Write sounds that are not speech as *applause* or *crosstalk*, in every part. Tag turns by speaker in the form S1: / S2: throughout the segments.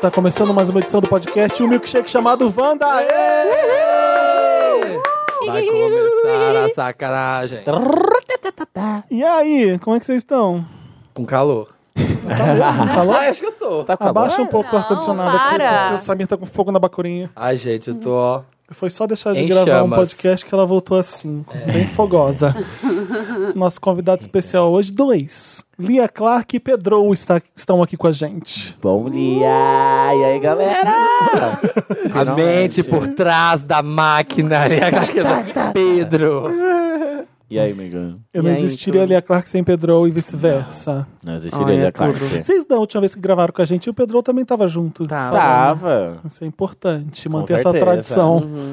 S1: Tá começando mais uma edição do podcast, o um milkshake chamado Wanda. Aê!
S2: Vai começar a sacanagem.
S1: Tá E aí, como é que
S2: *laughs*
S1: vocês estão?
S2: Com calor.
S1: Falou?
S2: Ah, acho que eu tô.
S3: Tá com a
S1: Abaixa um pouco o
S3: Não,
S1: ar-condicionado aqui,
S3: para.
S1: porque o Samir tá com fogo na bacurinha.
S2: Ai, gente, eu tô, ó.
S1: Foi só deixar de
S2: Em
S1: gravar um
S2: chamas. É.
S1: podcast que ela voltou assim, bem
S2: *laughs*
S1: fogosa. Nosso convidado especial hoje, dois. Lia Clark e Pedro está- estão aqui com a gente.
S3: Bom dia! E aí, galera?
S2: A mente por trás da máquina. *laughs* né? Pedro.
S4: E aí, Megan?
S1: Eu não
S2: E aí,
S1: existiria
S2: tudo?
S1: Lia Clark sem Pedro e vice-versa.
S4: Não existiria
S2: Ai, é
S4: a Clark.
S2: tudo.
S1: Vocês da última vez que gravaram com a gente, o Pedro também tava junto.
S2: Tava.
S1: Falando.
S4: Tava.
S1: Isso é importante,
S4: Com
S1: manter essa
S4: certeza. Uhum.
S1: tradição.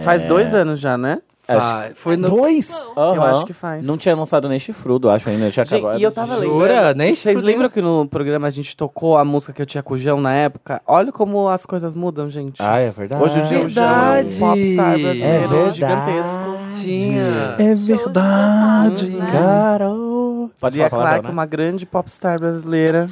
S5: Faz dois anos já, né?
S2: É, Vai. Foi no.
S1: Dois?
S5: Eu
S4: Aham.
S5: acho que faz.
S4: Não tinha lançado nem chifrudo, acho ainda. Tinha
S5: Gente,
S4: acabado.
S5: e eu tava
S2: Jura?
S5: lembrando.
S2: Nem
S5: Vocês
S2: fudeu.
S5: lembram que no programa a gente tocou a música que eu tinha com o Jão na época? Olha como as coisas mudam, gente.
S4: Ah, é verdade.
S5: Hoje o dia o Jão é
S2: verdade.
S5: um popstar
S4: É
S5: brasileiro
S4: verdade.
S5: gigantesco.
S2: Tinha.
S1: É verdade.
S5: Uhum.
S3: Shows lotados, né?
S4: Carol. é Pode
S5: E é
S4: falar palavrão,
S5: claro que
S4: né?
S5: uma grande popstar brasileira.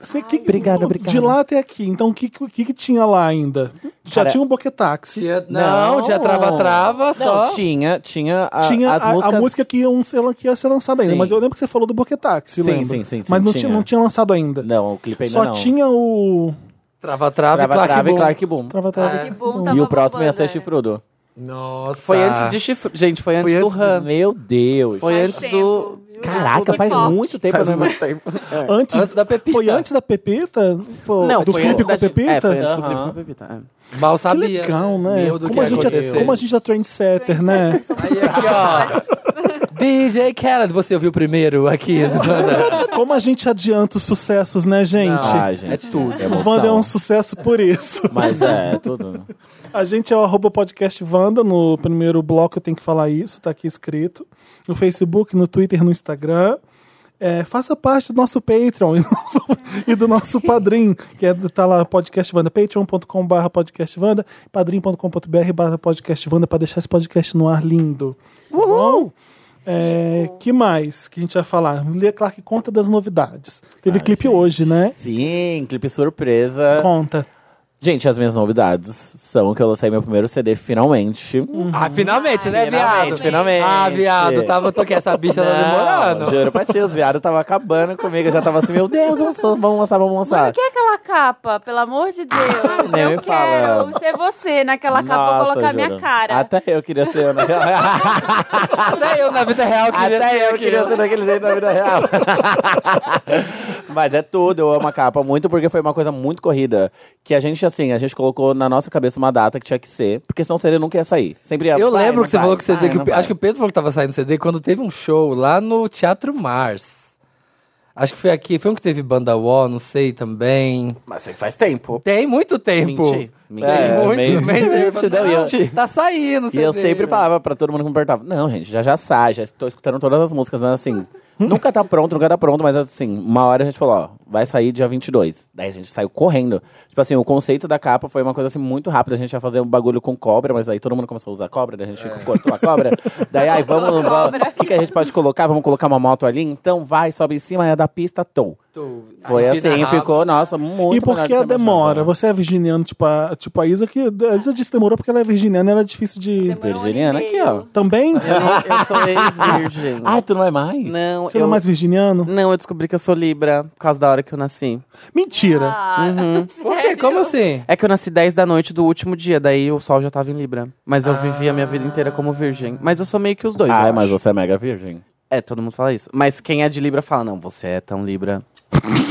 S1: Você, que,
S4: Obrigado, obrigado.
S1: De lá até aqui, então o que, que, que tinha lá ainda? Já
S4: Cara,
S1: tinha um boquetáxi.
S2: Tinha- Não, tinha trava-trava só.
S4: Não, tinha, tinha, a,
S1: Tinha
S4: as
S1: a, a
S4: músicas...
S1: música que, iam ser lan- que ia ser lançada ainda,
S4: Sim.
S1: mas eu lembro que você falou do boquetáxi,
S4: Sim,
S1: lembra?
S4: sim, sim, sim,
S1: Mas não
S4: tinha.
S1: tinha, não tinha lançado ainda.
S4: Não, o clipe ainda
S1: Só
S4: não.
S1: tinha o...
S2: Trava-trava e
S4: Trava,
S2: Clark
S4: trava e
S2: Boom.
S4: Clark Boom.
S1: Trava
S5: Ah, é.
S1: Trava.
S3: Que bom,
S1: Bom.
S3: tava
S4: E o próximo ia
S3: bombando,
S4: ser
S3: é.
S4: chifrudo.
S2: Nossa.
S5: Foi antes de chifre. Gente, foi antes
S2: Foi
S5: do
S2: antes
S5: Ram.
S4: Meu Deus.
S5: Foi
S3: Faz
S5: antes
S3: tempo,
S5: do-
S3: Tá viu?
S4: Caraca,
S3: Do
S4: faz
S3: K-pop.
S4: muito tempo.
S5: Faz
S4: né?
S5: muito tempo. É.
S1: Antes,
S2: Antes da Pepita.
S1: Foi antes da Pepita?
S5: Não,
S1: do
S5: foi
S1: clipe
S5: antes
S1: com a
S5: da gente-
S1: Pepita?
S5: É, foi antes
S4: Aham.
S5: do clipe com a Pepita. é.
S2: Mal
S1: Que
S2: sabia.
S1: legal, né?
S2: Meu, do que
S1: Como, a gente é,
S2: aconteceu.
S1: como a gente é trendsetter, né?
S2: Aí aqui, ó. DJ Khaled, você ouviu primeiro aqui no Wanda?
S1: Como a gente adianta os sucessos, né, gente?
S4: Ah, gente.
S2: É tudo.
S1: o Wanda é
S4: emoção.
S1: um sucesso por isso.
S4: Mas é, é *laughs* tudo.
S1: A gente é o arroba podcast Wanda. No primeiro bloco eu tenho que falar isso, tá aqui escrito. No Facebook, no Twitter, no Instagram. É, faça parte do nosso Patreon e do nosso, e do nosso Padrim, que é, tá lá, Podcast Wanda, patreon.com barra podcast Wanda, padrim.com.br barra podcast Wanda, pra deixar esse podcast no ar lindo. Tá bom? É, que mais que a gente vai falar? Lia Clark conta das novidades. Teve clipe hoje,
S4: É?
S1: né?
S4: Sim, clipe surpresa.
S1: Conta.
S4: Gente, as minhas novidades são que eu lancei meu primeiro CD finalmente.
S2: Ah, finalmente, né,
S4: Uhum. Finalmente,
S2: viado?
S4: finalmente.
S2: Ah, viado, tava, tô aqui, essa bicha tá demorando.
S4: Juro pra ti, os viados tava acabando comigo. Eu já tava assim, meu Deus, vamos lançar, vamos lançar, vamos
S3: Mano,
S4: lançar.
S3: o que é aquela capa? Pelo amor de
S4: *laughs*
S3: Deus.
S4: Nem
S3: eu
S4: me fala.
S3: quero ser você naquela capa. eu
S4: Nossa,
S3: vou colocar
S4: juro.
S3: minha cara.
S4: Até eu queria ser *laughs* eu naquele
S2: Até eu, na vida real, queria ser
S4: Até eu
S2: aquilo.
S4: queria ser daquele jeito na vida real. *laughs* Mas é tudo, eu amo a capa muito, porque foi uma coisa muito corrida. Que a gente, assim, a gente colocou na nossa cabeça uma data que tinha que ser, porque senão o CD nunca ia sair. Sempre ia
S2: Eu
S4: vai,
S2: lembro
S4: não
S2: que você
S4: vai,
S2: falou que o
S4: vai,
S2: CD. que
S4: não
S2: o Pe-
S4: vai.
S2: acho que o Pedro falou que tava saindo CD quando teve um show lá no Teatro Mars. Acho que foi aqui. Foi um que teve Banda Wall, não sei também.
S5: Mas sei que faz tempo.
S2: Tem muito tempo.
S5: Menti, menti.
S2: Tem
S4: É,
S2: muito,
S4: meio-
S2: meio tempo.
S4: Não, e eu-
S2: Tá saindo,
S4: E eu
S2: CD.
S4: sempre falava pra todo mundo que me perguntava: Não, gente, já já sai, já estou escutando todas as músicas, mas assim, nunca tá pronto, nunca tá pronto, mas assim, uma hora a gente falou: Ó, vai sair dia 22. Daí a gente saiu correndo. Tipo assim, o conceito da capa foi uma coisa assim muito rápida. A gente ia fazer um bagulho com cobra, mas daí todo mundo começou a usar cobra, daí a gente cortou a cobra. daí, ai, vamos, vamos-
S3: Cobra.
S4: O que, que a gente pode colocar? Vamos colocar uma moto ali? Então vai, sobe em cima, é da pista, tom. Foi assim, ficou, nossa, muito
S1: e por
S4: melhor
S1: que
S4: do
S1: a
S4: eu imaginava.
S1: demora? Você é virginiano, tipo a, tipo a Isa, que a Isa disse que demorou porque ela é virginiana, ela é difícil de.
S3: Demorou um
S4: Virginiana
S3: ano e
S4: aqui,
S3: meio.
S4: ó.
S1: Também?
S5: Eu, não- eu sou ex-virgem.
S4: *laughs* Ah, tu não é mais?
S5: Não,
S1: Você
S5: eu...
S1: não é mais virginiano?
S5: Não, eu descobri que eu sou Libra por causa da hora que eu nasci.
S1: Mentira!
S3: Ah,
S4: Uhum.
S3: *laughs*
S2: Por quê? Como assim?
S5: É que eu nasci 10 da noite do último dia, daí o sol já tava em Libra. Mas eu vivi a minha vida inteira como virgem. Mas eu sou meio que os dois.
S4: Ah,
S5: eu
S4: mas
S5: acho.
S4: você é mega virgem.
S5: É, todo mundo fala isso. Mas quem é de Libra fala, não, você é tão Libra. *laughs*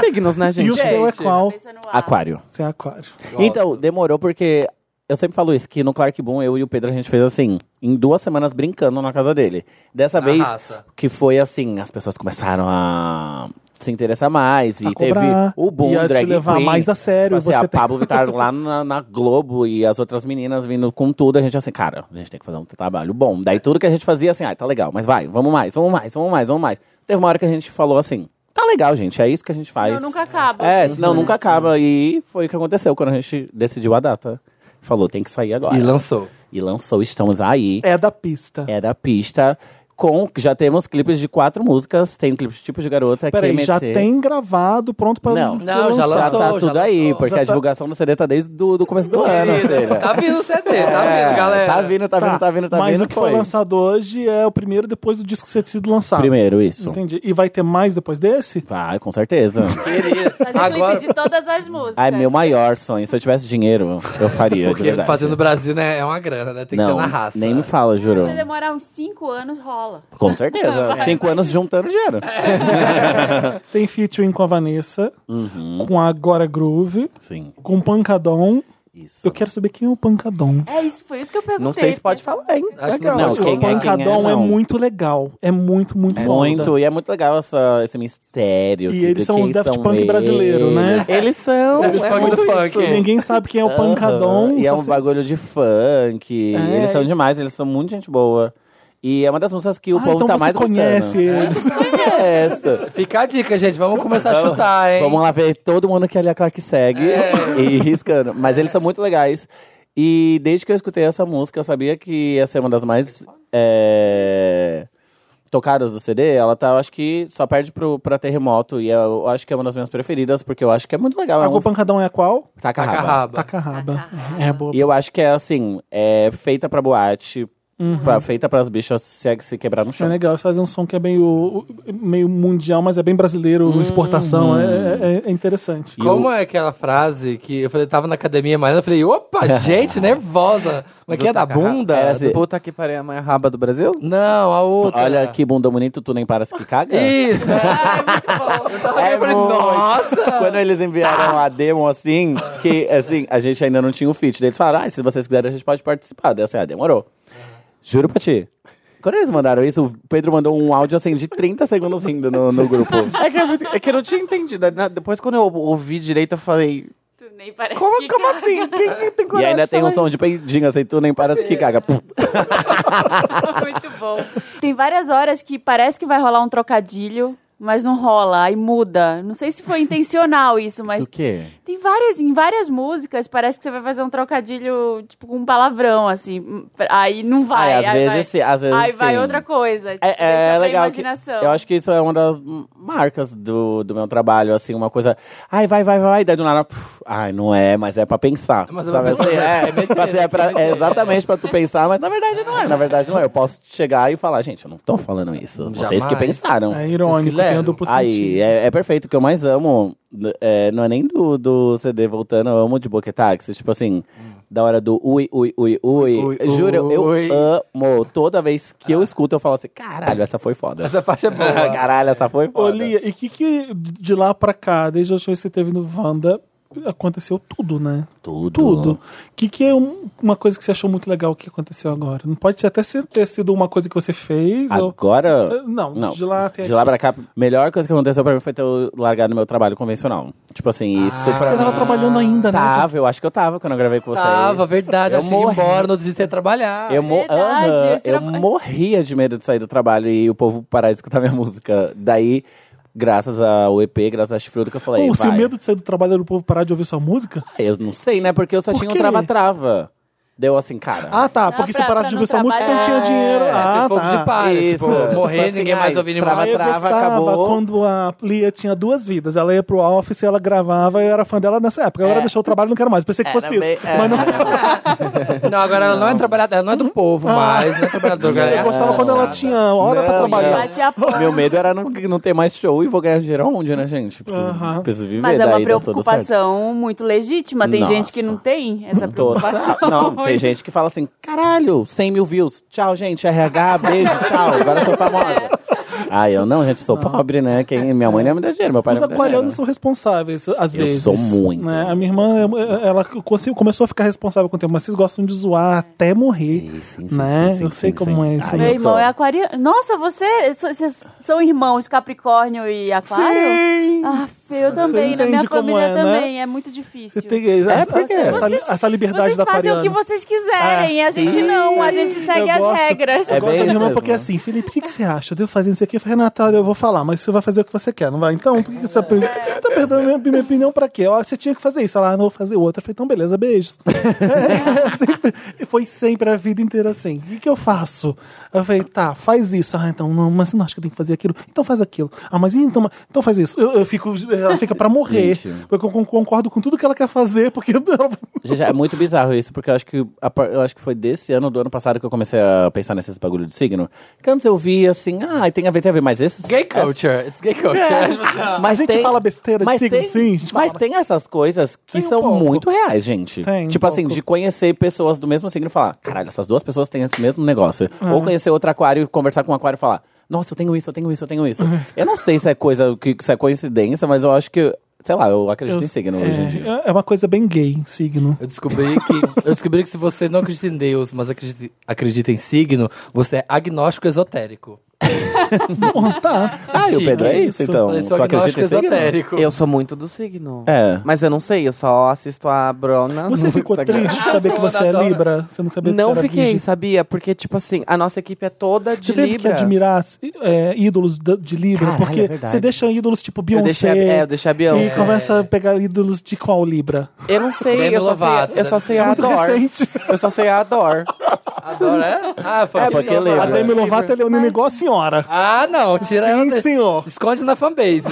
S5: Signos, né, gente?
S1: e o seu é qual?
S3: Cabeça no ar.
S4: Aquário.
S1: Você é aquário.
S4: Então, demorou porque eu sempre falo isso, que no Clark Boom eu e o Pedro a gente fez assim, em duas semanas brincando na casa dele. Dessa vez,
S2: Arrasa.
S4: que foi assim, as pessoas começaram a se interessar mais e
S1: A
S4: teve
S1: cobrar,
S4: o boom
S1: e a te
S4: drag
S1: levar
S4: queen.
S1: mais a sério,
S4: Tipo assim,
S1: você
S4: a
S1: tem- *laughs*
S4: Pablo Vittar lá na, na Globo e as outras meninas vindo com tudo, a gente assim, cara, a gente tem que fazer um trabalho bom. Daí tudo que a gente fazia assim, ah, tá legal, mas vai, vamos mais, vamos mais, vamos mais, vamos mais. Teve uma hora que a gente falou assim, tá legal, gente, é isso que a gente faz.
S3: nunca acaba.
S4: É, senão nunca acaba. E foi o que aconteceu quando a gente decidiu a data. Falou, tem que sair agora.
S2: E lançou.
S4: E lançou, estamos aí.
S1: É da pista.
S4: É da pista. Com, já temos clipes de quatro músicas, tem um clipe de tipo de garota.
S1: Peraí,
S4: QMT.
S1: já tem gravado, pronto pra
S4: Não,
S1: ser
S2: Não, já
S1: lançado.
S4: Já
S2: lançou,
S4: tá
S2: já
S4: tudo
S2: lançou.
S4: aí, porque
S1: Já
S4: a
S1: tá-
S4: divulgação do CD tá desde do, do começo do ano.
S2: Querida, Tá vindo o CD, tá vindo, galera.
S4: né? Tá vindo, tá vindo, tá vindo, tá
S1: Mas
S4: vindo.
S1: o que foi. lançado hoje é o primeiro depois do disco ser sido lançado.
S4: Primeiro, isso.
S1: Entendi. E vai ter mais depois desse?
S4: Vai, com certeza.
S2: Querida.
S3: Fazer
S2: Agora,
S3: um clipe de todas as músicas.
S4: Ai, meu maior sonho. Se eu tivesse dinheiro, eu faria. de
S2: *laughs* porque
S4: verdade.
S2: fazer no Brasil né, é uma grana, né? Tem que ser
S4: Não,
S2: na raça.
S4: nem me fala,
S3: Se
S4: juro.
S3: você demorar uns 5 anos, rola.
S4: Com certeza. Cinco anos juntando dinheiro.
S1: É. Tem featuring com a Vanessa,
S4: Uhum.
S1: com a Glória Groove,
S4: Sim,
S1: com o Pancadon.
S4: isso.
S1: Eu quero saber quem é o Pancadon.
S3: É isso, foi isso que eu perguntei.
S5: Não sei se pode falar, hein?
S2: Acho que não
S4: Não,
S2: pode
S4: quem
S1: o
S2: falar.
S4: é, quem
S1: Pancadon é,
S4: não.
S1: muito legal. É muito, muito foda.
S4: Muito, e é muito legal essa- esse mistério.
S1: E
S4: que-
S1: eles
S4: de
S1: são os
S4: quem
S1: Daft
S4: são
S1: Punk brasileiro, né?
S5: Eles são.
S2: Eles
S5: é
S2: são
S5: muito
S2: do
S5: isso.
S2: funk.
S1: Ninguém sabe quem é o Pancadon.
S4: Aham, E é
S1: só
S4: um
S1: se-
S4: bagulho de funk.
S1: É.
S4: Eles são demais, eles são muito gente boa. E é uma das músicas que o
S1: Ah,
S4: povo
S1: então
S4: tá
S1: você
S4: mais
S1: conhece eles.
S4: gostando. Conhece.
S2: Fica a dica, gente. Vamos começar a chutar, hein?
S4: Vamos lá ver todo mundo que é a Lia Clark segue e riscando. Mas eles são muito legais. E desde que eu escutei essa música, eu sabia que ia ser uma das mais é, tocadas do CD. Ela tá, eu acho que só perde pro, pra Terremoto. E eu acho que é uma das minhas preferidas, porque eu acho que é muito legal.
S1: Ah,
S4: É
S1: O
S4: um...
S1: Pancadon é qual?
S4: Taca
S2: Taca
S4: raba.
S2: tá raba.
S1: Tacarraba. É boa.
S4: E eu acho que é assim, é feita pra boate, pra- feita pras bichas se, se quebrar no
S1: É
S4: chão.
S1: legal, eles fazem um som que é meio, meio mundial, mas é bem brasileiro,
S4: Hum.
S1: exportação. É, é- é interessante.
S2: Como é aquela frase que eu falei, tava na academia Mariana, eu falei, *laughs* opa, gente, nervosa. Como é que é da bunda?
S4: É, assim,
S5: Puta que pariu, a maior raba do Brasil?
S2: Não, a outra.
S4: Olha que bunda bonito, tu nem paras que caga.
S2: Isso! é, é *laughs* muito bom. Eu tava
S4: É
S2: é falei,
S4: muito.
S2: nossa!
S4: Quando eles enviaram a demo assim, que assim, a gente ainda não tinha o feat. Daí eles falaram, ah, se vocês quiserem, a gente pode participar. Daí assim, ah, demorou. Juro pra ti. Quando eles mandaram isso, o Pedro mandou um áudio assim de 30 segundos rindo no,
S2: *laughs*
S4: no grupo.
S5: É que, é, muito- é que eu não tinha entendido. Na- Depois, quando eu ouvi direito, eu falei.
S3: Tu nem parece
S5: Como,
S3: que
S5: como assim? Quem, quem tem
S4: E
S5: coragem
S4: ainda
S5: de
S4: tem um
S5: falar
S4: som de peidinho assim, tu nem paras que
S2: *laughs*
S4: caga. Pum.
S3: *laughs* Muito bom. Tem várias horas que parece que vai rolar um trocadilho, mas não rola, aí muda. Não sei se foi intencional isso, mas
S4: O quê?
S3: tem várias, em várias músicas parece que você vai fazer um trocadilho, tipo, com um palavrão, assim. Aí não vai.
S4: Ai, às
S3: aí
S4: vezes sim,
S3: vai,
S4: às vezes
S3: aí vai
S4: sim.
S3: outra coisa.
S4: É,
S3: Deixa
S4: é,
S3: pra
S4: legal. que-
S3: imaginação.
S4: eu acho que isso é uma das m- marcas do, do meu trabalho, assim, uma coisa. Ai, vai, vai, vai, daí do nada. puf, ai, não é, mas é pra pensar.
S2: Mas é
S4: sabe
S2: pra
S4: assim?
S2: pensar,
S4: É,
S2: *laughs* é meter,
S4: mas é, pra- é exatamente pra tu pensar, mas na verdade não é. Na verdade não é. Eu posso chegar e falar, gente, eu não tô falando isso. Vocês que
S2: Jamais.
S4: pensaram.
S1: É irônico,
S2: Vocês
S1: tem
S2: que
S1: um duplo
S4: Aí,
S1: sentido.
S4: é, é perfeito. O que eu mais amo n- é, não é nem do, do CD voltando, eu amo de Boca Táxi. Tipo assim,
S1: Hum.
S4: da hora do ui, ui, ui, ui.
S2: Ui,
S4: Juro, eu
S2: ui.
S4: amo. Toda vez que
S1: Ah.
S4: eu escuto, eu falo assim: caralho, essa foi foda.
S2: Essa faixa é
S4: *laughs*
S2: boa.
S4: caralho, essa foi
S1: Ô,
S4: foda.
S1: Lia, e que que de lá pra cá, desde a última vez que você teve no Wanda, aconteceu tudo, né?
S4: Tudo.
S1: Tudo. Que que é um- uma coisa que você achou muito legal que aconteceu agora? Não pode ser- até ser- ter sido uma coisa que você fez ou...
S4: Agora.
S1: Eh, Não, de lá até
S4: De lá pra cá, melhor coisa que aconteceu pra mim foi ter eu largado meu trabalho convencional. Tipo assim, isso
S1: Ah,
S4: pra
S1: Você tava
S4: mim-
S1: trabalhando ainda, né?
S4: Tava, eu acho que eu tava quando eu gravei com vocês.
S2: Tava, verdade.
S4: Eu
S2: Eu achei
S4: morri.
S2: embora, no outro dia você ia trabalhar.
S4: Eu, mo-
S3: Ah, Verdade,
S4: Aham,
S3: esse
S4: eu
S3: era-
S4: morria de medo de sair do trabalho e o povo parar de escutar minha música. Daí, graças ao EP, graças a Chifrudo, que eu falei.
S1: Ou se o
S4: vai.
S1: medo de sair do trabalho era o povo parar de ouvir sua música?
S4: Ah, Eu não sei, né? Porque eu só
S1: Por
S4: tinha um
S1: quê?
S4: trava-trava. Deu assim, cara.
S1: Ah, tá.
S3: Não,
S1: porque
S3: pra-
S1: se parasse
S3: pra
S1: de
S3: não
S1: ouvir sua música, você não tinha
S3: trabalhar.
S1: dinheiro.
S4: É,
S1: Ah,
S2: Você fogo
S1: tá.
S2: de palha,
S4: Isso.
S2: tipo, morrer,
S4: Tipo assim,
S2: ninguém mais
S4: ai,
S2: ouvindo
S4: trava-
S1: Ah,
S2: mais.
S1: eu
S4: trava,
S1: gostava
S4: acabou.
S1: quando a Lia tinha duas vidas. Ela ia pro office, ela gravava, eu era fã dela nessa época.
S4: É.
S1: Agora deixou o trabalho, não quero mais. Pensei que
S5: Era
S1: fosse
S5: meio-
S1: isso.
S3: é,
S1: Mas não,
S2: Não, agora ela não é trabalhadora, ela não é do povo mais, não é trabalhadora. ela é
S1: eu gostava
S2: artista.
S1: quando ela tinha hora pra
S4: Não,
S1: trabalhar.
S3: Bate a porta.
S4: Meu medo era não, não ter mais show e vou ganhar dinheiro aonde, né, gente? Preciso,
S1: Aham.
S4: preciso viver.
S3: Mas é
S4: daí
S3: uma
S4: deu tá tudo certo.
S3: preocupação muito legítima. Tem gente que
S4: Nossa.
S3: não tem essa
S4: Tô-
S3: preocupação.
S4: Não, tem gente que fala assim, caralho, 100 mil views. Tchau, gente, RH, beijo, tchau. Agora eu sou famosa. Ah, eu não, gente, sou pobre, né? Quem, minha mãe não me dá dinheiro, meu pai
S1: Os
S4: não me dá dinheiro.
S1: aquarianos são responsáveis, às
S4: É Eu
S1: vezes.
S4: sou muito.
S1: né? A minha irmã, ela consi- começou a ficar responsável com o tempo, mas vocês gostam de
S3: É.
S1: zoar até morrer.
S4: Sim, sim, sim,
S1: né?
S4: sim, sim,
S1: eu sei
S4: sim,
S1: como
S4: sim.
S1: é
S4: Ai,
S1: isso.
S3: Meu
S4: eu
S3: irmão
S4: tô.
S3: é aquariano. Nossa, você, so- vocês são irmãos Capricórnio e Aquário?
S1: Sim!
S3: Ah, eu também. Na
S1: entende
S3: minha
S1: como
S3: família
S1: é, né?
S3: também. É muito difícil.
S1: Você tem
S4: É,
S1: essa,
S4: porque
S1: essa,
S3: Vocês-
S1: essa liberdade
S3: vocês
S1: da
S3: fazem
S1: Pariana.
S3: o que vocês quiserem. a gente
S1: Sim.
S3: não. A gente segue
S1: Eu
S3: as
S1: gosto-
S3: regras.
S1: Eu gosto
S4: É bem
S1: da minha
S4: isso
S1: irmã
S4: mesmo.
S1: porque assim, Felipe, o que, que você acha? De eu fazer isso aqui? Eu Renata, olha, eu vou falar, mas você vai fazer o que você quer, não vai? Então, por que que você tá, per-
S3: É.
S1: tá perdendo minha, minha opinião pra quê? Ó, você tinha que fazer isso. Ela, ah, não vou fazer outra. Eu falei, então beleza,
S4: *laughs*
S1: beijos. É, sempre- foi sempre a vida inteira assim. O que, que eu faço? Eu falei, tá, faz isso. Ah, então, não, mas você não acha que eu tenho que fazer aquilo? Então faz aquilo. Ah, mas e então, mas- então faz isso. Eu, eu fico, ela fica pra morrer.
S4: Gente.
S1: Porque eu con- concordo com tudo que ela quer fazer, porque *laughs* ela-
S4: Gente, é muito bizarro isso, porque eu acho que a par- eu acho que foi desse ano do ano passado que eu comecei a pensar nesses bagulho de signo. Que antes eu via assim, ah, tem a ver, tem a ver, mas esses.
S2: Gay culture. It's gay culture.
S4: Mas
S1: A gente fala besteira de
S4: mas
S1: signo,
S4: tem-
S1: sim, a gente
S4: mas
S1: fala.
S4: tem essas coisas que
S1: Tem um
S4: são
S1: pouco.
S4: muito reais, gente.
S1: Tem um
S4: tipo assim,
S1: pouco.
S4: de conhecer pessoas do mesmo signo e falar, caralho, essas duas pessoas têm esse mesmo negócio.
S1: É.
S4: Ou conhecer outro aquário e conversar com um aquário e falar, nossa, eu tenho isso, eu tenho isso, eu tenho isso. Eu não sei se é coisa, que, se é coincidência, mas eu acho que, sei lá, eu acredito em signo hoje em dia.
S1: é, é uma coisa bem gay, signo.
S2: Eu descobri que. Eu descobri que se você não acredita em Deus, mas acredita, acredita em signo, você é agnóstico esotérico.
S1: Bom, tá.
S4: Ah, e o Pedro é isso,
S1: Isso.
S4: então.
S2: eu
S4: Tu
S2: sou agnóstico
S4: acredita em signo?
S2: esotérico.
S5: Eu sou muito do signo.
S4: É.
S5: Mas eu não sei, eu só assisto a Brona.
S1: Você
S5: no
S1: ficou
S5: Instagram.
S1: triste de saber que você é
S2: Adoro.
S1: Libra? Você não sabia que
S5: Não
S1: você era
S5: fiquei,
S1: virgem?
S5: sabia? Porque, tipo assim, a nossa equipe é toda de
S1: Você teve
S5: Libra.
S1: que admirar é, ídolos da- de Libra,
S5: Caralho,
S1: porque
S5: é verdade.
S1: você deixa ídolos tipo
S5: eu
S1: Beyoncé
S5: deixei, a, é, eu deixei
S1: e
S5: a Beyoncé.
S1: começa a pegar ídolos de qual Libra? É
S5: Eu não sei,
S2: Demi
S5: eu só
S2: Lovato, né?
S5: sei, eu só sei a
S1: muito
S5: Ador.
S1: recente.
S5: Eu só sei a Ador.
S2: Adoro, é? Ah, foi,
S5: É,
S2: foi
S5: porque
S2: aquele-
S1: A
S5: Libra. é
S1: Demi Lovato é Leonina igual a senhora.
S2: Ah, não, tira ela.
S1: Sim,
S2: de-
S1: senhor.
S2: Esconde na fanbase.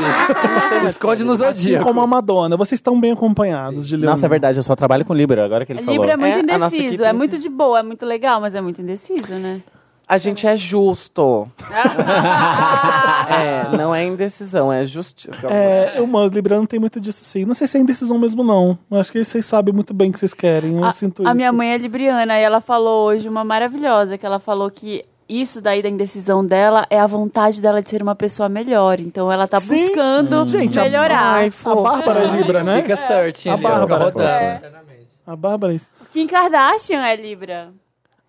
S2: Esconde no
S1: Assim
S2: zodíaco.
S1: como a Madonna. Vocês estão bem acompanhados de Leonina.
S4: Nossa, é verdade, eu só trabalho com Libra, agora que ele falou.
S3: Libra é muito
S5: É, a nossa
S3: indeciso.
S5: equipe
S3: É
S5: não
S3: muito de boa, é muito legal, mas é muito indeciso, né?
S5: A gente é
S2: *laughs*
S5: justo. é, não é indecisão, é justiça.
S1: É, uma Libra não tem muito disso sim. Não sei se é indecisão mesmo, não. Eu acho que vocês sabem muito bem o que vocês querem. Eu
S3: a,
S1: sinto
S3: a
S1: isso.
S3: minha mãe é libriana e ela falou hoje uma maravilhosa, que ela falou que isso daí da indecisão dela é a vontade dela de ser uma pessoa melhor. Então ela tá
S1: Sim. Hum.
S3: buscando
S1: Gente, a-
S3: melhorar.
S5: Ai,
S1: A Bárbara é Libra, né?
S2: Fica searching
S1: A
S2: ali, ó, fica
S1: Bárbara.
S2: rodando.
S1: A Bárbara é isso.
S3: Kim Kardashian é libra.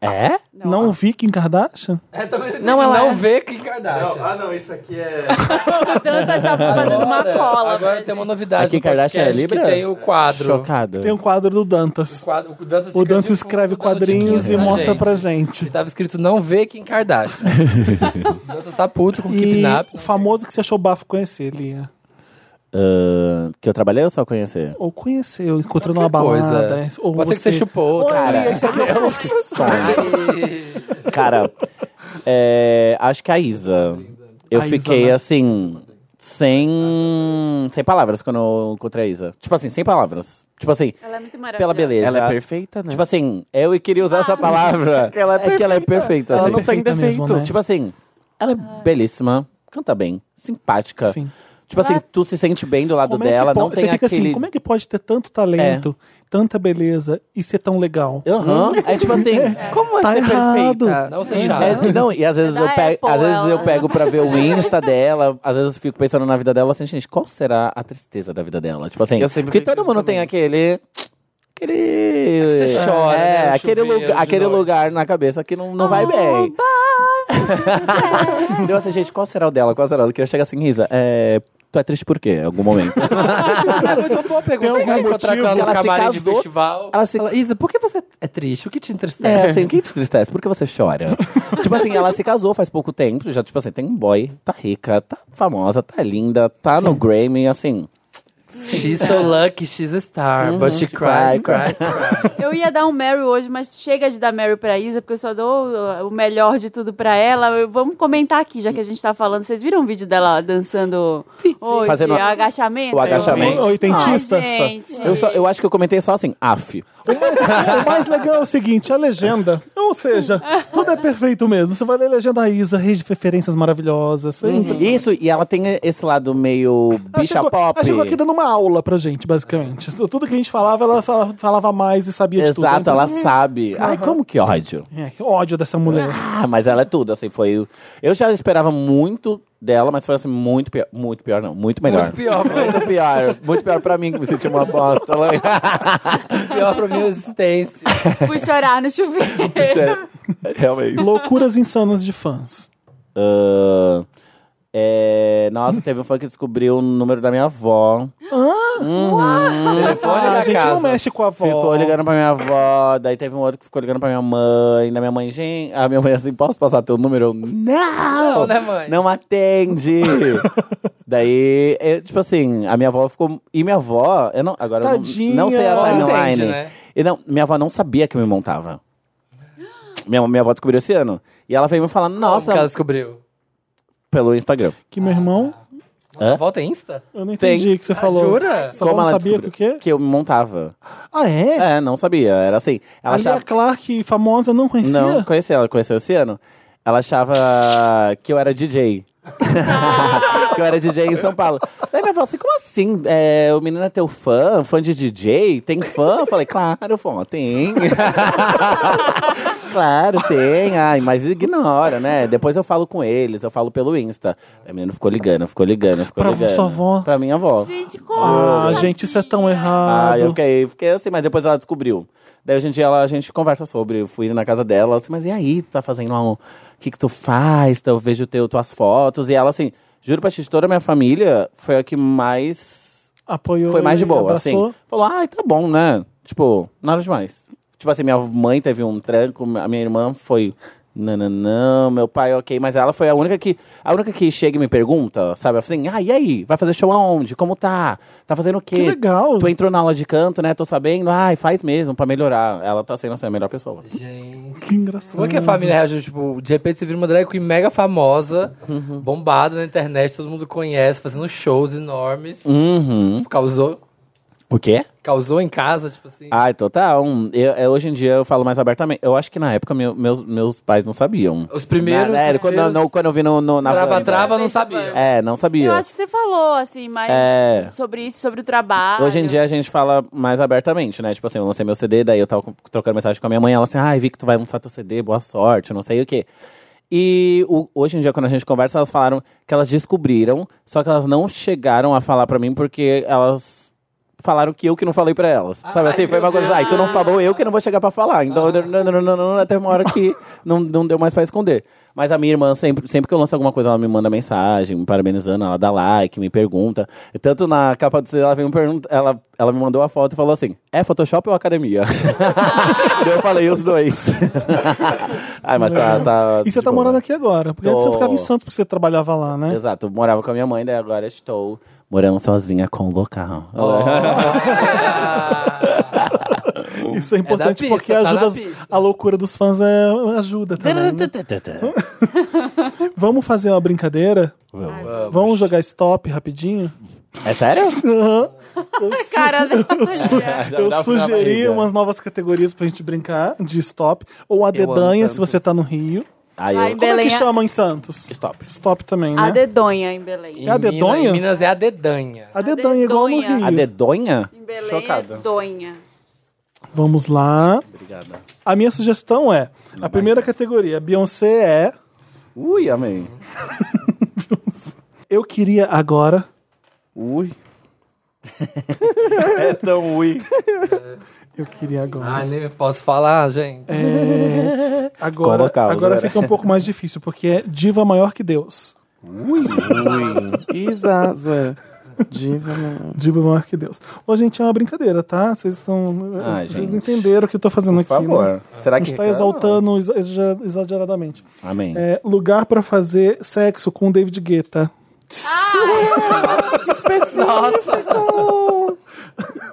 S4: É?
S1: Não vi Kim Kardashian?
S2: É, também
S5: Não, ela
S2: não
S5: é-
S2: vê Kim Kardashian.
S6: Ah, não, isso aqui é.
S3: O Dantas tá fazendo uma
S2: Agora-
S3: cola.
S2: É, Agora
S3: velho.
S2: tem uma novidade
S4: Aqui
S2: no podcast
S4: Kardashian é Libra?
S2: que tem o quadro.
S4: Chocado.
S2: É.
S1: Tem um quadro do Dantas.
S2: O quadro- o Dantas,
S1: O
S2: fica
S1: Dantas
S2: de fundo
S1: escreve
S2: dando
S1: quadrinhos e
S2: diquinhas
S1: mostra pra gente.
S2: Ele tava escrito não vê Kim
S4: *laughs*
S2: Kardashian. o Dantas tá puto com o
S1: E
S2: Kidnap.
S1: o famoso que você achou bafo conhecer, Lia.
S4: Ah, que eu trabalhei ou só conhecer?
S1: Ou conheceu, encontrou numa
S2: Qualquer coisa.
S1: balada. é, Ou
S2: Pode ser que você chupou,
S1: Olha,
S2: cara.
S1: Esse aqui é o...
S4: Cara, é, acho que a Isa. Eu
S1: A Isa,
S4: fiquei
S1: né?
S4: assim. Sem. Sem palavras quando eu encontrei a Isa. Tipo assim, sem palavras. Tipo assim,
S3: Ela é muito maravilhosa.
S4: pela beleza.
S5: Ela é perfeita, né?
S4: Tipo assim, eu queria usar essa palavra.
S5: ela Ah. é
S4: é que ela é perfeita.
S5: Ela
S4: assim.
S2: *laughs*
S5: não Ah. tem
S1: Perfeita mesmo,
S5: defeitos.
S1: né?
S4: Tipo assim, ela é belíssima, canta bem, simpática.
S1: Sim.
S4: Tipo assim,
S5: Ah.
S4: tu se sente bem do lado
S1: Como é que
S4: dela,
S1: po-
S4: não
S1: você
S4: tem
S1: fica
S4: aquele.
S1: assim, como é que pode ter tanto talento,
S2: É.
S1: tanta beleza e ser tão legal?
S4: Aham. É tipo assim.
S1: *laughs*
S5: Como é
S1: Tá
S5: ser
S1: errado.
S5: perfeita?
S2: Não
S4: É,
S2: seja chato.
S4: e *laughs* não, e às vezes,
S3: É
S4: eu
S3: da
S4: pego,
S3: Apple,
S4: às vezes eu
S3: ela.
S4: pego
S2: *laughs*
S4: pra ver o Insta dela, às vezes eu fico pensando na vida dela, assim, gente, qual será a tristeza da vida dela? Tipo assim,
S5: Eu sempre
S4: porque
S5: penso
S4: todo mundo
S5: isso também.
S4: tem aquele... Aquele...
S2: Você chora,
S4: É,
S2: né, no
S4: aquele,
S2: chuveiro
S4: lugar,
S2: de
S4: aquele
S2: noite.
S4: lugar na cabeça que não, não
S2: Ah,
S4: vai bem.
S2: é.
S4: Então assim, gente, qual será o dela? Qual será o dela? Eu queria chegar assim, Risa, é... Tu é triste por quê? Em
S2: *laughs*
S4: algum
S2: *laughs*
S4: momento.
S2: É muito boa pergunta. Você vai encontrar com
S4: que
S2: ela no
S4: ela se
S2: camarim de
S4: casou?
S2: festival.
S4: Ela se-
S2: Fala, Isa, por que você é triste? O que te entristece?
S4: É, assim, o que te tristece? Por que você
S1: *laughs*
S4: chora? tipo assim, ela se casou faz pouco tempo, já, tipo assim, tem um boy, tá rica, tá famosa, tá linda, tá no Grammy, assim.
S2: She's so lucky, she's a star, but she cries,
S4: Uhum. cry,
S2: cries, cries.
S3: Eu ia dar um Mary hoje, mas chega de dar Mary pra Isa, porque eu só dou uh, o melhor de tudo pra ela. Eu- Vamos comentar aqui, já que a gente tá falando. Vocês viram o vídeo dela dançando hoje?
S4: Fazendo
S3: o agachamento?
S4: o agachamento.
S1: Ou oitentista?
S3: Ai, gente.
S4: Eu, só, eu acho que eu comentei só assim, af.
S1: O mais, o mais legal é o seguinte, a legenda. Ou seja, tudo é perfeito mesmo. Você vai ler a legenda da Isa, rede de referências maravilhosas.
S4: Isso, e ela tem esse lado meio
S1: Ela
S4: Uhum. bicha
S1: chegou-
S4: pop.
S1: Ela chegou aqui dando uma aula pra gente, basicamente. Tudo que a gente falava, ela fala- falava mais e sabia de tudo.
S4: Exato,
S1: Então,
S4: ela
S1: assim,
S4: sabe. Ai, como que ódio.
S1: é, que ódio dessa mulher.
S4: Ah, mas ela é tudo, assim, foi... Eu já esperava muito dela, mas foi assim, muito pior. Muito pior, não, muito melhor.
S2: Muito pior,
S4: Muito
S1: né?
S4: pior, muito pior pra mim, que me senti uma bosta. *laughs* né?
S1: *laughs*
S2: Pior pra minha existência.
S3: Fui chorar
S4: *laughs*
S3: no chuveiro.
S4: Sério, Realmente.
S1: Loucuras insanas de fãs.
S4: Ah, é, nossa, teve um fã que descobriu o número da minha avó.
S2: Telefone
S1: a
S2: da
S1: gente
S2: casa.
S1: não mexe com a avó.
S4: Ficou ligando pra minha avó, daí teve um outro que ficou ligando pra minha mãe, da minha mãe, gente, a minha mãe assim, posso passar teu número? Eu, não!
S2: Não, né, mãe?
S4: Não atende! daí, eu, tipo assim, a minha avó ficou... E minha avó, eu não... Agora, eu não-
S1: Tadinha!
S4: não sei a
S2: Ela não
S4: timeline.
S2: entende, né?
S4: E não, minha avó não sabia que eu me montava. Minha, minha avó descobriu esse ano. E ela veio me falar,
S2: Nossa,
S4: nossa,
S2: ela descobriu.
S4: pelo Instagram.
S1: Que meu irmão,
S2: Nossa, volta Insta?
S1: eu não entendi o que você falou.
S2: jura?
S1: Só não sabia
S4: descobriu
S1: o quê?
S4: Que eu me montava.
S1: Ah, é?
S4: É, não sabia. Era assim. Ela
S1: a Lia
S4: achava...
S1: Clark, famosa, não conhecia?
S4: Não, conhecia, ela conheceu esse ano. Ela achava que eu era DJ. *laughs* que eu era DJ em São Paulo. Daí minha avó assim, como assim? É, o menino é teu fã? Fã de DJ? Tem fã? Eu falei, claro, fã, tem. *laughs* claro, tem. Ai, mas ignora, né? Depois eu falo com eles, eu falo pelo Insta. Aí o menino ficou ligando, ficou ligando, ficou
S1: Pra
S4: ligando.
S1: sua avó?
S4: Pra minha avó.
S3: Gente, como? assim?
S1: Ah,
S3: tadinha?
S1: gente, isso é tão errado.
S4: Ah, eu fiquei, fiquei assim, mas depois ela descobriu. Daí hoje em dia ela, a gente conversa sobre, eu fui na casa dela, ela disse, mas e aí, tu tá fazendo lá um... O que que tu faz? Então, Eu vejo teu, tuas fotos. E ela assim, juro pra ti, de toda a minha família, foi a que mais...
S1: Apoiou
S4: Foi mais de
S1: e
S4: boa,
S1: abraçou.
S4: assim. Falou, ai, tá bom, né? Tipo, nada demais. Tipo assim, minha mãe teve um tranco, a minha irmã foi... Não, não, não, meu pai, ok, mas ela foi a única que. A única que chega e me pergunta, sabe? Assim, ah, e aí? Vai fazer show aonde? Como tá? Tá fazendo o quê?
S1: Que legal.
S4: Tu entrou na aula de canto, né? Tô sabendo. Ai, faz mesmo pra melhorar. Ela tá sendo assim, a melhor pessoa.
S2: Gente.
S1: Que engraçado.
S2: Como é que a família reagiu? Tipo, de repente você vira uma drag queen mega famosa,
S1: Uhum.
S2: bombada na internet, todo mundo conhece, fazendo shows enormes.
S4: Uhum.
S2: Tipo, causou,
S4: O quê?
S2: causou em casa, tipo assim.
S1: Ah,
S4: Ai, total. Um, Eu, eu- hoje em dia eu falo mais abertamente. Eu acho que na época meu- meus, meus pais não sabiam.
S2: Os primeiros.
S4: Na- é,
S2: os
S4: quando,
S2: primeiros
S4: não, quando eu vi no, no- na Wanda.
S2: Trava-trava não sabia.
S4: É, não sabia.
S3: Eu acho que você falou, assim, mais
S4: É.
S3: sobre isso, sobre o trabalho.
S4: Hoje em dia a gente fala mais abertamente, né? Tipo assim, eu lancei meu CD, daí eu tava com- trocando mensagem com a minha mãe, ela assim, ai, vi que tu vai lançar teu CD, boa sorte, não sei o quê. E o- hoje em dia, quando a gente conversa, elas falaram que elas descobriram, só que elas não chegaram a falar pra mim porque elas falaram que eu que não falei pra elas. Sabe assim, foi uma coisa, ai, tu não falou, eu que não vou chegar pra falar. Então, não, não, não, não, não, até uma hora que não, não deu mais pra esconder. Mas a minha irmã, sempre, sempre que eu lanço alguma coisa, ela me manda mensagem, me parabenizando, ela dá like, me pergunta. Tanto na capa do CD, ela veio me pergunta, ela, ela me mandou a foto e falou assim, é Photoshop ou academia? Daí eu falei os dois. ai, mas tá... tá
S1: E você
S4: de
S1: tá
S4: boa.
S1: morando aqui agora? Porque antes
S4: Tô.
S1: você ficava em Santos porque você trabalhava lá, né?
S4: Exato, eu morava com a minha mãe, daí agora estou morando sozinha com o local.
S1: Isso é importante
S2: pista,
S1: porque
S2: tá na
S1: ajuda as-
S2: pista.
S1: a loucura dos fãs é, ajuda também. né? Vamos fazer uma brincadeira? Vamos. jogar stop rapidinho?
S4: É sério?
S3: *laughs*
S4: *laughs*
S3: Cara, dela.
S4: Dá-
S1: Eu
S4: dá um frio na
S1: sugeri
S4: barriga.
S1: umas novas categorias pra gente brincar de stop. Ou a dedanha,
S2: amo
S1: se
S2: tanto.
S1: você tá no Rio.
S4: Aí
S3: Ai,
S4: eu...
S1: Como é
S3: Belém
S1: que
S3: é-
S1: chama em Santos?
S4: Stop.
S1: Stop também,
S3: a
S1: né?
S3: dedonha em Belém.
S2: Em
S1: a dedonha?
S2: Minas, em Minas é a dedanha.
S1: A dedanha, é igual no
S3: dedonha.
S1: Rio.
S4: A dedonha?
S3: Em Belém
S4: Chocada.
S3: é donha.
S1: Vamos lá.
S4: Obrigada.
S1: A minha sugestão é: a primeira categoria, Beyoncé é.
S4: Ui, amém.
S1: Eu queria agora.
S4: Ui. *laughs* é tão ui.
S1: Eu queria agora.
S2: Ai, nem posso falar,
S1: *laughs*
S2: gente.
S4: Ah,
S1: Agora,
S4: Colocar os
S1: agora
S4: era.
S1: fica um pouco mais difícil, porque é diva maior que Deus.
S5: Isa, zoé. *laughs* Diva, né? mano.
S1: Diva maior que Deus. Ô, gente, é uma brincadeira, tá? Vocês estão.
S4: Ai,
S1: Vocês
S4: gente.
S1: não entenderam o que eu tô fazendo
S4: Por
S1: aqui.
S4: favor.
S1: Né?
S4: Será
S1: A
S4: que
S1: gente tá
S4: reclama?
S1: exaltando exa- exager- exageradamente.
S4: Amém.
S1: É, lugar pra fazer sexo com David Guetta.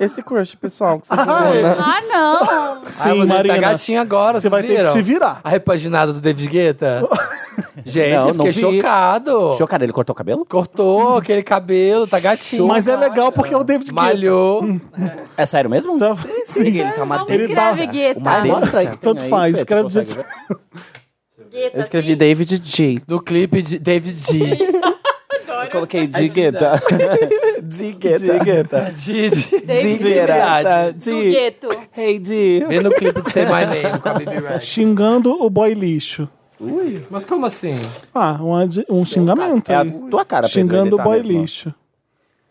S5: Esse crush, pessoal, que você
S3: Ah, não!
S4: Ah,
S2: Ai,
S1: Sim,
S2: você
S1: Marina.
S2: tá gatinha agora,
S1: Você
S2: vocês
S1: vai ter
S2: viram?
S1: que se virar.
S2: A repaginada do David
S1: *laughs*
S2: Guetta? gente,
S4: Não,
S2: eu
S4: não
S2: fiquei
S4: vi.
S2: chocado.
S4: Chocada, ele cortou o cabelo?
S1: *laughs*
S2: Cortou aquele cabelo, tá gatinho.
S1: Mas é legal porque é o David Guetta.
S2: Malhou.
S4: É sério mesmo?
S1: Sabe? Sim.
S5: Ele tá uma
S3: Como
S1: Ele tá-
S3: escreve Guetta?
S4: Uma delícia.
S5: Nossa,
S4: Tem
S1: tanto
S4: aí,
S1: faz,
S4: Fê, tu
S1: quero
S4: consegue
S1: dizer-
S4: ver?
S3: Guetta,
S5: Eu escrevi
S3: sim.
S5: David J.
S2: No clipe de David *laughs* G.
S1: *laughs*
S4: Eu coloquei digueta. Digueta.
S2: Didi.
S3: David
S4: Digueta.
S3: Do
S1: *laughs*
S4: Di.
S3: gueto.
S4: Hey, Di.
S2: Vê no clipe de Say My Name com a *laughs* Baby Rex.
S1: Xingando o boy lixo.
S2: Mas como assim?
S1: Ah, um, ad- um xingamento.
S4: É a
S1: aí.
S4: tua cara, Pedro,
S1: Xingando
S4: ele
S1: o
S4: tá
S1: boy
S4: mesmo.
S1: lixo.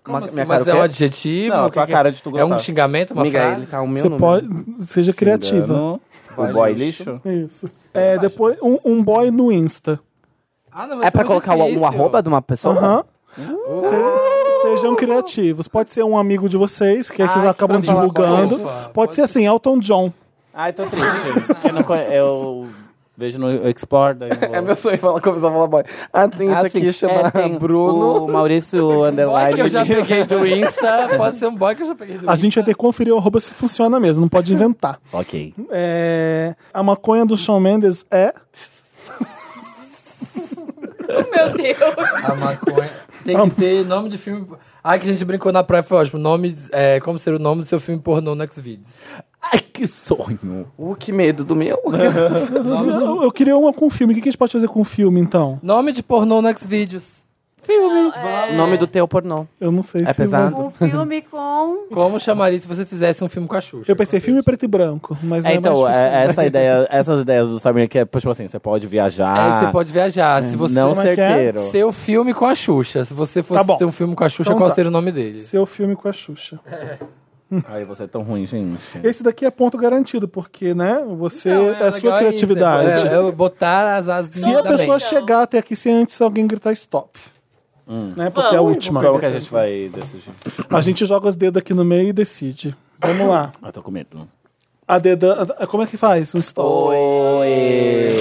S2: Como
S5: Uma-
S2: assim?
S5: minha cara
S2: Mas
S5: o
S2: é um
S5: quê?
S2: adjetivo?
S4: Não,
S2: O que
S4: tua
S2: que
S4: cara de tu
S2: É
S4: gostar.
S2: um xingamento, uma
S5: Amiga,
S2: frase?
S5: ele tá o meu
S1: Você
S5: número.
S1: pode. Seja criativa.
S4: Engano. O boy lixo?
S1: Isso. É, depois, um, um boy no Insta.
S2: Ah, não, mas
S5: É
S2: isso
S5: pra
S2: muito
S5: colocar o,
S2: difícil.
S5: *laughs* o arroba de uma pessoa?
S1: Aham. Você Sejam criativos. Pode ser um amigo de vocês, que aí vocês
S4: Ai,
S1: acabam
S4: que bom.
S1: divulgando.
S4: Ufa,
S1: Pode, ser assim, Elton John.
S4: Ai, tô Ah, então triste. Porque eu, não conhe- eu vejo no Export. Daí eu vou...
S5: É meu sonho falar, começar a falar boy. Ah, tem
S4: Ah,
S5: isso aqui,
S4: sim.
S5: chama
S4: É, tem
S5: Bruno.
S4: O Maurício
S2: Boy
S4: Underline.
S2: é que eu já peguei do
S5: *laughs*
S2: Insta. Pode ser um boy que eu já peguei do Insta.
S1: A gente vai ter que conferir o arroba se funciona mesmo, não pode inventar.
S4: Ok.
S1: É, A maconha do Shawn Mendes é.
S3: Meu Deus.
S2: A maconha. Tem que ter nome de filme. Ah, que a gente brincou na praia, foi ótimo. Nome, é, como ser o nome do seu filme pornô no Xvideos.
S4: Ai, que sonho.
S5: Uh, que medo do *laughs* meu.
S2: Nome, de-
S1: Eu, eu queria uma com filme. O que que a gente pode fazer com filme, então?
S2: nome de pornô no Xvideos.
S5: Filme. É. Nome do teu pornô.
S1: Eu não sei
S5: É
S1: se.
S5: pesado?
S1: vão-
S3: Um filme com.
S2: Como chamaria se você fizesse um filme com a Xuxa?
S1: Eu pensei filme preto e branco, mas
S4: É,
S1: não
S4: então,
S1: mais
S4: é- essa ideia, essas ideias do Samir que é, tipo assim, você pode viajar.
S2: É,
S5: Ah.
S2: que você pode viajar. Se você
S4: Não
S1: Como é que é?
S4: certeiro.
S2: Seu filme com a Xuxa. Se você fosse
S1: Tá bom.
S2: ter um filme com a Xuxa,
S1: Então
S2: qual
S1: tá.
S2: seria o nome dele?
S1: Seu filme com a Xuxa.
S4: Ai, você é tão ruim, gente.
S1: Esse daqui é ponto garantido, porque, né? Você
S2: Não,
S1: é, a
S2: legal
S1: sua
S2: isso,
S1: criatividade.
S2: É, tá é botar as asinhas
S1: Se a
S2: também.
S1: pessoa chegar até aqui sem antes alguém gritar stop. Né, porque é a
S3: Vamos.
S1: última.
S4: Como que a gente vai decidir?
S1: A gente joga os dedos aqui no meio e decide. Vamos lá.
S4: Ah, tô com medo.
S1: A deda. a- Como é que faz? Um stop.
S4: Oi!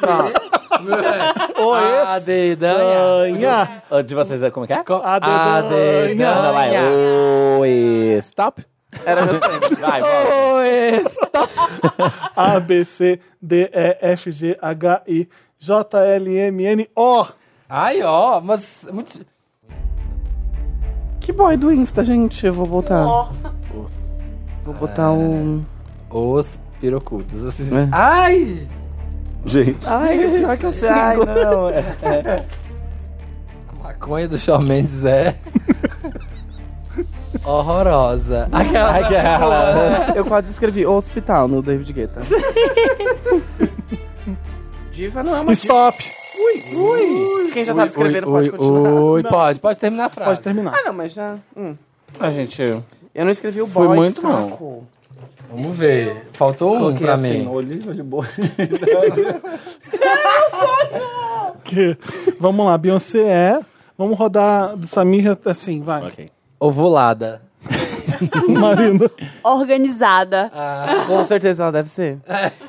S2: A dedanha.
S1: Ganha.
S4: Ah, De vocês é como que é?
S1: A
S2: A
S1: dedanha.
S4: Não, não, vai.
S2: dedanha.
S4: Oi! Stop! Era meu sonho. Vai,
S2: Ah.
S4: volta.
S2: Oi.
S1: A, B, C, D, E, F, G, H, I, J, L, M, N, O.
S2: Ai, ó, mas... Muito...
S5: Que boy do Insta, gente? Eu vou botar. Vou botar um.
S2: Os pirocudos, assim.
S5: É.
S2: Ai!
S4: Gente.
S5: Ai, pior que eu *laughs* sei.
S4: Ai, não. É.
S2: A maconha do Shawn Mendes é... *laughs* Horrorosa. Aquela...
S4: Aquela.
S5: Eu quase escrevi hospital no David *laughs* Guetta. Diva não é uma
S1: Um Stop.
S5: Quem já tava escrevendo
S2: ui,
S5: pode continuar.
S2: Ui, ui, pode, pode terminar a frase.
S1: Pode terminar.
S5: Ah, não, mas já. hum.
S4: A gente.
S5: Eu não escrevi o
S4: Foi
S5: boy,
S4: muito
S5: saco.
S2: Vamos ver. Faltou um
S4: Coloquei
S2: pra
S4: assim,
S2: mim.
S4: olho, olho, boi.
S1: Que- Vamos lá. Beyoncé é. Vamos rodar do Samir assim, vai.
S4: Ok.
S2: Ovulada.
S1: Marina.
S3: Organizada.
S1: Ah.
S5: Com certeza ela deve ser.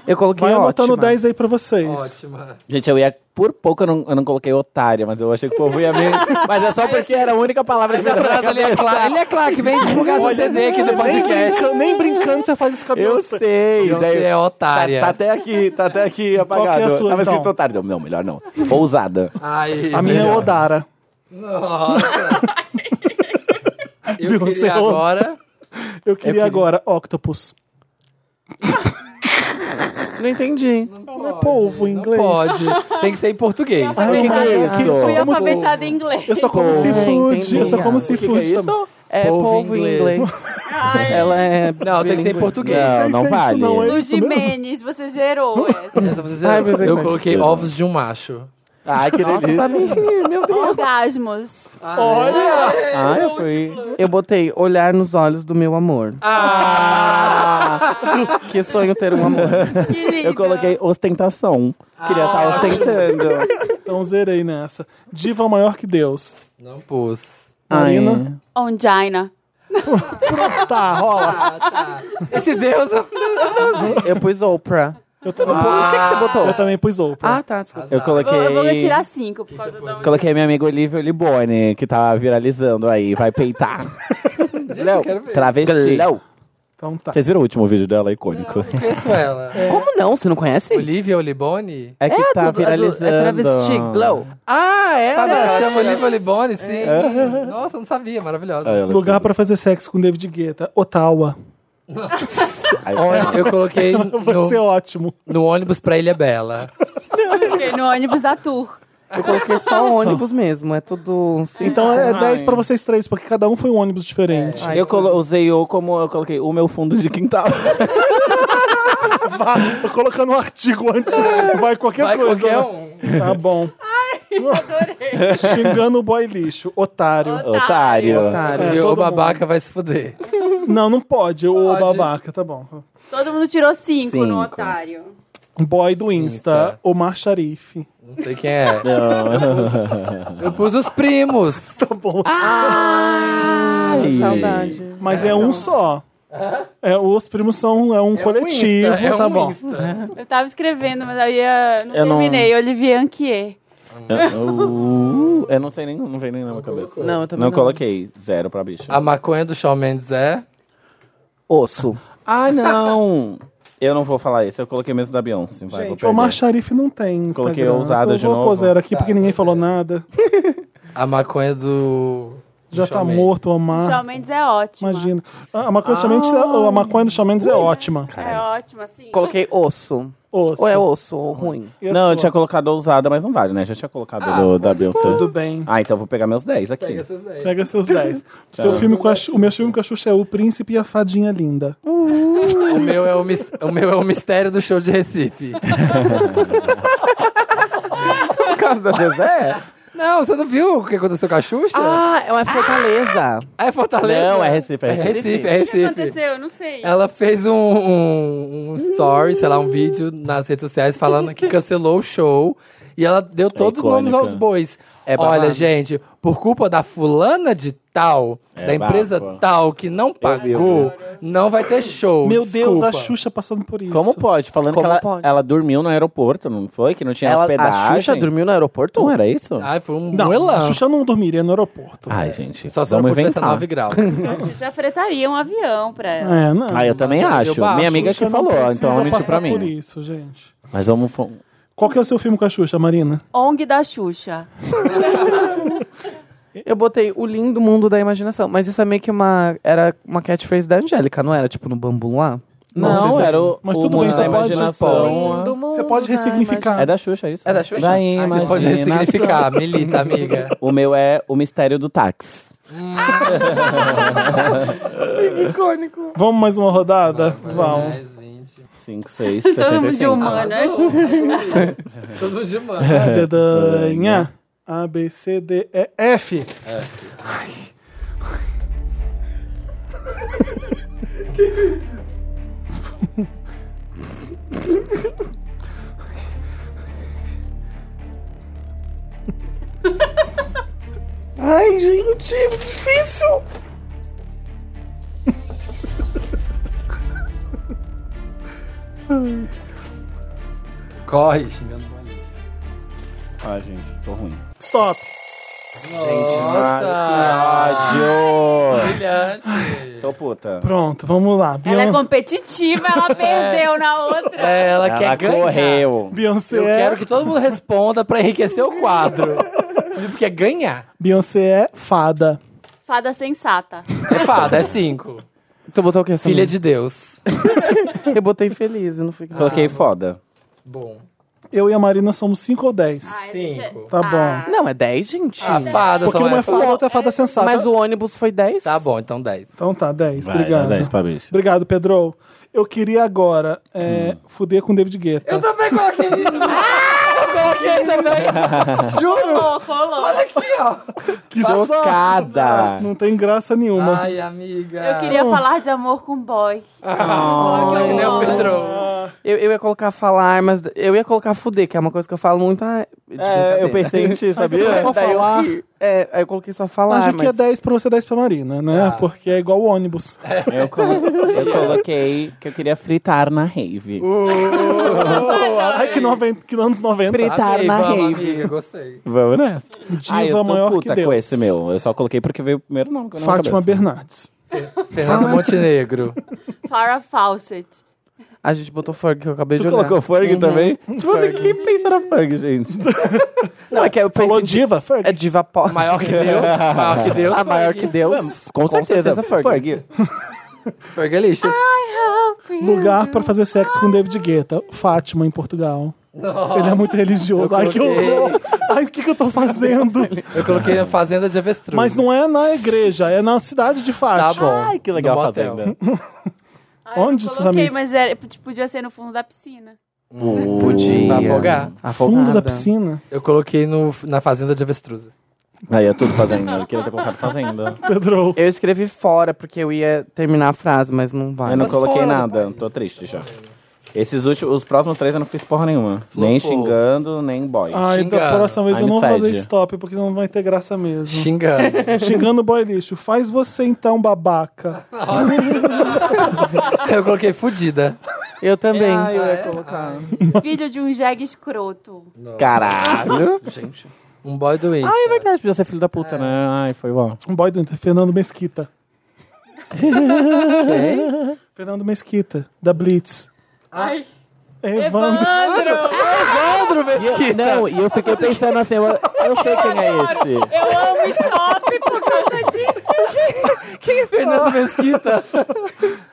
S5: Eu coloquei
S1: Vai anotando
S5: ótima.
S1: 10 aí pra vocês.
S2: Ótima.
S4: Gente, eu ia. Por pouco eu não, eu não coloquei otária, mas eu achei que o povo ia me.
S1: *laughs*
S4: mas é só porque era a única palavra que me veio na
S2: Ele é claro, ele é claro que vem divulgar seu CD aqui do
S1: Nem
S2: podcast.
S1: brincando, nem brincando você faz isso com a
S4: Eu
S1: Beyoncé.
S4: sei.
S2: Beyoncé
S4: daí-
S2: é
S4: tá,
S2: otária.
S4: tá até aqui, tá até aqui
S1: Qual que é a
S4: apagado.
S1: sua,
S4: Tava escrito
S1: então?
S4: otário. Não, melhor não. Ousada.
S2: Ai,
S1: A minha é
S2: melhor.
S1: Odara.
S2: Nossa. Eu
S1: Beyoncé
S2: queria
S1: é outra.
S2: agora...
S1: Eu queria agora Octopus.
S5: Não entendi.
S1: Não é polvo em
S2: Não
S1: inglês.
S2: pode. Tem que ser em português.
S1: Ah, o que, que é isso?
S4: Eu
S3: Fui
S1: Eu só como,
S3: alfabetizada em inglês.
S1: eu só como
S4: Polvo.
S1: seafood. Eu só como
S5: Entendi.
S1: seafood também.
S5: É
S2: Polvo
S5: polvo,
S2: em
S5: em
S2: inglês.
S5: inglês. *laughs* Ela é.
S2: Não, tem que ser em
S5: bilingue.
S2: português.
S4: Não, não
S1: Isso é isso,
S4: vale.
S1: não é?
S3: Do
S1: isso mesmo?
S3: Jimenez, você gerou essa.
S2: Essa vocês-
S5: Ai, meu Deus.
S2: eu coloquei ovos de um macho.
S4: Ai, que delícia.
S1: assim?
S5: Samir, meu Deus.
S3: Orgasmos.
S1: Olha!
S4: Ai, eu fui.
S5: Eu botei olhar nos olhos do meu amor.
S4: Ah!
S5: Que sonho ter um amor.
S3: Que lindo.
S4: Eu coloquei ostentação. Queria estar
S1: Ah,
S4: ostentando.
S1: Então zerei nessa. Diva maior que Deus.
S2: Não pus.
S1: Marina?
S3: Oh, um Ongina.
S1: Tá, rola.
S2: Esse Deus.
S5: Eu pus Oprah.
S1: Eu também,
S5: O que, que você botou?
S1: eu também pus Oprah.
S5: Ah, tá, desculpa.
S4: Eu
S3: Vou- Eu vou
S4: coloquei.
S3: tirar cinco por causa da Ongina.
S4: Coloquei minha amiga Olivia Olibone, que tá viralizando aí.
S1: *laughs*
S4: Vai peitar.
S2: Léo, quero ver.
S4: Travesti.
S1: Então tá.
S4: Vocês viram o último vídeo dela, icônico.
S2: Eu conheço ela.
S5: Como não? Você não conhece?
S2: Olivia Oliboni?
S4: É que tá
S5: a do- a do-
S4: viralizando.
S5: É travesti, Glow.
S2: Ah, ela,
S5: ela
S2: chama
S5: chama
S2: Olivia Oliboni, sim. Nossa, eu não sabia, maravilhosa.
S4: Ah, Ela- é
S1: Lugar pra fazer sexo com David Guetta. Ottawa.
S4: Ai,
S2: Olha, eu coloquei
S1: Vai ser
S2: no,
S1: ótimo.
S2: no ônibus pra Ilha Bela.
S3: Coloquei no ônibus da Tour.
S5: Eu coloquei só ônibus mesmo. É tudo. Sim.
S1: Então é 10
S4: Ai.
S1: pra vocês três, porque cada um foi um ônibus diferente.
S4: eu colo- usei o como eu coloquei o meu fundo de quintal.
S5: *laughs*
S1: Vá, tô colocando um artigo antes. Vai qualquer
S2: Vai
S1: coisa.
S2: qualquer
S1: né?
S2: um.
S1: Tá bom. Xingando o boy lixo. Otário.
S4: Otário.
S5: Otário.
S2: Porque o
S1: todo
S2: babaca vai se fuder.
S1: Não, não pode. Ô
S2: Pode.
S1: babaca, tá bom.
S3: Todo mundo tirou cinco,
S4: Cinco.
S3: no otário.
S1: Boy do Insta,
S2: Insta.
S1: Omar Sharif.
S2: Não sei quem é.
S4: Não.
S2: Eu pus os primos.
S1: Tá bom.
S4: Ai.
S5: Saudade.
S1: Mas é, um só. É, os primos são é um coletivo,
S2: Insta, é
S1: tá
S2: um
S1: bom.
S2: Insta.
S3: Eu tava escrevendo, mas aí ah, não
S4: Eu não-
S3: terminei. Olivier Anquier.
S4: Eu, Ah, uh, eu não sei nem, não vem nem na minha cabeça.
S5: Não, eu também
S4: Não
S5: não.
S4: coloquei zero pra bicha.
S2: A maconha do Shawn Mendes é.
S5: Osso.
S4: Ah, não! Eu não vou falar isso, eu coloquei mesmo da Beyoncé. Vai, vou
S1: Gente,
S4: perder.
S1: Omar Sharif não tem Instagram.
S4: Coloquei ousada
S1: então
S4: de
S1: eu vou
S4: novo.
S1: pôr zero aqui
S2: Tá.
S1: porque ninguém falou nada.
S2: A maconha do. do
S1: Já tá
S2: Shawn Mendes.
S1: morto o
S3: O
S1: Omar.
S3: Shawn Mendes é ótimo.
S1: Imagina. A a maconha, do Shawn Mendes
S2: Ah.
S1: é- a maconha do Shawn Mendes é ótima.
S3: É ótimo, assim.
S5: Coloquei osso.
S1: Osso.
S5: Ou é osso ou ruim.
S1: E a
S4: Não,
S1: sua?
S4: eu tinha colocado ousada, mas não vale, né? Já tinha colocado
S5: Ah,
S4: do- da Beyoncé.
S1: Tudo bem.
S4: Ah, então eu vou pegar meus 10 aqui.
S2: Pega essas daí.
S1: Pega seus
S4: *laughs*
S1: 10. Seu
S4: Tá.
S1: filme com a Xu- o meu filme com a Xuxa é O Príncipe e a Fadinha Linda.
S2: O meu, é o, mis- o meu é o mistério do show de Recife.
S5: Por causa da
S4: *laughs* É.
S5: Zezé?
S2: Não, você não viu o que aconteceu com a Xuxa?
S5: ah, é uma Fortaleza.
S2: é Fortaleza?
S4: Não, é Recife, é
S2: É
S4: Recife.
S2: Recife, é
S3: O que
S2: Recife.
S3: aconteceu? Eu Não
S1: É
S3: sei.
S2: Ela fez um, um, um story, sei lá, um vídeo nas redes sociais falando que cancelou o show. E ela deu todos os
S4: icônica.
S2: nomes aos bois.
S5: É babado.
S2: Olha, gente, por culpa da fulana de tal,
S4: É
S2: da empresa
S4: bafo.
S2: tal, que não pagou, não vai ter show.
S1: Meu Deus,
S2: desculpa.
S1: a Xuxa passando por isso.
S4: Como pode? Falando
S5: Como
S4: que ela,
S5: pode?
S4: ela dormiu no aeroporto, não foi? Que não tinha
S5: Ela,
S4: hospedagem.
S5: a Xuxa dormiu Ah, no aeroporto?
S4: Não era isso?
S2: Ai, foi um
S1: Não, a
S2: elan.
S1: Xuxa não dormiria no aeroporto.
S4: Ai, gente.
S2: Só se não
S4: vamos
S2: tivesse
S4: inventar.
S2: 9
S4: *laughs*
S2: graus.
S3: Eu já fretaria um avião pra ela.
S1: É, não.
S4: Ah, eu também
S2: Mas eu
S4: acho.
S2: baixo,
S4: Minha amiga que
S1: Xuxa não
S4: falou,
S1: precisa
S4: então mentiu
S1: passar
S4: pra
S1: por
S4: mim.
S1: isso, gente.
S4: Mas vamos... fo-
S1: Qual que é o seu filme com a Xuxa, Marina?
S3: ONG da Xuxa.
S5: Eu botei o lindo mundo da imaginação. Mas isso é meio que uma. Era uma catchphrase da Angélica, não era? Tipo no bambu lá?
S4: Não,
S1: Nossa,
S4: era o,
S1: mas
S4: o
S1: tudo bem,
S4: mundo
S1: você
S4: da
S1: pode-
S4: imaginação. a-
S1: Você pode ressignificar.
S4: É da Xuxa, isso?
S5: É da Xuxa?
S4: Da
S5: Ah,
S4: imaginação.
S5: você
S2: Pode significar, milita, amiga.
S4: O meu é o mistério do táxi.
S5: Icônico.
S1: Vamos mais uma rodada? Vamos.
S2: 10, 20.
S4: 5, 6,
S3: Todo mundo de
S4: 65.
S3: humanas.
S1: Ah,
S2: Tudo de mano.
S1: Dedanha. É, A, B, C, D, E, F. *laughs*
S5: Ai, gente, é muito difícil.
S2: Corre, xingando o bolinho.
S4: Ah, gente, tô ruim.
S1: Stop.
S2: Nossa!
S4: Ódio!
S2: Brilhante!
S4: Tô puta.
S1: Pronto, vamos lá.
S3: Ela é
S1: Beyon-
S3: competitiva,
S1: *laughs* É.
S3: ela perdeu na outra.
S2: É, ela,
S4: Ela
S2: quer ganhar.
S4: correu.
S1: Beyoncé
S2: Eu
S1: é...
S2: quero que todo mundo responda pra enriquecer o quadro. Porque é ganhar.
S1: Beyoncé é fada.
S3: Fada sensata.
S2: É fada, é cinco.
S5: Tu botou o quê?
S2: Filha de Deus.
S5: de... Eu botei feliz, eu não fui.
S4: Coloquei foda.
S2: Bom.
S1: Eu e a Marina somos 5 ou 10.
S3: Ai, a gente é-
S2: Cinco.
S1: Tá bom.
S3: Ah,
S5: Não, é 10, gente.
S2: Ah, fada,
S1: Porque
S2: só
S1: uma é fada,
S2: fada.
S1: outra é fada sensata.
S5: Mas o ônibus foi 10?
S2: Tá bom, então dez.
S1: Então tá, 10. Obrigado.
S4: pra bicha.
S1: Obrigado, Pedro. Eu queria agora é, fuder com David Guetta.
S2: também *laughs* coloquei isso. Eu coloquei também. Juro.
S3: Colou, colou.
S2: Aqui, ó.
S1: que
S4: Cada.
S1: Não tem graça nenhuma.
S2: Ai, amiga.
S3: Eu queria falar de amor com boy.
S1: Ah,
S3: Boy,
S2: Que
S3: eu
S2: nem o
S3: amo.
S1: né,
S2: Pedro.
S5: Eu, eu ia colocar falar, mas eu ia colocar fuder, que é uma coisa que eu falo muito. Ah, de
S4: É, eu
S5: brincadeira.
S4: pensei em ti,
S1: Mas
S4: sabia?
S1: só
S5: Daí eu
S1: falar.
S5: ri. É, aí eu coloquei só falar.
S1: Acho
S5: mas...
S1: que é 10 pra você, 10 pra Marina, né? Porque é igual o ônibus.
S4: Eu, colo- *laughs* eu coloquei que eu queria fritar na rave.
S1: Ai, que, 90, que anos 90.
S4: Fritar
S2: Amei,
S4: na
S2: vamos,
S4: rave.
S2: amiga, gostei.
S4: Vamos né? nessa.
S1: Diva
S4: Ai, eu tô
S1: Um maior
S4: puta
S1: que Deus.
S4: com esse meu. Eu só coloquei porque veio o primeiro nome. que eu não
S1: Fátima
S4: cabeça.
S1: Bernardes.
S2: Fernando Montenegro.
S3: Farrah Fawcett.
S5: A gente botou Ferg, que eu acabei de
S4: Tu
S5: olhar.
S4: colocou Ferg também? Tipo, você que pensa na Ferg, gente.
S5: Não, é que eu pensei
S1: Falou
S5: em di-
S1: diva, Ferg.
S5: É diva pop.
S2: Maior que Deus. Maior que Deus.
S5: *laughs*
S1: Ah,
S5: a maior que
S2: Ferg.
S5: Deus.
S4: Com certeza, é
S5: Ferg.
S4: Ferg.
S2: Fergalicious.
S1: Lugar pra fazer sexo com David Guetta. Fátima, em Portugal. Ele é muito religioso.
S2: Eu
S1: Ai, que
S2: coloquei.
S1: horror. Ai, o que, que eu tô fazendo?
S2: Eu coloquei a Fazenda de Avestruz.
S1: Mas não é na igreja, é na cidade de
S2: Tá
S1: Fátima.
S2: bom.
S4: Ai, que legal
S2: No
S4: a
S2: motel.
S4: fazenda.
S3: Ai, eu
S1: Onde, seus
S3: coloquei,
S1: amigos?
S3: mas era, tipo, podia ser no fundo da piscina.
S5: Podia.
S2: Pra afogar.
S5: Afogada.
S1: Fundo
S2: *laughs*
S1: da piscina.
S2: Eu coloquei no, na Fazenda de Avestruzes.
S4: Aí é tudo fazenda. Eu queria ter colocado fazenda.
S1: Pedro.
S5: Eu escrevi fora, porque eu ia terminar a frase, mas não vai.
S4: Eu É, não
S2: Mas
S4: coloquei
S2: fora do
S4: nada.
S2: país.
S4: Tô triste já. Esses últimos, os próximos três eu não fiz porra nenhuma. Nem xingando, nem boy.
S1: Ai, da
S2: Xinga.
S1: próxima vez eu não vou
S4: Amizade.
S1: fazer stop, porque não vai ter graça mesmo.
S2: Xingando.
S1: *laughs* Xingando o boy lixo. Faz você então, babaca.
S2: eu coloquei fudida.
S5: Eu também.
S1: Ai, eu ia colocar.
S3: Filho de um jegue escroto.
S4: Caralho.
S5: gente.
S2: Um boy do Insta.
S4: Ai, é verdade, podia ser filho da puta, né? Ai, foi bom.
S1: Um boy do Fernando Mesquita.
S2: Quem?
S1: Fernando Mesquita, da Blitz.
S3: Ai.
S1: Evandro.
S3: Evandro!
S4: E eu- não, e eu fiquei pensando assim, eu, eu sei quem é esse.
S3: Eu amo stop por causa disso.
S2: Quem é Fernando Mesquita?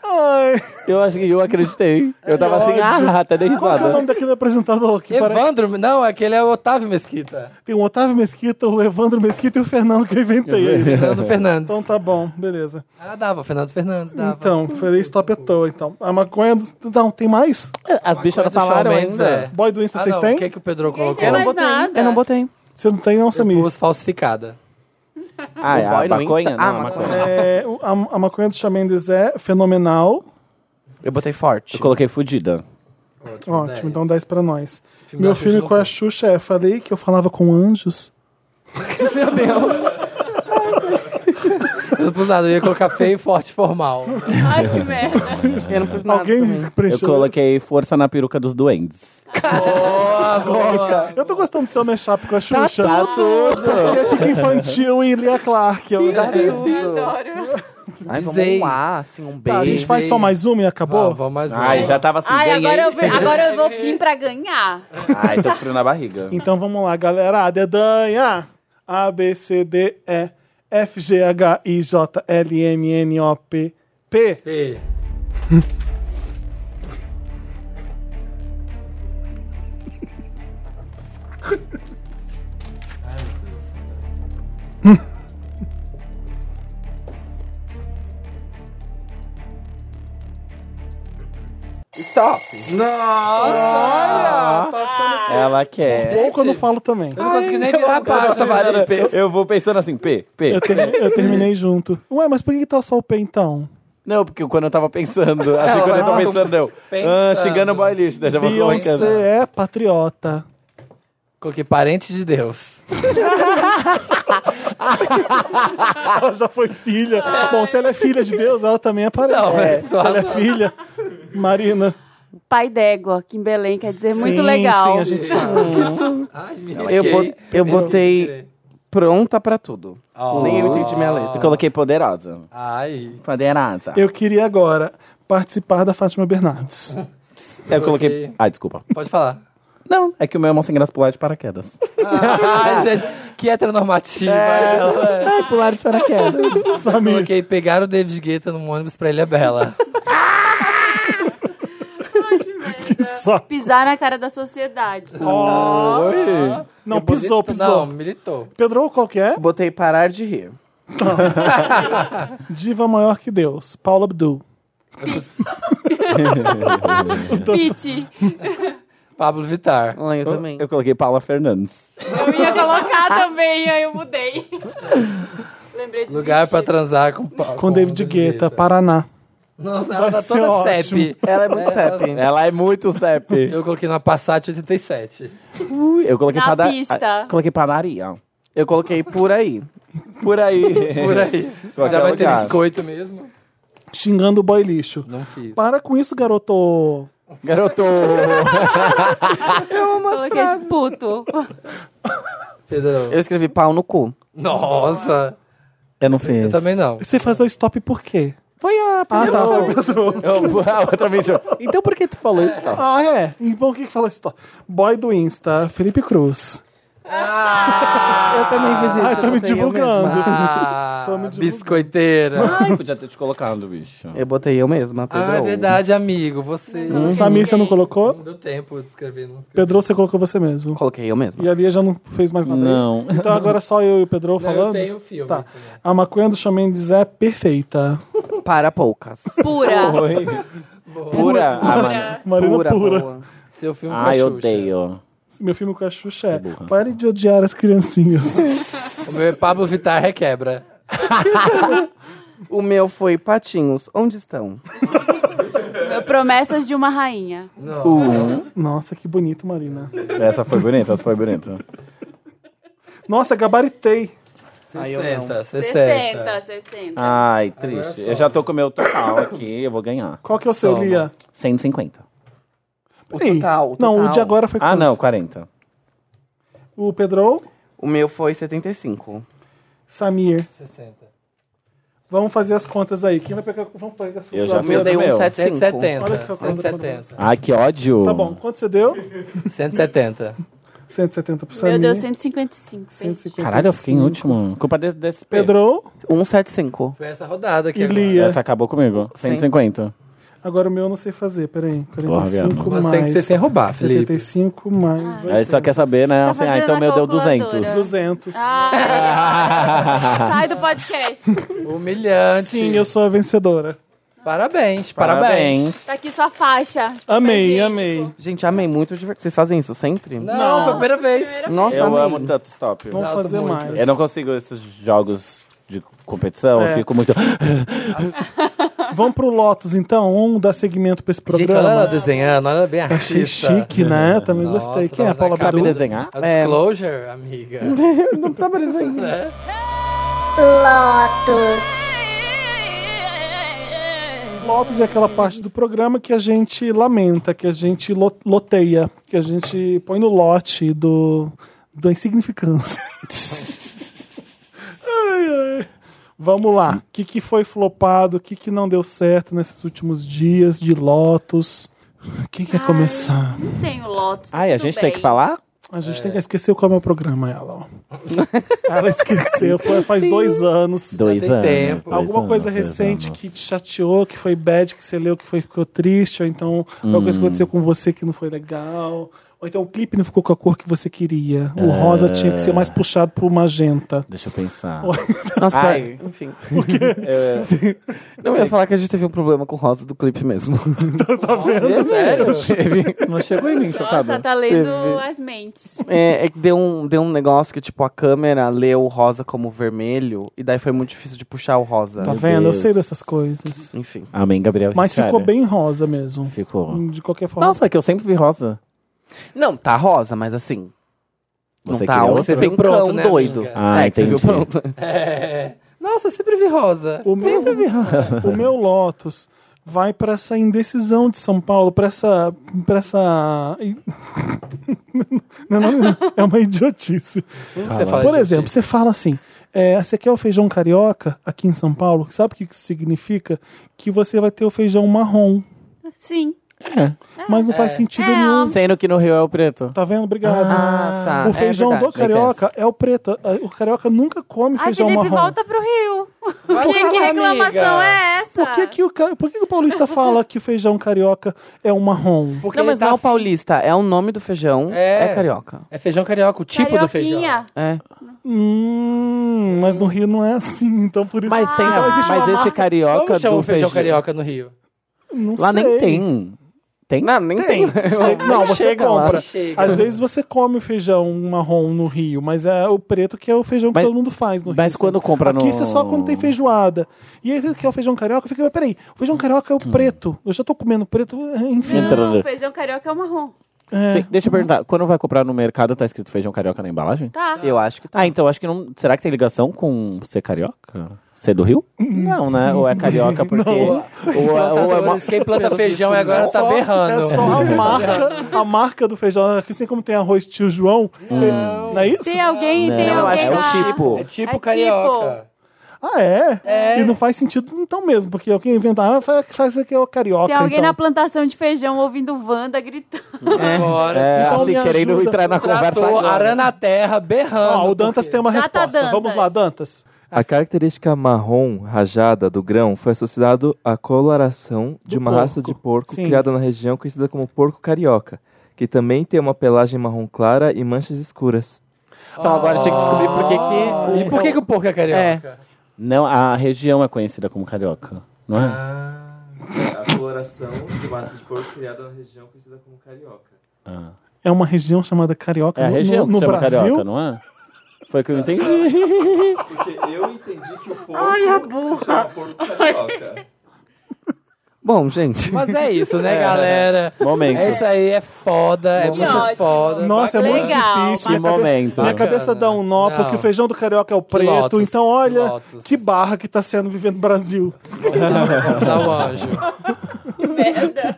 S1: Ai.
S4: Eu acho que eu acreditei. Eu
S2: É
S4: tava assim, ah, até dei
S1: Qual que é o
S4: risada.
S1: nome daquele apresentador que parece?
S2: Evandro? Não, aquele é o Otávio Mesquita.
S1: Tem o Otávio Mesquita, o Evandro Mesquita e o Fernando que eu inventei. esse.
S2: Fernando Fernandes.
S1: Então tá bom, beleza.
S2: Ah, dava, Fernando Fernandes. Dava.
S1: Então, foi stop à toa, então. A maconha. Do... Não, tem mais?
S4: As bichas
S2: É
S4: não
S2: Coisa do
S4: falaram
S2: Shawn Mendes,
S4: ainda.
S2: é.
S1: Boy do Insta,
S2: Ah,
S1: vocês
S2: não,
S1: têm?
S2: O que, que o Pedro colocou?
S3: Ninguém tem mais
S5: botei.
S3: nada.
S5: Eu não botei.
S1: Se não tem, não, Samir.
S2: Duas falsificada.
S4: Ah, é
S5: O boy
S4: a
S5: no
S4: maconha?
S5: Insta?
S4: Não,
S5: Ah,
S4: a maconha.
S1: É, o- a, a maconha do Chamendes é fenomenal.
S5: Eu botei forte.
S4: Eu coloquei fudida.
S2: Ótimo,
S1: Ótimo,
S2: dez.
S1: então 10 pra nós.
S2: Filme
S1: Meu
S2: da Xuxa
S1: filme
S2: no
S1: com a
S2: cu.
S1: Xuxa é Falei que eu falava com anjos.
S5: Meu Deus.
S2: Eu não pus nada, eu ia colocar feio, forte, formal.
S3: Ai, que merda.
S5: Eu não fiz nada.
S1: Alguém
S5: também.
S4: Eu
S1: preencheu
S4: coloquei força na peruca dos duendes.
S1: esse? Eu tô gostando do seu mashup com a Xuxa.
S4: Tá tudo.
S1: Porque fica infantil e Lia Clark. eu já sei.
S3: Adoro.
S5: Ai, vamos
S2: Dizei.
S5: lá, assim, um
S1: Tá, a
S5: beijo.
S1: gente faz
S2: Sim.
S1: só mais uma e acabou?
S2: Vamos, vamos mais um.
S4: Ai, já tava assim,
S3: Ai,
S4: ganhei.
S3: agora eu, ve- agora eu vou vir pra ganhar.
S4: Ai, tô com frio na barriga.
S1: Então vamos lá, galera. Dedanha! A, B, C, D, E, F, G, H, I, J, L, M, N, O, P, P.
S2: P.
S4: Stop. Ela quer.
S1: Ou quando eu falo também.
S2: *laughs* Eu não consegui nem virar a página.
S4: Vários P's. Eu vou pensando assim, P, P.
S1: Eu, ter- eu terminei junto. Ué, mas por que, que tá só o P então?
S4: Não, porque quando eu tava *laughs* pensando, assim, quando eu tô
S2: vai-
S4: pensando, eu. Ah,
S2: Pensando.
S4: xingando o boy lixo, deixa eu
S1: Beyoncé
S4: colocar.
S1: é patriota.
S2: Coloquei parente de Deus.
S1: Ela já foi filha. Bom, se ela é filha de Deus, ela também é patriota.
S2: Não, é
S1: se ela é filha, Marina.
S3: Pai d'égua, que em Belém quer dizer muito
S1: Sim,
S3: legal.
S1: Sim, a gente sabe.
S2: Ai, me
S5: Eu, bo- eu botei pronta pra tudo.
S2: Oh.
S5: Nem eu entendi minha
S4: Eu
S5: letra.
S4: coloquei poderosa.
S2: Ai.
S4: Poderosa. Eu,
S1: Eu queria agora participar da Fátima *laughs* Bernardes.
S4: coloquei. Ah, desculpa.
S2: Pode
S5: *laughs*
S2: falar.
S4: Não, é que o meu irmão sem graça pular de paraquedas.
S2: Ai, gente, que heteronormativa.
S4: *laughs*
S2: É.
S4: Ai, pular de paraquedas.
S1: Samir.
S2: Coloquei pegar o David Guetta num ônibus pra Ilha Bela.
S1: Só.
S3: Pisar na cara da sociedade. *laughs*
S4: Oi.
S1: Não, *laughs* pisou,
S2: Não,
S1: pisou.
S2: militou.
S1: Pedro, qual que é?
S5: Botei parar de rir.
S1: Diva maior que Deus. Paula Abdul.
S3: Pete,
S2: Pablo Vittar.
S5: Ah, eu também.
S4: Eu coloquei Paula Fernandes.
S3: eu ia colocar também, aí
S1: *laughs*
S3: eu mudei. Lembrei de
S2: Lugar pra transar com pa-
S1: Com David Guetta, Paraná.
S2: Nossa, ela tá
S1: ser
S2: toda
S1: ótimo.
S2: CEP.
S5: Ela é muito CEP.
S4: Ela é muito CEP.
S2: Eu coloquei na Passat 87.
S4: Ui, Eu coloquei
S3: Na
S4: pada-
S3: pista.
S4: ah, Coloquei padaria.
S5: Eu coloquei por aí.
S4: Por aí.
S2: Por aí.
S4: Qualquer
S2: Já vai ter
S4: lugar.
S2: biscoito mesmo?
S1: Xingando o boy lixo.
S2: Não fiz.
S1: Para com isso, garoto.
S4: Garoto. tá-
S3: Coloquei esse puto.
S2: Pedrão.
S5: Eu escrevi pau no cu.
S2: Nossa.
S4: Eu não fiz.
S2: Eu também não.
S1: Você faz o stop por quê?
S4: Foi a
S1: Ah, tá.
S4: Eu- a outra vez eu- Então por que tu falou isso? Tá?
S1: Ah, é. Então o que que falou stop? Boy do Insta, Felipe Cruz.
S5: eu também fiz isso.
S1: Ai, tá me
S5: botei eu mesma.
S1: divulgando.
S4: *laughs*
S2: Ah,
S1: Tô me divulgando.
S2: biscoiteira.
S4: Ai, podia ter te colocado, bicho.
S5: Eu botei eu mesma, Pedro.
S2: Ah, é verdade, amigo. Você.
S4: Hum.
S1: Samir, você não colocou?
S2: Não deu tempo de escrever. Não escrevi.
S1: Pedro, você colocou você mesmo.
S5: Coloquei eu mesma.
S1: E a Lia já não fez mais nada.
S4: Não.
S1: Então agora só eu e o Pedro
S2: Não,
S1: falando.
S2: Eu tenho filme. né?
S1: Tá.
S2: também.
S1: A maconha do Xamendes é perfeita.
S5: Para poucas.
S3: Pura.
S4: Oi. Pura. Ah, mano.
S1: Marina pura.
S5: boa.
S2: Seu filme com a
S4: Ai, Ah, eu
S2: Xuxa.
S4: odeio.
S1: Meu filme com a Xuxa é Pare de odiar as criancinhas. *laughs*
S2: O meu é Pablo Vittar requebra.
S5: O meu foi patinhos. Onde estão?
S3: Promessas de uma rainha.
S4: Uh.
S1: Nossa, que bonito, Marina.
S4: Essa foi bonita, essa foi bonita.
S1: Nossa, gabaritei.
S2: 60,
S3: 60,
S2: 60.
S3: 60.
S4: Ai, triste. Eu já tô com o meu total aqui, eu vou ganhar.
S1: Qual que é o seu,
S2: Soma.
S1: Lia?
S4: 150.
S1: O
S5: total, o
S1: Não, o
S5: total.
S1: de agora foi
S4: Ah,
S1: quanto?
S4: não, 40.
S1: O Pedro,
S5: O meu foi 75.
S1: Samir.
S2: 60.
S1: Vamos fazer as contas aí. Quem vai pegar? Vamos pegar a sua
S4: Eu já
S5: O meu
S4: Mas
S5: deu
S4: o meu,
S5: 175.
S2: 170.
S1: Olha que fazendo-
S2: 170.
S4: Ai, que ódio.
S1: Tá bom. Quanto você deu?
S2: 170.
S1: 170 pro Samir.
S3: Meu Deus, 155. gente.
S1: 155.
S4: Caralho, eu fiquei em último. Culpa desse, desse Pedro.
S1: Pedro,
S5: 175.
S2: Foi essa rodada aqui
S1: E é?
S2: agora.
S1: Lia.
S4: Essa acabou comigo. 150.
S1: agora o meu eu não sei fazer. Peraí. 45
S4: Porra,
S2: Você tem que ser
S1: mais.
S2: sem roubar, Felipe.
S1: 75 mais.
S4: Aí ele só quer saber, né?
S3: Tá
S4: assim, ah,
S3: fazendo
S4: então
S3: a
S4: meu deu
S3: calculadora.
S4: 200.
S1: 200.
S3: Ah,
S4: *laughs*
S3: Ai, sai do podcast.
S2: Humilhante.
S1: Sim, eu sou a vencedora.
S2: Parabéns, parabéns.
S3: Tá aqui sua faixa.
S1: Amei,
S3: Higiênico.
S1: amei.
S5: Gente, amei muito divertido. Vocês fazem isso sempre?
S2: Não, foi a primeira vez.
S5: Nossa,
S4: Eu
S5: amei.
S4: amo tanto stop.
S1: Vamos
S2: Nossa,
S1: fazer
S2: muito.
S1: mais.
S4: Eu não consigo esses jogos de competição,
S1: É.
S4: eu fico muito.
S1: Vamos pro Lotus, então. Vamos dar segmento pra esse
S2: Gente, olha ela
S1: programa.
S2: desenhando, olha ela bem
S1: Achei
S2: artista.
S1: chique, né? Também
S2: Nossa,
S1: gostei. Quem é a
S2: vamos
S1: Paula
S2: lá,
S4: Sabe
S2: Tudo?
S1: Badu?
S4: desenhar?
S2: A
S5: É.
S2: disclosure, amiga.
S5: *laughs* Não tá parecendo.
S2: né?
S1: Lotus é aquela parte do programa que a gente lamenta, que a gente lo- loteia, que a gente põe no lote do da insignificância. Ai, ai. Vamos lá. O que, que foi flopado? O que, que não deu certo nesses últimos dias de Lotus? Quem quer começar?
S3: Não tem o Lotus.
S4: Ai, a
S3: tudo
S4: gente
S3: bem.
S4: tem que falar?
S1: A gente tem que esquecer qual é o programa, ela. Ó. ela esqueceu, foi- faz dois anos.
S4: Dois
S2: tem
S4: anos.
S2: tempo.
S4: dois
S1: Alguma
S4: anos,
S1: coisa
S4: dois
S1: recente
S4: anos.
S1: que te chateou, que foi bad, que você leu, que foi, ficou triste, ou então alguma coisa que aconteceu com você que não foi legal, ou então o clipe não ficou com a cor que você queria. O rosa tinha que ser mais puxado pro magenta.
S4: Deixa eu pensar.
S5: Nossa, pior-
S4: Ai.
S5: enfim. Não, eu ia falar que a gente teve um problema com o rosa do clipe mesmo.
S2: Sério?
S5: teve.
S4: Não chegou em mim,
S3: Nossa,
S4: chocado.
S3: tá lendo
S5: Teve.
S3: as mentes.
S5: *laughs* É, é que deu um, deu um negócio que, tipo, a câmera leu o rosa como vermelho, e daí foi muito difícil de puxar o rosa.
S1: Tá vendo?
S4: Deus.
S1: Eu sei dessas coisas.
S5: Enfim.
S4: Amém, Gabriel.
S1: Mas
S4: Richard.
S1: ficou bem rosa mesmo. Hum,
S4: Ficou.
S1: De qualquer forma.
S4: Nossa, é que eu sempre vi rosa.
S5: Não, tá rosa, mas assim.
S4: Você
S5: não tá
S4: queria
S5: um
S4: outra?
S2: Você viu
S5: pencão
S2: pronto, né,
S5: doido.
S2: amiga?
S4: Ah,
S5: é, que você viu
S4: entendi.
S5: pronto. *laughs*
S2: É. Nossa, eu sempre vi rosa.
S1: O meu, o meu Lotus vai pra essa indecisão de São Paulo, pra essa. Pra essa... *laughs* Não, não, não, é uma idiotice.
S2: Tudo que você fala
S1: Por
S2: de
S1: exemplo,
S2: ti.
S1: você fala assim: é, você quer o feijão carioca aqui em São Paulo? Sabe o que isso significa? Que você vai ter o feijão marrom.
S3: Sim.
S1: Mas não faz sentido
S3: Ah. É,
S1: nenhum.
S4: Sendo que no Rio é o preto.
S1: Tá vendo? Obrigado.
S5: Ah, tá.
S1: O feijão
S5: é
S1: do
S5: verdade.
S1: carioca é o preto. O carioca nunca come
S3: Ai,
S1: feijão
S3: Felipe,
S1: marrom.
S3: volta pro Rio.
S2: Vai
S3: que,
S2: lá,
S3: que reclamação
S2: amiga.
S3: é essa?
S1: Por que, que o, ca- por que, que o
S3: *laughs*
S1: paulista fala que o feijão carioca é um marrom?
S2: Porque
S5: Não, mas
S2: ele tá
S5: não é o
S2: f-
S5: paulista, é o nome do feijão, é,
S2: É.
S5: carioca.
S2: É feijão carioca, o tipo do feijão.
S3: Carioquinha.
S5: É.
S1: Hum, mas no Rio não é assim, então por isso.
S4: Mas tem.
S1: Então existe
S4: mas
S1: uma
S4: esse
S1: marca-
S4: carioca
S2: Como chama
S4: do
S2: o feijão carioca no Rio?
S1: Não
S4: Lá
S1: sei.
S4: nem tem. Tem?
S5: Não, nem tem. né?
S1: Você- *laughs* não, você
S5: chega lá.
S1: compra.
S2: Chega.
S1: Às vezes você come o feijão um marrom no Rio, mas é o preto que é o feijão que
S4: Mas-
S1: todo mundo faz no Rio.
S4: mas quando
S1: sabe?
S4: compra no-
S1: Aqui você só quando tem feijoada. E aí que é o feijão carioca, fica, mas peraí, o feijão carioca é o preto. Eu já tô comendo preto, *laughs* enfim.
S3: Não,
S5: né?
S4: Entrando.
S3: feijão carioca é o marrom.
S1: É.
S4: Sim, deixa eu perguntar. Quando vai comprar no mercado, tá escrito feijão carioca na embalagem?
S3: Tá.
S5: Eu acho que tá.
S4: Ah, então acho que não. Será que tem ligação com ser carioca? Ser do Rio? Não, né? Ou é
S1: *laughs*
S4: carioca porque. Ou, ou, é uma-
S2: Quem planta feijão e agora tá
S1: Só-
S2: berrando.
S1: É
S2: *laughs*
S1: só a marca, a marca do feijão. Aqui assim como tem arroz tio João,
S4: Hum.
S1: não é isso?
S3: Tem alguém, tem
S4: Não, um
S5: eu
S3: alguém
S5: acho que é
S3: lá.
S5: o tipo.
S2: É tipo
S3: É tipo.
S2: carioca.
S1: Ah, é? E não faz sentido então mesmo, porque alguém inventa, ah, faz, faz aqui o carioca.
S3: Tem alguém
S1: então.
S3: na plantação de feijão ouvindo Wanda gritando.
S2: Agora.
S4: é,
S1: Então
S4: assim,
S1: me
S4: querendo
S1: ajuda.
S4: entrar na conversa.
S2: Trator,
S4: agora.
S2: arana na terra, berrando.
S1: Ó, o Dantas tem uma
S3: Data
S1: resposta. Vamos lá,
S3: Dantas.
S1: Dantas.
S6: A característica marrom rajada do grão foi associado à coloração de
S1: Do
S6: uma raça de
S1: porco.
S6: porco
S1: Sim.
S6: criada na região conhecida como porco carioca, que também tem uma pelagem marrom clara e manchas escuras.
S5: Então agora tinha que descobrir por que que...
S2: E por que, que o porco é carioca?
S4: Não, a região é conhecida como carioca, não é?
S6: A coloração de uma raça de porco criada na região conhecida como carioca.
S1: É uma região chamada Carioca
S4: é a
S1: no,
S4: região
S1: no, no
S4: que chama
S1: Brasil.
S4: carioca, não é? Foi o que eu entendi.
S6: Porque eu entendi que o porco Ai, a burra. se chama porco carioca.
S5: Bom, gente.
S2: Mas é isso, né, galera?
S4: Momento.
S2: É isso aí, é foda, é
S3: Que
S2: muito
S3: ótimo.
S2: foda.
S1: Nossa, é muito
S3: Legal,
S1: difícil.
S4: né?
S1: Minha
S4: Que
S1: cabeça-
S4: momento.
S1: Minha cabeça dá um nó,
S2: Não.
S1: porque o feijão do carioca é o preto.
S2: Lotus,
S1: então, olha,
S2: Lotus.
S1: que barra que tá sendo vivendo no Brasil.
S2: Dá o anjo.
S3: Merda.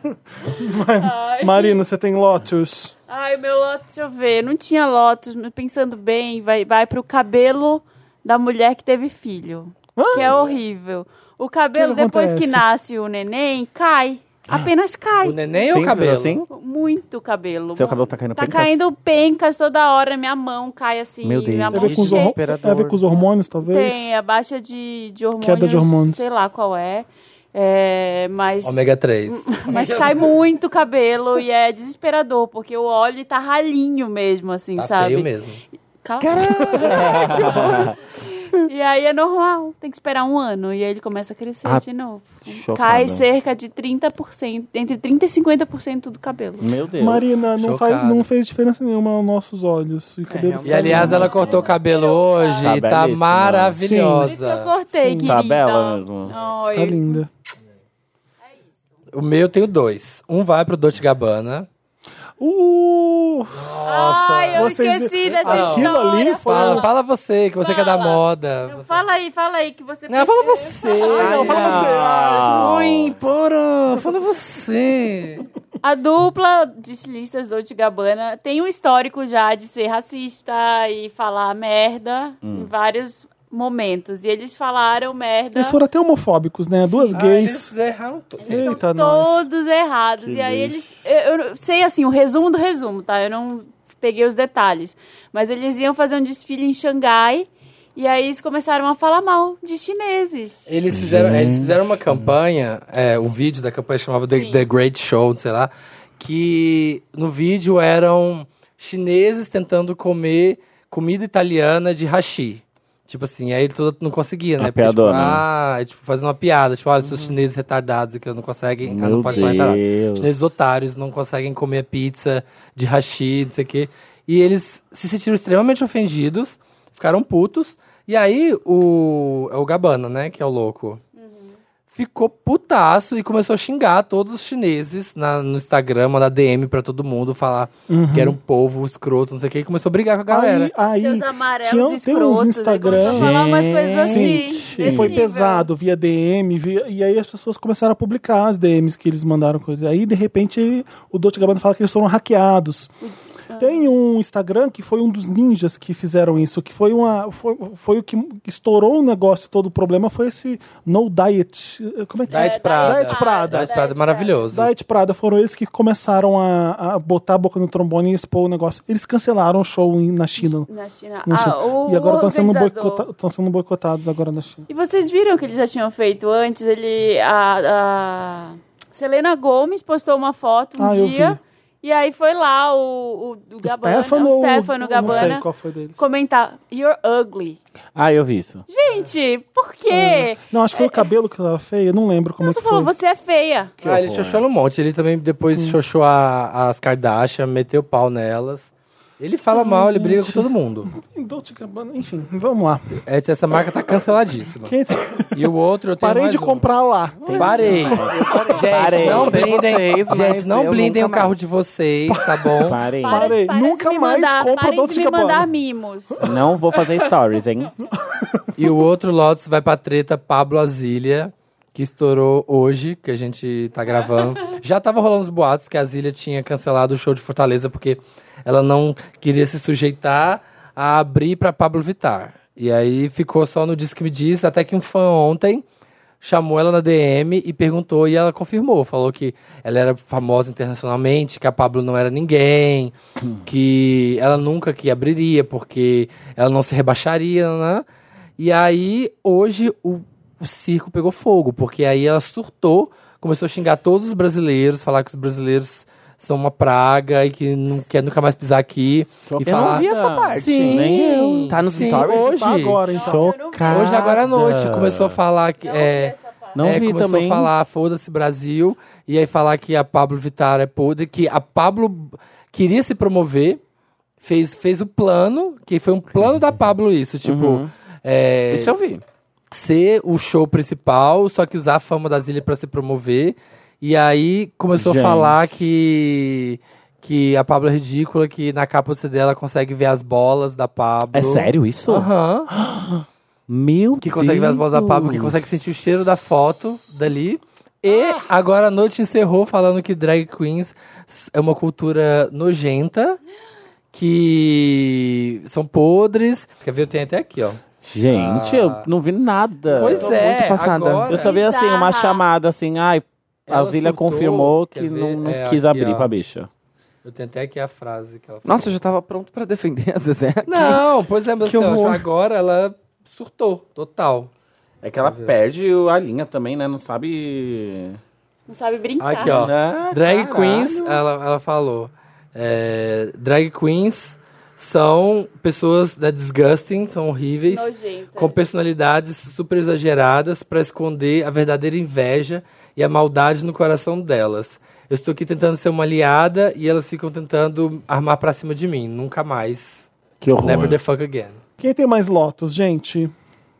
S3: Ai.
S1: Marina, você tem Lotus?
S3: Ai, o meu Lotus, deixa eu ver. Não tinha Lotus, mas pensando bem, vai, vai pro cabelo da mulher que teve filho. Que é horrível. O cabelo,
S1: O que
S3: depois que
S1: acontece?
S3: nasce o neném, cai.
S5: Ah,
S3: Apenas cai.
S2: O neném ou o
S4: Simples
S2: cabelo?
S4: assim?
S3: Muito cabelo.
S4: Seu cabelo tá caindo
S3: Tá
S4: pencas?
S3: caindo pencas toda hora, minha mão cai assim.
S4: Meu Deus.
S3: Minha
S1: Tem
S3: mão
S1: a É ver com os,
S5: Gente,
S1: hormo-
S3: cheia.
S1: tem a ver com os hormônios, talvez?
S3: Tem, a baixa de, de hormônios.
S1: Queda de hormônios.
S3: Sei lá qual é. É, mas,
S2: Ômega 3.
S3: mas cai muito cabelo e é desesperador, porque o óleo tá ralinho mesmo, assim,
S2: Tá
S3: sabe?
S2: feio mesmo.
S3: Cala- e aí é normal, tem que esperar um ano e aí ele começa a crescer
S4: Ah,
S3: de novo.
S4: chocado.
S3: Cai cerca de 30%, entre 30% e 50% do cabelo.
S4: Meu Deus.
S1: Marina, não,
S2: Chocado.
S1: faz, não fez diferença nenhuma aos nossos olhos. E, cabelos tá
S5: realmente.
S2: E aliás, ela cortou o cabelo hoje
S4: Tá
S2: e tá
S1: Sim.
S4: belíssima.
S3: Por isso que eu
S2: maravilhosa.
S3: cortei,
S1: Sim.
S3: querida.
S4: Tá bela mesmo.
S3: Ai,
S1: tá linda.
S2: O meu tenho dois. Um vai pro Dolce Gabbana.
S1: Uh,
S3: ai, eu
S1: Vocês-
S3: esqueci dessa
S1: Ah,
S3: história.
S1: aquilo ali foi-
S2: Fala,
S3: Fala,
S2: fala você, que você quer dar
S3: Fala.
S2: moda. Você-
S3: Fala aí, fala aí que você
S2: Não, fala você.
S1: não, fala você. ai.
S2: Oi, para. Fala você.
S3: A dupla de estilistas Dolce Gabbana tem um histórico já de ser racista e falar merda em vários momentos. E eles falaram merda.
S1: Eles foram até homofóbicos, né? Duas
S2: Ah,
S1: gays.
S2: eles erraram tudo.
S3: Eles são
S1: Eita, nós.
S3: todos errados. e aí eles. Eu, eu sei assim, o resumo do resumo, tá? Eu não peguei os detalhes. Mas eles iam fazer um desfile em Xangai. E aí eles começaram a falar mal de chineses.
S2: Eles fizeram, é, eles fizeram uma campanha, é, um vídeo da campanha chamava The,
S3: Sim.
S2: The Great Show, sei lá, que no vídeo eram chineses tentando comer comida italiana de hashi. Tipo assim, aí ele todo não conseguia, né?
S4: Uma
S2: Porque, tipo,
S4: piadona.
S2: ah, é, tipo, fazendo uma piada. Tipo, olha, esses chineses retardados aqui não conseguem. ah, não
S4: Meu
S2: pode falar retardado.
S4: Deus.
S2: Chineses otários não conseguem comer pizza de hashi, não sei o quê. E eles se sentiram extremamente ofendidos, ficaram putos. E aí, o, é o Gabana, né, que é o louco, ficou putaço e começou a xingar todos os chineses na- no Instagram, mandar DM pra todo mundo, falar que era um povo escroto, não sei o quê. E começou a brigar com a galera.
S1: Aí, aí
S3: Seus amarelos
S1: tinha-
S3: escrotos.
S1: tem uns
S3: aí
S1: Instagram.
S3: começou a falar umas coisas assim.
S4: Gente.
S1: E
S3: desse
S1: foi
S3: nível.
S1: pesado, via DM, via- e aí as pessoas começaram a publicar as DMs que eles mandaram. coisa. Aí, de repente, ele- o Dolce Gabbana fala que eles foram hackeados.
S3: Ah.
S1: Tem um Instagram que foi um dos ninjas que fizeram isso, que foi uma foi, foi o que estourou o negócio todo o problema foi esse No Diet, como é que
S2: Diet
S1: é?
S2: Prada.
S1: Diet Prada.
S2: Diet Prada, maravilhoso.
S1: Diet Prada foram eles que começaram a, a botar a boca no trombone e expor o negócio. Eles cancelaram o show em- na China.
S3: Na China.
S1: Na China.
S3: Ah, o
S1: e agora estão sendo,
S3: organizador.
S1: boicota- tão sendo boicotados agora na China.
S3: E vocês viram que eles já tinham feito antes? Ele. A, a Selena Gomes postou uma foto um
S1: Ah, eu
S3: dia.
S1: vi.
S3: E aí foi lá o, o, o Gabbana,
S1: Stefano,
S3: o Stefano
S1: Não sei
S3: Gabbana,
S1: qual foi deles.
S3: comentar: You're ugly.
S4: Ah, eu vi isso.
S3: Gente, por quê?
S1: Não, acho que foi o cabelo que tava feio, eu não lembro Ah, como
S3: É, Não,
S1: é
S3: só
S1: que
S3: falou,
S1: foi.
S3: você é feia.
S2: ah, ele xoxou um monte. Ele também depois xoxou a- as Kardashian, meteu pau nelas. Ele fala mal, ele briga com todo mundo.
S1: Em Dolce Gabbana, enfim, vamos lá.
S2: É, Essa marca tá canceladíssima.
S1: Quem tem-
S2: *laughs* E o outro eu tenho
S1: Parei
S2: mais
S1: de
S2: um.
S1: comprar lá.
S2: Parei. Gente,
S4: Parei.
S2: não
S4: Eu sei
S2: blindem,
S5: vocês, mas
S2: gente, não
S5: eu
S2: blindem o
S5: nunca
S2: carro
S5: mais.
S2: de vocês, tá bom?
S4: Parem.
S1: Parei.
S3: Parem
S1: Nunca
S3: de me
S1: mais
S3: mandar,
S1: compra
S3: parem
S1: Dolce
S3: de me
S1: Gabbana.
S3: mandar mimos.
S4: Não vou fazer stories, hein?
S2: E o outro Lotus vai pra treta Pablo Azilha, que estourou hoje, que a gente tá gravando. Já tava rolando os boatos que a Azilha tinha cancelado o show de Fortaleza porque ela não queria se sujeitar a abrir pra Pablo Vittar. E aí ficou só no Diz que me diz, até que um fã ontem chamou ela na DM e perguntou e ela confirmou, falou que ela era famosa internacionalmente, que a Pablo não era ninguém, que ela nunca que abriria porque ela não se rebaixaria, né? E aí hoje o, o circo pegou fogo, porque aí ela surtou, começou a xingar todos os brasileiros, falar que os brasileiros são uma praga e que não quer nunca mais pisar aqui. E
S4: Chocada.
S5: Eu
S2: falar,
S5: não vi essa parte.
S2: Sim,
S5: Nem eu. Tá nos
S2: sim,
S5: stories?
S2: hoje.
S1: Tá agora, então.
S4: Chocada.
S2: Hoje, agora à noite, começou a falar que. é,
S4: Não
S2: é,
S4: vi
S2: começou
S4: também.
S2: a falar, foda-se Brasil, e aí falar que a Pablo Vittar é podre, que a Pablo queria se promover, fez, fez o plano, que foi um plano da Pablo isso, tipo. é,
S5: Isso eu vi.
S2: ser o show principal, só que usar a fama das ilhas pra se promover. E aí começou
S4: Gente.
S2: a falar que que a Pablo é ridícula, que na capa do CD ela consegue ver as bolas da Pablo.
S4: É sério isso?
S2: Aham.
S4: Meu
S2: Que consegue ver as bolas da Pablo, que
S4: Deus. Ah!
S2: consegue sentir o cheiro da foto dali. E agora a noite encerrou falando que drag queens é uma cultura nojenta, que são podres. Quer ver? Eu tenho até aqui, ó.
S4: Gente, eu não vi nada.
S2: Pois
S4: Eu tô
S2: é,
S4: muito passada.
S2: agora-
S4: Eu só vi assim, uma
S3: Bizarra.
S4: chamada assim, ai, a
S2: Ela
S4: Zília
S2: surtou,
S4: confirmou
S2: quer
S4: que
S2: ver?
S4: não, não
S2: É,
S4: quis
S2: aqui,
S4: abrir
S2: ó.
S4: pra bicha.
S2: Eu tenho até aqui a frase que ela falou.
S5: Nossa, eu já tava pronto pra defender a Zezé.
S2: Não, pois é, mas
S5: Que
S2: assim, eu acho que
S5: horror.
S2: agora ela surtou, total.
S4: É que ela perde o- a linha também, né? Não sabe.
S3: Não sabe brincar.
S2: Aqui, ó.
S4: Ah,
S2: Drag
S4: caralho.
S2: queens, ela, ela falou. é, drag queens são pessoas da disgusting, são horríveis.
S3: Nojenta.
S2: com personalidades super exageradas para esconder a verdadeira inveja e a maldade no coração delas. Eu estou aqui tentando ser uma aliada e elas ficam tentando armar pra cima de mim. Nunca mais.
S4: Que horror.
S2: Never the fuck again.
S1: Quem tem mais Lotus, gente?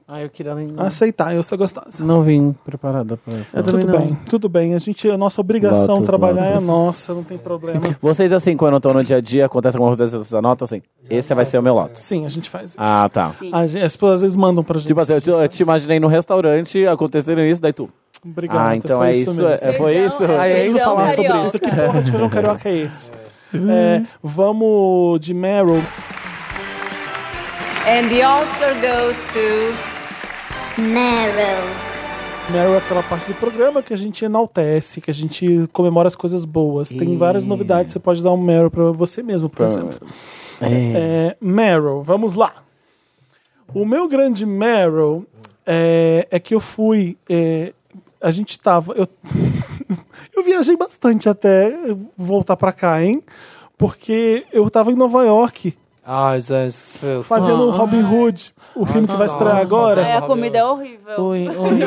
S4: Ai, eu queria nem.
S1: Aceitar, eu sou gostosa.
S4: Não vim preparada pra isso.
S5: Eu tô-
S1: Tudo
S5: também não.
S1: bem, tudo bem. A gente, a nossa obrigação
S4: Lotus,
S1: trabalhar
S4: Lotus.
S1: é nossa, não tem
S4: *laughs*
S1: problema.
S4: Vocês, assim, quando estão no dia a dia, acontece alguma coisa, vocês anotam assim: esse vai ser o meu Lotus.
S1: Sim, a gente faz isso.
S4: Ah, tá.
S3: Sim.
S1: A gente- as pessoas às vezes mandam pra gente.
S4: Tipo assim, eu te, eu te imaginei no restaurante acontecendo isso, daí tu.
S1: Obrigado.
S4: ah, então
S1: foi
S4: é isso.
S1: mesmo.
S4: é, foi
S3: Feijão,
S4: isso?
S3: é
S4: Ah,
S3: feijão
S1: falar sobre
S3: carioca.
S1: isso. Que porra de feijão carioca é
S4: *laughs*
S1: esse? É, vamos de Meryl.
S7: And the Oscar goes to.
S8: Meryl.
S1: Meryl é aquela parte do programa que a gente enaltece, que a gente comemora as coisas boas. Tem várias novidades, você pode dar um Meryl pra você mesmo, por exemplo. É, Meryl, vamos lá. O meu grande Meryl é, é que eu fui. é, a gente tava. Eu, *laughs* eu viajei bastante até voltar pra cá, hein? Porque eu tava em Nova York
S2: Ai, gente, eu
S1: fazendo o Robin Hood, o filme que vai estrear agora.
S3: É, a comida é horrível.
S2: um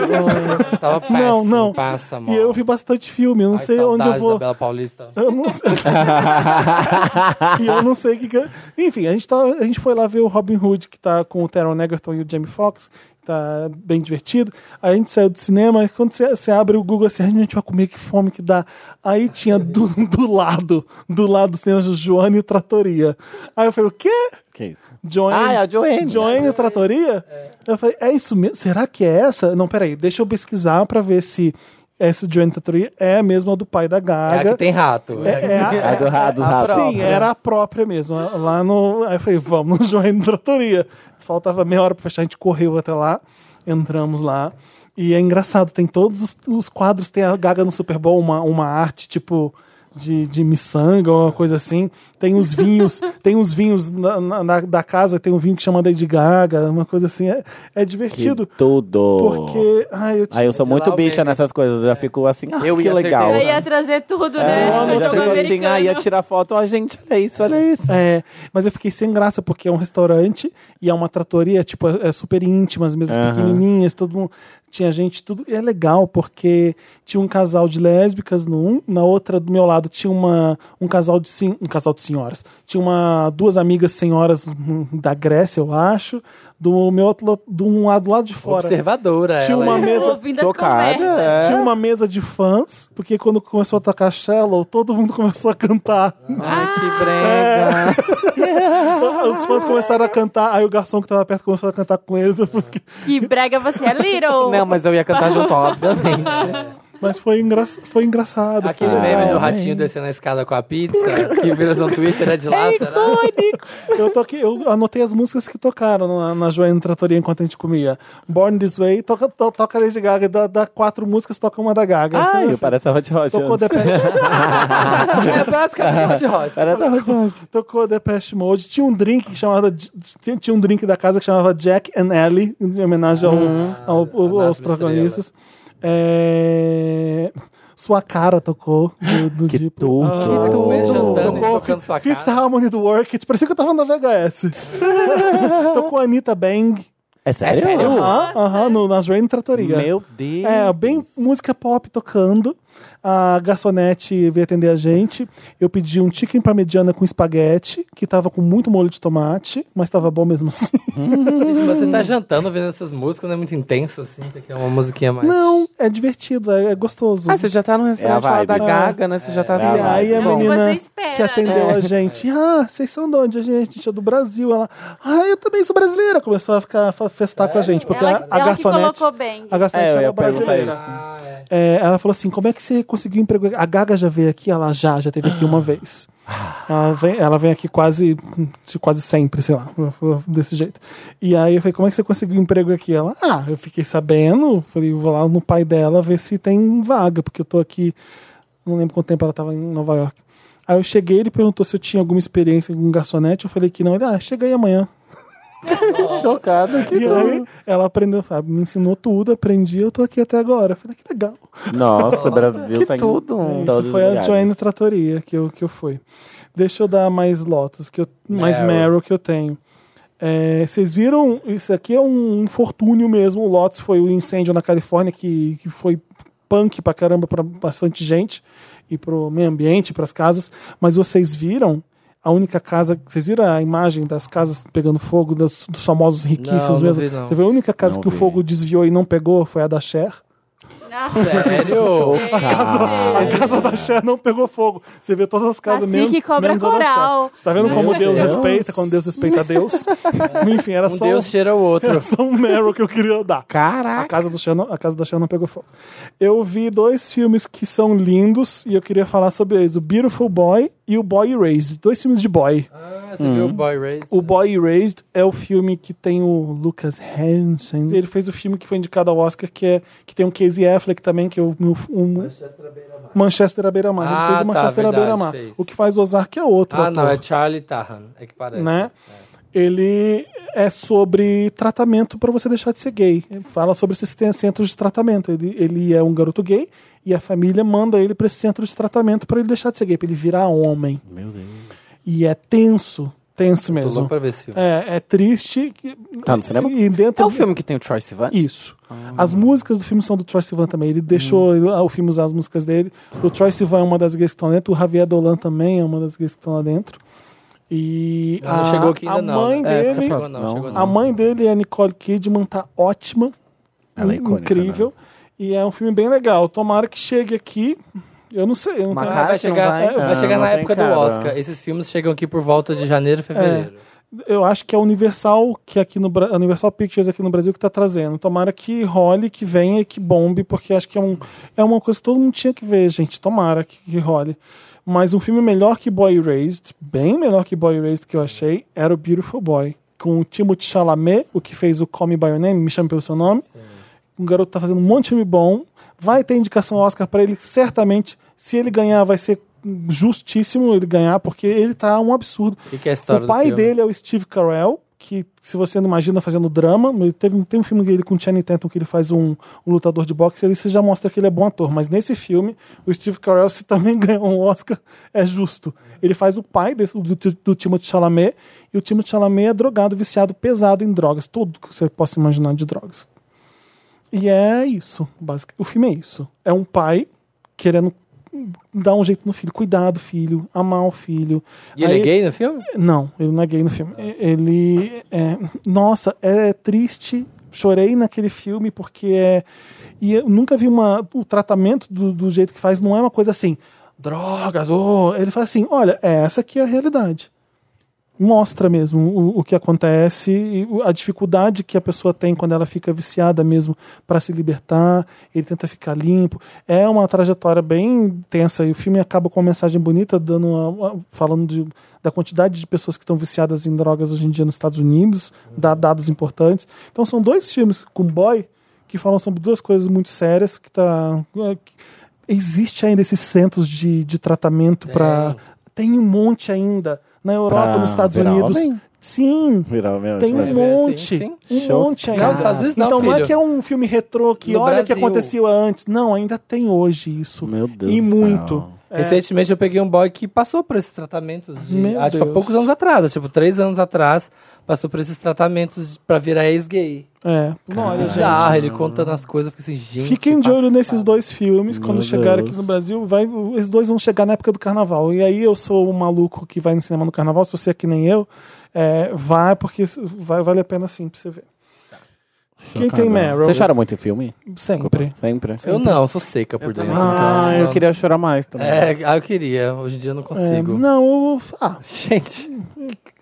S2: Tava péssimo,
S1: Não, não.
S2: Passa,
S1: E eu vi bastante filme, eu não sei onde eu vou.
S2: Bela Paulista.
S1: Eu não sei. e eu não sei o que. que eu- Enfim, a gente, tá, a gente foi lá ver o Robin Hood, que tá com o Teron Egerton e o Jamie Foxx. Tá bem divertido. Aí a gente saiu do cinema, e quando você, você abre o Google assim, a gente vai comer, que fome que dá. Aí tinha do, do lado, do lado do cinema, Joane e Tratoria. Aí eu falei, o quê?
S4: Que isso?
S1: Join,
S4: Ah, é a Joanne.
S1: Joanne Tratoria? Eu falei, é isso mesmo? Será que é essa? Não, peraí, deixa eu pesquisar pra ver se essa Joanne Tratoria é a mesma do pai da
S2: É a
S1: Gaga.
S2: que tem rato. É,
S1: É a-
S4: A do Rado, Rado.
S1: Sim, era a própria mesmo. Lá no. Aí eu falei, vamos *laughs* no Joanne Tratoria. Faltava meia hora pra fechar, a gente correu até lá, entramos lá. E é engraçado, tem todos os, os quadros, tem a Gaga no Super Bowl, uma, uma arte tipo de, de miçanga ou uma coisa assim. Tem os vinhos, tem os vinhos na- na- na- da casa, tem um vinho que chama Lady Gaga, uma coisa assim. É, é divertido.
S4: Tudo.
S1: Porque. Ai, eu te-
S4: Aí eu sou
S2: Sei lá,
S4: muito
S2: o
S4: bicha
S2: Mega.
S4: nessas coisas, eu já fico assim, ah,
S5: Eu
S4: que
S5: ia acertar.
S4: legal.
S3: Já ia trazer tudo, né?
S4: É, eu
S3: Feijão
S4: já fico assim, ah, ia
S3: americano.
S4: tirar foto, ó, gente, olha isso, olha isso.
S1: É, mas eu fiquei sem graça, porque é um restaurante e é uma tratoria, tipo, é, é super íntima, as mesas pequenininhas, todo mundo. Tinha gente, tudo. E é legal, porque tinha um casal de lésbicas num, na outra do meu lado tinha uma, um casal de sen- um casal de senhoras. Tinha uma, duas amigas senhoras hum, da Grécia, eu acho, do meu outro, lo- de um lado, do lado de fora.
S2: Observadora
S1: Tinha
S2: ela.
S1: uma
S2: é.
S1: mesa
S3: Ouvindo as
S4: Chocada,
S3: conversas.
S4: é.
S1: tinha uma mesa de fãs, porque quando começou a tocar Shallow, todo mundo começou a cantar.
S5: Ai, que brega.
S1: Os fãs começaram a cantar, aí o garçom que tava perto começou a cantar com eles. eu fiquei-
S3: Que brega você é, Little.
S5: Não, mas eu ia cantar junto,
S2: é.
S5: obviamente.
S1: Mas foi, engra... foi engraçado.
S2: Aquele
S1: é,
S2: meme do
S1: né?
S2: ratinho descendo a escada com a pizza, que vira no Twitter, é de lá, será?
S1: Eu, tô aqui, eu anotei as músicas que tocaram na, na Joana Tratoria enquanto a gente comia. Born This Way, toca, to, toca Lady Gaga, dá, dá quatro músicas, toca uma da Gaga.
S4: Ai,
S1: Assim,
S4: parece a Hot Hot.
S1: Tocou
S4: antes.
S1: Depeche,
S2: É basicamente hot.
S4: Parece a Hot Hot.
S1: tocou Depeche Mode. Tinha um drink que chamava. Tinha tinha um drink da casa que chamava Jack and Ellie, em homenagem ao,
S2: Uhum.
S1: ao- ao-
S2: Nasce
S1: aos
S2: uma
S1: protagonistas. É, Sua cara tocou do, do
S4: Que
S1: Diplo.
S4: tudo.
S2: Que tudo. Beijo, Antônio, tocando sua
S1: Fifth
S2: cara.
S1: Harmony do Work It. Parecia que eu tava na VHS. Tocou a Anitta Bang.
S4: É
S5: Uhum.
S4: sério?
S1: Aham, aham, no, na Joanne Tratoria.
S4: Meu Deus.
S1: É, bem música pop tocando. A garçonete veio atender a gente. Eu pedi um chicken parmegiana com espaguete, que tava com muito molho de tomate, mas tava bom mesmo assim.
S2: Gente, você
S1: um-
S2: tá jantando ouvindo essas músicas, não é muito intenso assim? Você quer uma musiquinha mais.
S1: Não, é divertido, é, é gostoso.
S5: Ah, você já tá no restaurante lá
S4: vibe.
S5: da Gaga, né? Você já tá
S4: é a
S1: E
S5: assim.
S4: vibe.
S1: aí a
S3: Não,
S1: menina
S3: você espera, né?
S1: que atendeu a gente, ah, vocês são de onde? A gente, a gente é do Brasil. Ela, ah, eu também sou brasileira. Começou a ficar a festar com a gente, porque
S3: É. Ela,
S1: a, a
S3: ela que
S1: garçonete,
S3: colocou bem.
S1: a garçonete
S4: É, eu
S1: era
S4: ia perguntar
S1: brasileira.
S4: isso.
S2: Ah, é.
S1: É, ela falou assim: como é que você conseguiu emprego? A Gaga já veio aqui, ela já, já teve aqui uma vez. Ela vem, ela vem aqui quase, quase sempre, sei lá, desse jeito. E aí eu falei, como é que você conseguiu emprego aqui? Ela, ah, eu fiquei sabendo, falei, vou lá no pai dela ver se tem vaga, porque eu tô aqui, não lembro quanto tempo ela tava em Nova York. Aí eu cheguei, ele perguntou se eu tinha alguma experiência com garçonete, eu falei que não, ele, ah, chega aí amanhã.
S4: Chocado.
S1: e aí ela aprendeu, ah, me ensinou tudo, aprendi, eu tô aqui até agora. Eu falei, que legal.
S4: Nossa, o Brasil tá em
S5: tudo.
S4: em todos
S1: É, Isso
S4: os
S1: foi a
S4: lugares. é
S1: Joanne Tratoria que eu, que eu fui. Deixa eu dar mais Lotus, que eu, mais
S2: Meryl.
S1: Meryl que eu tenho. É, vocês viram? Isso aqui é um infortúnio mesmo. O Lotus foi o incêndio na Califórnia que, que foi punk pra caramba pra bastante gente e pro meio ambiente, pras casas. Mas vocês viram a única casa. Vocês viram a imagem das casas pegando fogo, das- dos famosos
S2: Não,
S1: riquíssimos
S2: não
S1: mesmo?
S2: vi, não.
S1: Você viu a única casa
S4: Não
S1: que o
S4: vi.
S1: fogo desviou e não pegou? Foi a da Cher.
S3: Ah,
S2: Sério?
S1: A casa da Cher não pegou fogo. Você vê todas as casas
S3: Cacique
S1: mesmo.
S3: cobra
S1: menos a da
S3: coral.
S1: Cher. Você tá vendo como Deus,
S2: Deus.
S1: respeita, quando Deus respeita a Deus. Enfim, era
S2: Um
S1: só
S2: Deus cheira o outro.
S1: era só um Meryl que eu queria dar. A
S5: Caraca.
S1: casa, do Cher não, a casa da Cher não pegou fogo. Eu vi dois filmes que são lindos e eu queria falar sobre eles: O Beautiful Boy e O Boy Erased. Dois filmes de boy.
S2: Ah, você viu o Boy Race?
S1: O Boy Erased é o filme que tem o Lucas Hansen. Ele fez o filme que foi indicado ao Oscar, que, é, que tem o Casey Affleck também, que é o, meu- um, Manchester à beira-mar.
S2: Ah,
S1: Ele fez
S2: tá,
S1: o Manchester à
S2: verdade,
S1: beira-mar.
S2: fez.
S1: O que faz Ozark é outro
S2: Ah,
S1: ator,
S2: não, é Charlie Tahan. É que parece.
S1: né?
S2: É.
S1: Ele é sobre tratamento para você deixar de ser gay. Ele fala sobre esses ten- centros de tratamento. Ele, ele é um garoto gay e a família manda ele para esse centro de tratamento para ele deixar de ser gay, para ele virar homem. Meu Deus. E é tenso, tenso
S2: Tô
S1: mesmo.
S2: louco pra ver esse filme.
S1: É, é triste. que-
S4: Tá no cinema?
S1: E dentro
S5: É o filme que tem o Troy Sivan?
S1: isso. As músicas do filme são do Troy Sivan também. Ele deixou o filme usar as músicas dele. O Troy Sivan é uma das gays que estão lá dentro. O Javier Dolan também é uma das gays que estão lá dentro. E
S2: Não, não
S1: a,
S2: chegou aqui
S1: É. Ah, a
S2: ainda não,
S1: mãe
S2: né? É, isso que eu
S1: dele,
S2: ia falar, não, chegou não.
S1: a mãe dele é a Nicole Kidman, tá ótima,
S4: Ela é icônica,
S1: incrível. E é um filme bem legal. Tomara que chegue aqui. Eu não sei, eu não
S5: Uma
S1: tenho-
S5: cara
S2: Ah, vai
S5: que não
S2: chegar,
S5: vai.
S2: vai
S4: Não,
S2: chegar
S4: não
S2: na
S4: tem
S2: época do
S4: cara.
S2: Oscar. Esses filmes chegam aqui por volta de
S1: É.
S2: janeiro, fevereiro.
S1: eu acho que é a Universal que aqui no Bra- a Universal Pictures aqui no Brasil que tá trazendo. Tomara que role, que venha e que bombe, porque acho que é, um, é uma coisa que todo mundo tinha que ver, gente. Tomara que, que role. Mas um filme melhor que Boy Raised, bem melhor que Boy Raised que eu achei, era o Beautiful Boy, com o Timothée Chalamet, o que fez o Call Me by Your Name, Me Chame pelo Seu Nome. Um garoto tá fazendo um monte de filme bom, vai ter indicação ao Oscar para ele, certamente. Se ele ganhar, vai ser justíssimo ele ganhar, porque ele tá um absurdo.
S2: O que, que é a história
S1: O pai
S2: do filme?
S1: dele é o Steve Carell, que se você não imagina fazendo drama, ele teve, tem um filme dele com o Channing Tatum que ele faz um, um lutador de boxe, ele já mostra que ele é bom ator, mas nesse filme o Steve Carell *laughs* se também ganhar um Oscar é justo. Ele faz o pai desse, do, do Timothée Chalamet e o Timothée Chalamet é drogado, viciado, pesado em drogas, tudo que você possa imaginar de drogas. E é isso, basicamente. O filme é isso. É um pai querendo dar um jeito no filho, cuidar do filho, amar o filho.
S2: E ele
S1: Aí-
S2: é gay no filme?
S1: não, ele não é gay no filme. E- Ele. é- nossa, é triste. Chorei naquele filme porque é. E eu nunca vi uma, o tratamento do, do jeito que faz, não é uma coisa assim, drogas, oh. ele fala assim: olha, é essa aqui é a realidade. Mostra mesmo o, o que acontece, e o- a dificuldade que a pessoa tem quando ela fica viciada mesmo para se libertar, ele tenta ficar limpo. É uma trajetória bem tensa e o filme acaba com uma mensagem bonita, dando uma- uma- falando de, da quantidade de pessoas que estão viciadas em drogas hoje em dia nos Estados Unidos, dá dados importantes. Então são dois filmes com boy que falam sobre duas coisas muito sérias que tá é, que- existe ainda esses centros de, de tratamento para tem um monte ainda na Europa,
S4: Pra
S1: nos Estados
S4: virar
S1: Unidos.
S4: homem?
S1: Sim,
S4: Virar o meu,
S1: tem
S4: tipo,
S1: um
S2: sim,
S1: monte,
S2: sim.
S1: um
S4: Show.
S1: monte ainda.
S2: Não, faz isso não,
S1: então não é
S2: filho.
S1: que é um filme retrô que
S2: No
S1: olha o que
S2: Brasil.
S1: aconteceu antes. Não, ainda tem hoje isso.
S4: Meu Deus
S1: e
S4: do céu.
S1: muito. É.
S2: Recentemente eu peguei um boy que passou por esses tratamentos. De,
S1: Meu
S2: há, tipo, há
S1: Deus.
S2: poucos anos atrás, há, tipo, três anos atrás, passou por esses tratamentos de- pra virar ex-gay.
S1: É. Bom, olha, gente.
S2: Bizarro, ele contando as coisas, eu fiquei assim, gente.
S1: Fiquem de olho
S2: passado.
S1: nesses dois filmes. Quando
S4: Meu
S1: chegarem aqui
S4: Deus.
S1: no Brasil, vai, esses dois vão chegar na época do carnaval. E aí eu sou o maluco que vai no cinema no carnaval. Se você é que nem eu, é, vai, porque vai, vale a pena sim pra você ver.
S4: Tá.
S1: Quem tem Meryl?
S4: Você chora muito em filme?
S1: Sempre.
S4: Sempre.
S2: Eu não, sou seca por dentro.
S4: Ah,
S2: então,
S4: eu
S2: não.
S4: queria chorar mais também.
S2: É, ah, eu queria. Hoje em dia eu não
S1: É,
S2: consigo.
S1: não, eu, ah,
S2: Gente,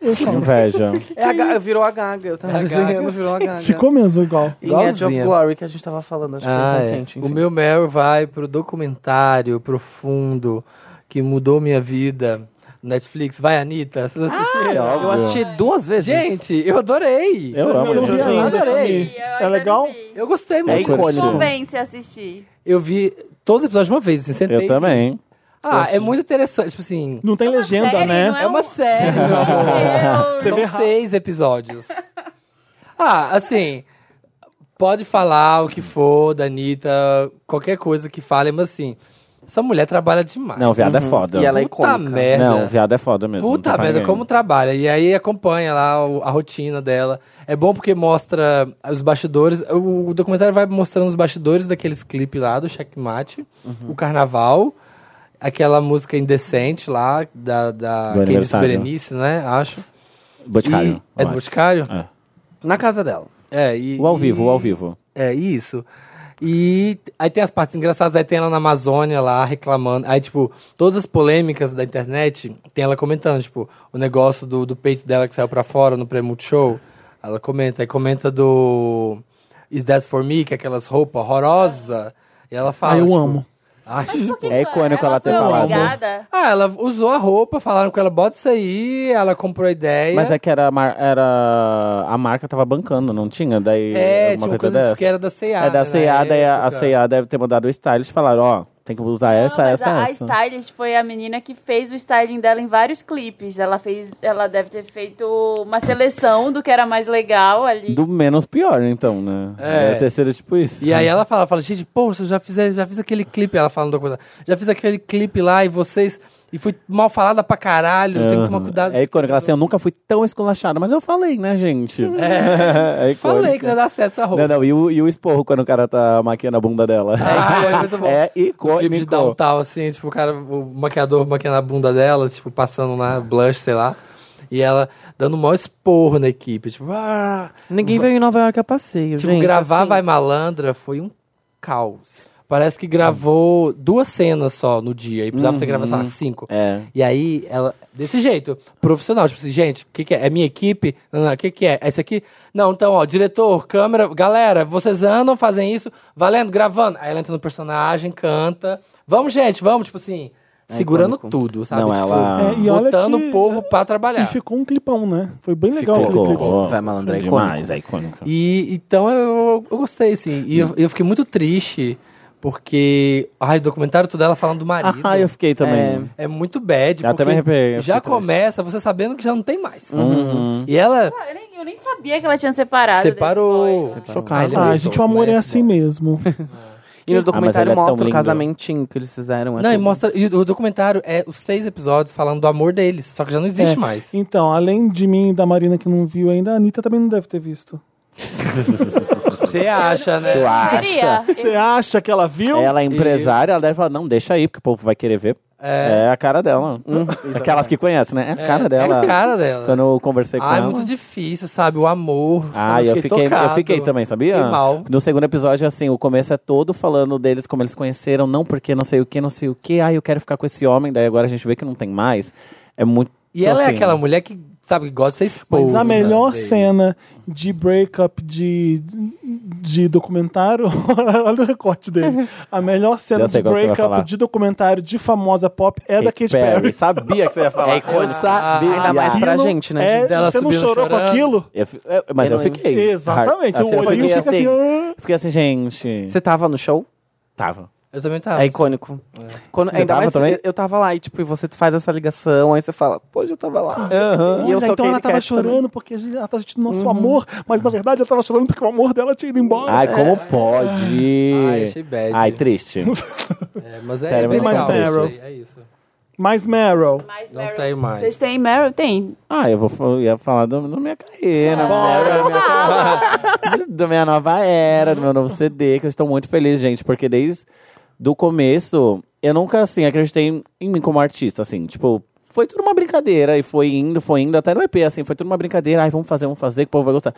S1: eu choro.
S4: Inveja.
S5: É a gaga, virou a gaga. Eu tava
S2: A
S5: desenhando,
S2: gaga.
S5: virou a gaga.
S1: Ficou mesmo igual.
S5: Em Edge of
S2: igualzinha.
S5: Glory, que a gente tava falando, acho que
S2: Ah,
S5: foi
S2: é.
S5: recente.
S2: o meu Meryl vai pro documentário profundo que mudou minha vida. Netflix, vai, Anitta. Vocês assistiram?
S5: Eu assisti duas vezes.
S2: Gente, eu adorei.
S4: Eu amo.
S1: Eu não vi
S4: Jojo.
S1: ainda.
S2: Adorei.
S1: Samir. É legal?
S2: Eu gostei
S4: É
S2: muito.
S3: Me
S4: icônico.
S3: convence a assistir.
S2: Eu vi todos os episódios de uma vez, assim, sentei.
S4: Eu também.
S2: Ah, é muito interessante. Tipo assim,
S1: Não tem
S3: uma
S1: legenda,
S3: série,
S1: né?
S3: não
S2: é uma
S3: um-
S2: série, meu amor.
S3: Eu-
S2: São seis episódios. ah, assim, pode falar o que for da Anitta, qualquer coisa que fale, mas assim, essa mulher trabalha demais.
S4: Não, viado é foda.
S5: E ela é
S2: Puta
S5: icônica.
S2: merda.
S4: Não, viado é foda mesmo. não
S2: Puta
S4: tem pra
S2: merda,
S4: ninguém.
S2: como trabalha. E aí acompanha lá o- a rotina dela. É bom porque mostra os bastidores. O, o documentário vai mostrando os bastidores daqueles clipes lá do Checkmate,
S4: Uhum.
S2: o carnaval, aquela música indecente lá da, da
S4: Do
S2: Candice
S4: aniversário.
S2: Berenice, né? Acho.
S4: Boticário.
S2: E- é
S4: eu
S2: do
S4: acho.
S2: Boticário?
S4: É.
S5: Na casa dela.
S2: É, e,
S4: O ao
S2: e-
S4: vivo, o ao vivo.
S2: É, isso. E aí tem as partes engraçadas, aí tem ela na Amazônia lá reclamando. Aí, tipo, todas as polêmicas da internet, tem ela comentando, tipo, o negócio do, do peito dela que saiu pra fora no pré-multi show. Ela comenta, aí comenta do Is That For Me, que é aquelas roupas horrorosas. E ela fala.
S1: Ah, eu
S2: tipo,
S1: amo.
S2: Ai, *laughs*
S4: É icônico ela ter
S3: foi
S4: falado.
S3: obrigada?
S2: ah, ela usou a roupa, falaram com ela, bota isso aí, ela comprou a ideia.
S4: Mas é que era, a mar- era. A marca tava bancando, não tinha? Daí
S2: É, tinha
S4: uma
S2: uma
S4: coisa
S2: coisa
S4: dessa.
S2: que era da né, C&A.
S4: é da C&A, daí a, a
S2: C&A.
S4: C&A deve ter mandado o stylist e falaram, ó, tem que usar
S3: Não,
S4: essa,
S3: mas
S4: essa,
S3: a, a
S4: essa.
S3: stylist foi a menina que fez o styling dela em vários clipes. Ela fez, ela deve ter feito uma seleção do que era mais legal ali.
S4: Do menos pior, então, né?
S2: É.
S4: Deve ter sido tipo isso.
S2: E aí ela fala, fala, gente, poxa, eu já fiz, já fiz aquele clipe, ela fala no documentário, já fiz aquele clipe lá e vocês. E fui mal falada pra caralho, tem que tomar cuidado.
S4: É icônico. Ela assim, eu nunca fui tão esculachada, mas eu falei, né, gente? *laughs* É, icônico.
S2: Falei que não ia dar certo essa roupa.
S4: Não, não, e o, e o esporro quando o cara tá maquiando a bunda dela.
S2: Ah, é
S4: *laughs*
S2: muito bom.
S4: É
S2: Clipe de
S4: icônico.
S2: downtown, assim, tipo, o cara, o maquiador maquiando a bunda dela, tipo, passando na blush, sei lá. E ela dando o maior esporro na equipe, tipo, ah,
S5: Ninguém veio em Nova York a passeio,
S2: tipo
S5: gente.
S2: gravar
S5: assim.
S2: Vai Malandra foi um caos. Parece que gravou duas cenas só no dia e precisava ter gravado, sei lá, cinco.
S4: É.
S2: E aí, ela, desse jeito, profissional, tipo assim, gente, o que, que é? É minha equipe? Não, não, o que, que é? É isso aqui? Não, então, ó, diretor, câmera, galera, vocês andam, fazem isso, valendo, gravando. Aí ela entra no personagem, canta. Vamos, gente, vamos, tipo assim, segurando tudo, sabe?
S4: É Não,
S2: tipo,
S4: ela-
S1: É, e olha
S2: botando
S1: que-
S2: o povo pra
S1: E
S2: trabalhar.
S1: ficou um clipão, né? Foi bem legal
S4: Ficou.
S1: aquele clipe.
S4: ó,
S5: Vai, malandro, é
S4: demais, é icônico.
S2: E então eu, eu gostei, assim. E eu, eu fiquei muito triste, porque. Ai, o documentário todo ela falando do marido.
S4: Ah, eu fiquei também.
S2: É muito bad.
S4: Eu até
S2: porque
S4: me arrepe- eu
S2: Já
S4: fiquei triste. Uhum.
S2: começa você sabendo que já não tem mais. E ela.
S3: Ah, Eu nem, eu nem sabia que ela tinha separado. desse
S2: Separou.
S3: boy, né?
S2: Chocado.
S1: Ah, gente, o amor é assim mesmo.
S5: E no documentário
S4: ele é tão
S5: mostra o
S4: lindo.
S5: casamentinho que eles fizeram. é
S2: Não, e
S5: tudo.
S2: mostra. E o documentário é os seis episódios falando do amor deles, só que já não existe
S4: É.
S2: mais.
S1: Então, além de mim e da Marina que não viu ainda, a Anitta também não deve ter visto.
S2: Você acha,
S4: É
S2: né?
S3: Seria?
S1: Você acha que ela viu?
S4: Ela é empresária, ela deve falar, não, deixa aí, porque o povo vai querer ver. É, a cara dela. Aquelas que conhecem, né? É a cara dela.
S2: Hum. É a cara dela.
S4: Quando eu conversei com
S2: Ah, é
S4: ela.
S2: muito difícil, sabe? O amor.
S4: Ah,
S2: sabe?
S4: eu fiquei, eu
S2: tocado.
S4: fiquei também, sabia?
S2: Fiquei mal.
S4: No segundo episódio, assim, o começo é todo falando deles, como eles conheceram, não porque não sei o que, não sei o que. Ah, eu quero ficar com esse homem, daí agora a gente vê que não tem mais. É muito.
S2: E ela
S4: assim,
S2: é aquela mulher que, sabe, que gosta de ser exposta.
S1: Mas a melhor
S2: dele.
S1: cena de breakup de, de documentário. *laughs* Olha o recorte dele. A melhor cena
S4: Eu sei
S1: de
S4: qual que você vai
S1: breakup
S4: falar.
S1: de documentário de famosa pop é da Katy Perry.
S4: *laughs* Sabia que você ia falar.
S5: É icônico.
S4: Eu sabia.
S5: Ainda mais pra gente, né?
S1: É,
S5: gente?
S2: Dela
S1: você não
S2: subindo
S1: chorou com
S2: chorando.
S1: aquilo?
S4: Eu fi- eu- mas eu,
S5: Eu não-
S4: fiquei.
S1: Exatamente,
S4: Assim,
S1: o
S4: eu
S1: olhinho
S4: fiquei
S1: fica assim.
S4: assim.
S1: "Ah".
S4: Fiquei assim, gente.
S5: Você tava no show?
S4: Tava. É.
S2: Eu também tava. assim.
S5: É icônico. Quando,
S4: Você
S5: ainda
S4: tava
S5: mais,
S4: também?
S5: eu- Eu tava lá e, tipo, e você faz essa ligação, aí você fala, pô, eu tava lá. E eu
S1: Olha,
S5: sou
S1: então ela
S5: Kate
S1: tava
S5: Kat também.
S1: chorando porque a gente- ela tava sentindo nosso amor, mas na verdade ela tava chorando porque o amor dela tinha ido embora.
S4: Uhum. Ai, como pode?
S2: Ai, achei bad.
S4: Ai, triste.
S2: É, mas é,
S4: Teremos
S2: é
S1: mais
S2: legal,
S1: Meryls.
S2: isso aí, É isso.
S1: Mas Meryl.
S4: Tipo
S3: Mais
S2: Não
S3: Meryl.
S2: tem mais.
S3: Vocês têm Meryl? Tem.
S4: Ah, eu, vou, eu ia falar do- da minha carreira, da minha *laughs* da minha nova era, do meu novo CD, que eu estou muito feliz, gente, porque desde do começo eu nunca assim acreditei em, em mim como artista, assim, tipo, foi tudo uma brincadeira e foi indo, foi indo até no EP, assim, foi tudo uma brincadeira, ai, vamos fazer, vamos fazer, que o povo vai gostar.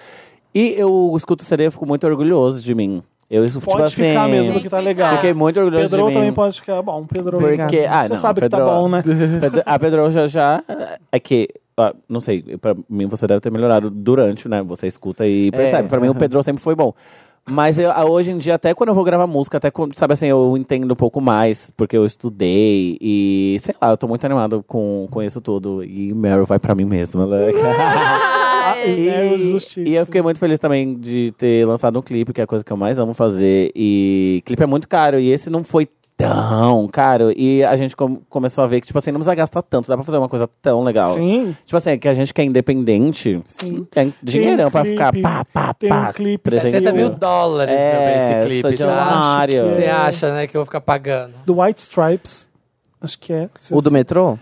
S4: E eu escuto o CD, eu fico muito orgulhoso de mim. Eu escuto
S1: Pode
S4: tipo,
S1: ficar
S4: assim,
S1: mesmo, porque tá legal.
S4: Fiquei muito orgulhoso
S1: Pedro
S4: de mim.
S1: também pode ficar bom. Pedro,
S4: Porque, ah,
S1: você
S4: não,
S1: sabe que tá
S4: Pedro-
S1: bom,
S4: *laughs*
S1: né?
S4: Pedro- a Pedro já já. É que. ó, não sei, pra mim você deve ter melhorado durante, né? Você escuta
S1: É.
S4: e percebe. pra mim o Pedro sempre foi bom. Mas eu- ah, hoje em dia, até quando eu vou gravar música, até quando, sabe assim, eu entendo um pouco mais, porque eu estudei e sei lá, eu tô muito animado com, com isso tudo. E Meryl vai pra mim mesma, né?
S1: Meryl
S4: *laughs* e,
S1: Justiça.
S4: e eu fiquei muito feliz também de ter lançado um clipe, que é a coisa que eu mais amo fazer. E clipe é muito caro, e esse não foi tão caro. E a gente com- começou a ver que, tipo assim, não precisa gastar tanto, dá pra fazer uma coisa tão legal.
S1: Sim.
S4: Tipo assim, que a gente que é independente,
S1: Sim. um
S4: tem dinheirão pra
S1: clipe,
S4: ficar pá, pá,
S1: tem um
S4: pá.
S1: clipe,
S2: 70
S4: 300
S2: mil
S1: eu-
S2: dólares,
S4: É,
S2: meu bem, esse
S4: sou
S2: clipe,
S4: de
S2: tá?
S4: Mário.
S1: é
S2: Você acha, né, que eu vou ficar pagando.
S1: Do White Stripes. Acho que é. Se-
S5: O do metrô?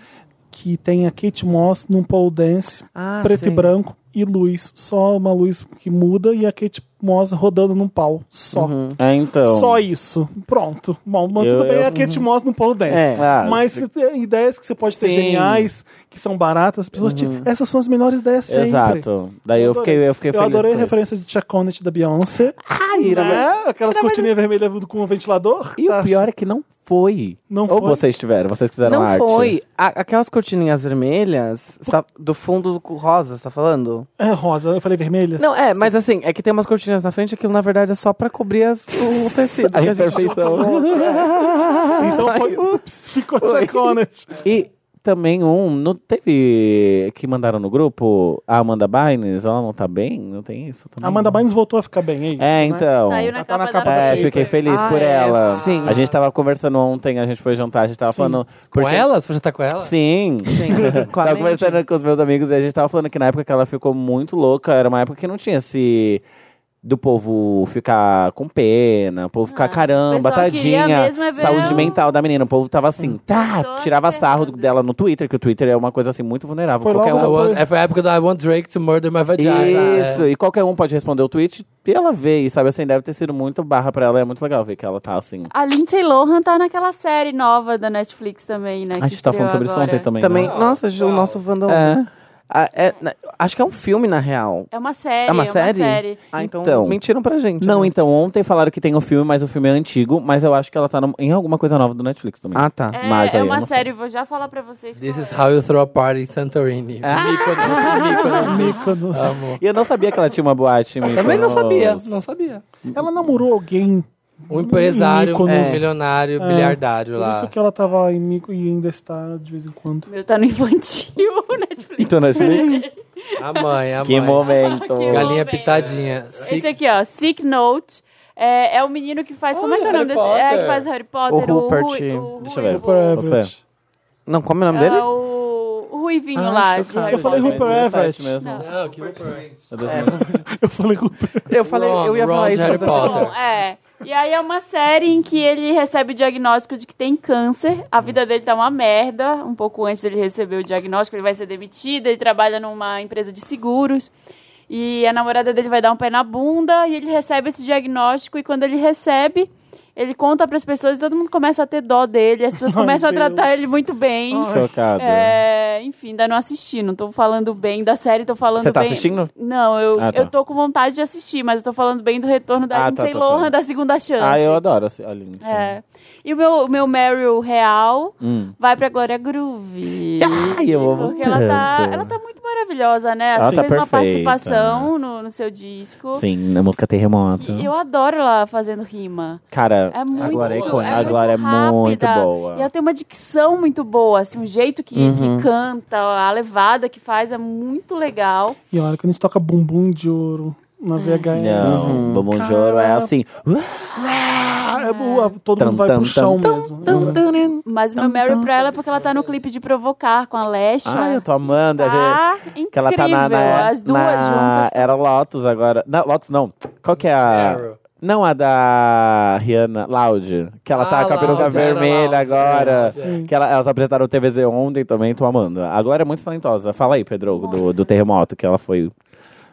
S1: Que tem a Kate Moss num pole dance,
S5: Ah,
S1: preto e
S5: sim.
S1: branco, e luz. Só uma luz que muda e a Kate Moss rodando num pau. Só.
S4: É, então.
S1: Só isso. Pronto. Bom, mas
S4: Eu-
S1: tudo bem,
S4: eu-
S1: é a Kate Moss no pole dance.
S4: É, ah,
S1: mas você tem ideias que você pode ter
S4: Sim. Uhum.
S1: geniais, que são baratas, as pessoas te- essas são as melhores ideias sempre.
S4: Exato. Daí eu,
S1: adorei.
S4: fiquei, eu fiquei
S1: Eu
S4: feliz.
S1: adorei a
S4: com
S1: referência
S4: isso.
S1: de Chaconet da Beyoncé.
S4: Ai, na verdade-
S1: né? Aquelas cortininhas vermelhas com o ventilador.
S4: E
S1: Tá-
S4: o pior é que não foi.
S1: Não
S4: Ou
S1: foi.
S4: vocês tiveram, vocês que fizeram
S5: Não
S4: arte.
S5: foi. A- aquelas cortininhas vermelhas, sa- do fundo do rosa, você tá falando?
S1: É rosa, eu falei vermelha.
S5: Não, é, mas assim, é que tem umas cortininhas na frente, aquilo na verdade é só pra cobrir as- o tecido.
S4: *laughs* A
S5: que tá a gente
S4: imperfeição.
S5: juntou.
S4: *laughs*
S1: então foi, ups, ficou Chaconet.
S4: E também um, não teve que mandaram no grupo a Amanda Bynes, ela não tá bem? Não tem isso também?
S1: Amanda Bynes voltou a ficar bem, é isso,
S4: É,
S1: né?
S4: então.
S3: Saiu na
S1: Ela tá
S3: capa
S1: na capa
S3: da
S1: da
S4: É,
S3: Paper.
S4: fiquei feliz
S5: Ah,
S4: por
S5: é.
S4: ela.
S5: Sim.
S4: A gente tava conversando ontem, a gente foi jantar, a gente tava
S1: Sim.
S4: falando.
S2: Com
S4: porque-
S2: ela? Você já tá com ela?
S4: Sim.
S5: Sim,
S4: *laughs*
S5: com a
S4: tava
S5: mente.
S4: conversando com os meus amigos e Tá a gente tava falando que na época que ela ficou muito louca, era uma época que não tinha esse. Do povo ficar com pena, o povo ficar caramba,
S3: Ah, pessoal
S4: tadinha.
S3: queria mesmo é ver Hum.
S4: saúde
S3: o-
S4: mental da menina. O povo tava assim, tá,
S3: Pessoas
S4: tirava sarro
S3: ferradas.
S4: dela no Twitter, que o Twitter é uma coisa assim muito vulnerável.
S1: Foi
S4: qualquer
S2: I
S1: logo
S4: um.
S2: want- é, foi a época do I Want Drake to Murder My Vagina.
S4: Isso,
S2: É.
S4: e qualquer um pode responder o tweet e ela vê, e sabe assim, deve ter sido muito barra pra ela. É muito legal ver que ela tá assim.
S3: A Lindsay Lohan tá naquela série nova da Netflix também, né?
S4: A
S3: que
S4: gente tá falando sobre
S3: estreou
S4: isso ontem
S3: agora.
S4: também.
S5: Também,
S4: né?
S5: nossa, Ju, o nosso Vandal. Ah, é, na- acho que é um filme, na real.
S3: É uma série.
S5: É uma série? Ah, então,
S4: Então.
S5: mentiram pra gente.
S4: Não,
S5: né?
S4: então, ontem falaram que tem um filme, mas o filme é antigo, mas eu acho que ela tá no- em alguma coisa nova do Netflix também.
S5: Ah, tá.
S3: É,
S4: Mas aí
S3: é
S4: eu
S3: uma
S4: não sei.
S3: série, vou já falar pra vocês.
S2: This
S3: qual
S2: is
S3: é.
S2: how you throw a party in Santorini.
S4: Ah!
S2: Um Mykonos, Mykonos,
S1: Mykonos.
S2: Amo.
S4: E eu não sabia que ela tinha uma boate. em
S2: Também não
S4: Mykonos.
S2: sabia, não sabia.
S1: Ela namorou alguém.
S2: Um empresário, um
S1: Mykonos.
S4: Ah.
S2: milionário, bilhardário
S1: Por
S2: lá.
S1: isso que ela tava em Mico e ainda está de vez em quando.
S3: Meu, tá no infantil, *laughs* Netflix.
S4: Então, Netflix? *laughs*
S2: A mãe, a
S4: é. que
S2: mãe.
S4: momento.
S3: Que momento.
S2: Galinha pitadinha.
S3: Esse aqui, é ó, Sick Note. É, é o menino que faz. como é que é o
S2: Olha,
S3: nome
S2: Harry
S3: desse? É,
S2: Potter.
S3: que faz Harry Potter.
S5: O
S3: o
S5: Rupert.
S3: Rui- o
S4: Deixa eu
S3: Rui-
S4: ver.
S3: o-
S1: Rupert Everett.
S5: Não, como é o nome
S3: É
S5: dele?
S3: o, o Ruivinho
S5: Ah,
S3: lá de
S5: chocado.
S3: Harry
S1: Eu falei
S3: Potter.
S1: Rupert Everett.
S4: mesmo.
S2: Não, que horror.
S4: É 2000.
S1: Eu falei Rupert.
S5: Eu falei, eu ia
S2: Ron
S5: falar
S2: de
S5: isso.
S2: Harry
S5: mas eu achei-
S2: Potter.
S3: Bom, é. E aí é uma série em que ele recebe o diagnóstico de que tem câncer. A vida dele tá uma merda. Um pouco antes dele receber o diagnóstico, ele vai ser demitido. Ele trabalha numa empresa de seguros. E a namorada dele vai dar um pé na bunda. E ele recebe esse diagnóstico. E quando ele recebe, ele conta pras pessoas e todo mundo começa a ter dó dele. As pessoas
S1: Ai,
S3: começam a
S1: Deus.
S3: tratar ele muito bem.
S4: Chocado.
S3: É, enfim, ainda não assisti, não tô falando bem da série, tô falando
S4: né? Você tá
S3: bem-
S4: assistindo?
S3: Não, eu,
S4: Ah, tá.
S3: eu tô com vontade de assistir, mas eu tô falando bem do retorno da
S4: Ah, tá,
S3: Lindsay
S4: tá, tá.
S3: Lohan da segunda chance.
S4: Ah, eu adoro assim, a Lindsay.
S3: É. E o meu, o meu Meryl real
S4: Hum.
S3: vai pra Glória Groove.
S4: Ai, eu amo
S3: Porque ela tá,
S4: tanto.
S3: ela tá muito maravilhosa, né?
S4: Ela
S3: Assim,
S4: tá
S3: fez uma
S4: perfeita.
S3: participação no, no seu disco.
S4: Sim, na música Terremoto.
S3: que eu adoro ela fazendo rima.
S4: Cara,
S3: É muito,
S5: Glória é icônica.
S4: A
S3: muito
S4: Glória é muito
S3: rápida.
S4: boa.
S3: E ela tem uma dicção muito boa, assim, um jeito que, que canta, a levada que faz é muito legal.
S1: E olha, quando a gente toca bumbum de ouro na VHS.
S3: Uhum.
S4: é não, Bombom de Ouro é assim.
S1: Ah, é boa, todo
S4: Tan,
S1: mundo vai
S4: tan,
S1: pro chão
S4: tan,
S1: mesmo.
S4: tan, tan, tan.
S3: Mas meu Mary pra ela é porque ela tá no clipe de Provocar com a Lesha.
S4: Ai, Ah, eu tô amando. a gente-
S3: Tá
S4: Que ela tá na,
S3: incrível.
S4: na-
S3: As duas
S4: na-
S3: juntas.
S4: Era Lotus agora. Não, Lotus não. Qual que é a.
S2: Cheryl.
S4: Não, a da Rihanna Loud. Que ela tá
S2: Ah,
S4: com a peruca
S2: Loud, era
S4: vermelha
S2: Loud,
S4: agora.
S2: era Loud,
S4: que ela- elas apresentaram o TVZ ontem também, tô amando. A Glória é muito talentosa. Fala aí, Pedro, do, do terremoto que ela foi.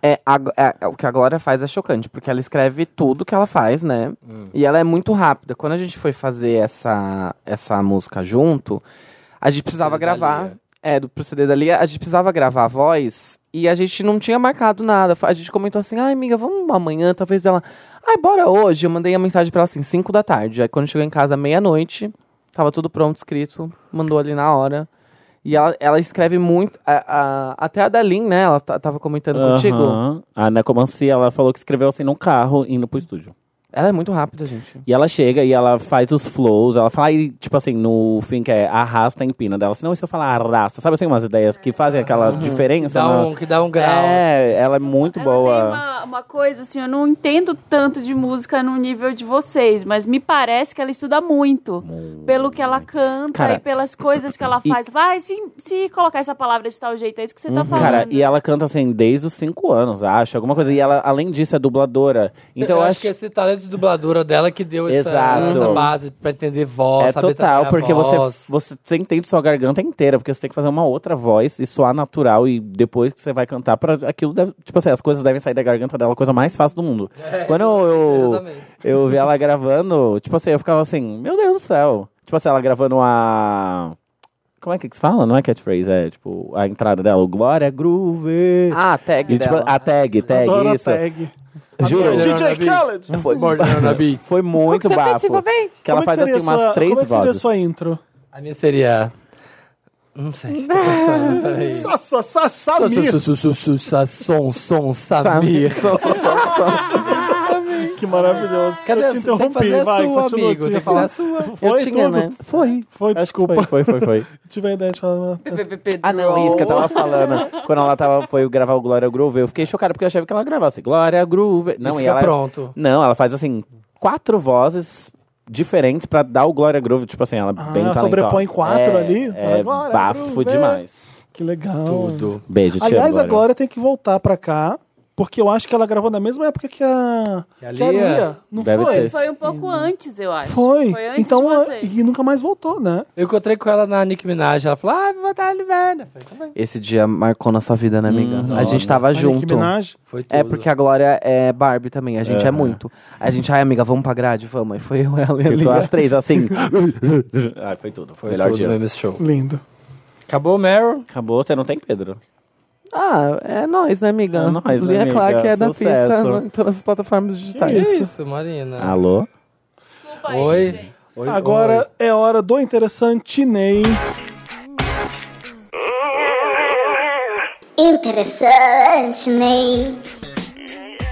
S5: É, a Glo- é, é, o que a Glória faz é chocante, porque ela escreve tudo que ela faz, né?
S2: Hum.
S5: E ela é muito rápida. Quando a gente foi fazer essa, essa música junto, a gente precisava
S2: CD da
S5: gravar.
S2: Lia.
S5: É, do pro CD da Lia, a gente precisava gravar a voz e a gente não tinha marcado nada. A gente comentou assim, ai, amiga, vamos amanhã, talvez ela. Ai, bora hoje. Eu mandei a mensagem pra ela assim, 5 da tarde. Aí quando chegou em casa, meia-noite, tava tudo pronto, escrito, mandou ali na hora. E ela, ela escreve muito. a- a- até a Dalin, né? Ela ta- tava comentando contigo.
S4: Aham. A Necomancia, ela falou que escreveu assim num carro indo pro estúdio.
S5: Ela é muito rápida, gente.
S4: E ela chega e ela faz os flows, ela fala, e, tipo assim, no fim que é arrasta e empina dela. Senão, e se eu falar arrasta, sabe assim, umas ideias que fazem aquela
S2: Ah.
S4: diferença?
S2: Dá
S4: na-
S2: um, que dá um grau.
S4: É, ela é muito
S3: Ela
S4: boa.
S3: tem uma, uma coisa assim, eu não entendo tanto de música no nível de vocês, mas me parece que ela estuda muito. Pelo que ela canta
S4: Cara,
S3: e pelas coisas que ela
S4: e- Uhum.
S3: faz. Vai, se, se colocar essa palavra de tal jeito, é isso que você tá falando.
S4: Cara, e ela canta assim desde os cinco anos, acho, alguma coisa. E ela, além disso, é dubladora. Então
S2: eu acho
S4: acho
S2: que esse talento de dubladora dela que deu essa,
S4: Exato.
S2: essa base pra entender voz,
S4: é
S2: saber
S4: total,
S2: trabalhar
S4: porque
S2: a
S4: você,
S2: voz.
S4: você, você entende sua garganta inteira, porque você tem que fazer uma outra voz e soar natural. E depois que você vai cantar, pra, aquilo deve. Tipo assim, as coisas devem sair da garganta dela, a coisa mais fácil
S2: *laughs*
S4: do mundo. Quando eu,
S2: É, exatamente.
S4: eu vi ela gravando, tipo assim, eu ficava assim, meu Deus do céu. Tipo assim, ela gravando a. Como é que se fala? Não é catchphrase, é tipo a entrada dela, o Glória Groove.
S5: Ah, a tag
S4: e, tipo,
S5: dela.
S4: a tag, tag,
S1: Adoro a
S4: isso.
S1: tag.
S4: Juro.
S1: DJ Khaled!
S4: Foi,
S2: Mordendo
S4: *laughs*
S2: na beat.
S4: foi muito bafo. Que
S1: Como é
S4: ela
S1: que
S4: faz
S1: seria
S4: assim umas
S1: sua-
S4: três
S1: como é que seria
S4: vozes.
S1: sua intro?
S2: A minha seria. Não sei. Tô pensando, peraí.
S1: Sa- sa- sa- Samir.
S2: Su- su- su- su- sa- Som, som,
S5: Tá. *laughs*
S2: Samir.
S1: Que maravilhoso.
S2: Cadê
S1: eu
S2: a
S1: te
S2: sua? Tem que
S1: interrompi,
S2: fazer a
S1: vai,
S2: sua,
S1: continua
S2: amigo,
S1: o que você
S2: tem
S1: ia
S2: que fazer
S1: falar.
S2: a sua.
S1: Foi
S5: Eu tinha,
S1: tudo.
S5: né?
S1: Foi. Foi,
S4: Acho que
S1: desculpa.
S4: Foi, foi, foi, *laughs* foi.
S1: Tive a ideia de falar.
S4: Ah, não, isso que eu tava falando. Quando ela tava, foi gravar o Glória Groove, eu fiquei chocado porque eu achava que ela gravasse Glória Groove. Não, e,
S2: fica
S4: ela. é
S2: pronto.
S4: Não, ela faz assim, quatro vozes diferentes pra dar o Glória Groove. Tipo assim, ela é
S1: Ah,
S4: bem talentosa.
S1: sobrepõe quatro
S4: É,
S1: ali?
S4: É
S1: Glória
S4: bafo
S1: Groove.
S4: demais.
S1: Que legal.
S2: Tudo.
S4: Beijo, te
S1: Aliás,
S4: amo,
S1: a Glória tem que voltar pra cá, porque eu acho que ela gravou na mesma época que a.
S2: Que a Lia.
S1: Não
S4: Deve
S1: foi?
S4: ter.
S3: Foi um pouco antes, eu acho.
S1: Foi.
S3: Foi antes
S1: então,
S3: de você.
S1: e nunca mais voltou, né?
S2: Eu encontrei com ela na Nick Minaj. Ela falou: Ah, vou botar ele, velho. Eu falei, "Tá bem."
S5: Esse dia marcou nossa vida, né, amiga? a
S4: Hum,
S5: gente tava
S1: Nicki
S5: junto.
S1: Minaj.
S2: Foi tudo.
S5: É porque a Glória é Barbie também, a gente é muito. A gente, ai, amiga, vamos pra grade? Vamos. E foi eu, ela e a
S4: Ficou
S5: Lia.
S4: as três *laughs* assim. Ai, foi tudo. né?
S2: Foi
S4: Foi o melhor
S2: tudo
S4: dia.
S2: mesmo esse show.
S1: Lindo.
S2: Acabou o Meryl.
S4: Acabou, você não tem Pedro.
S5: Ah, é nós, né, amiga?
S4: É nóis, né,
S5: Lia
S4: amiga?
S5: Clark é da
S4: Sucesso.
S5: pista no- em todas as plataformas digitais.
S2: Que
S1: Isso.
S2: É isso, Marina.
S4: Alô?
S3: Desculpa aí,
S2: Oi.
S3: gente.
S2: Oi.
S1: Agora é hora do interessantinei.
S8: Interessante, Ney.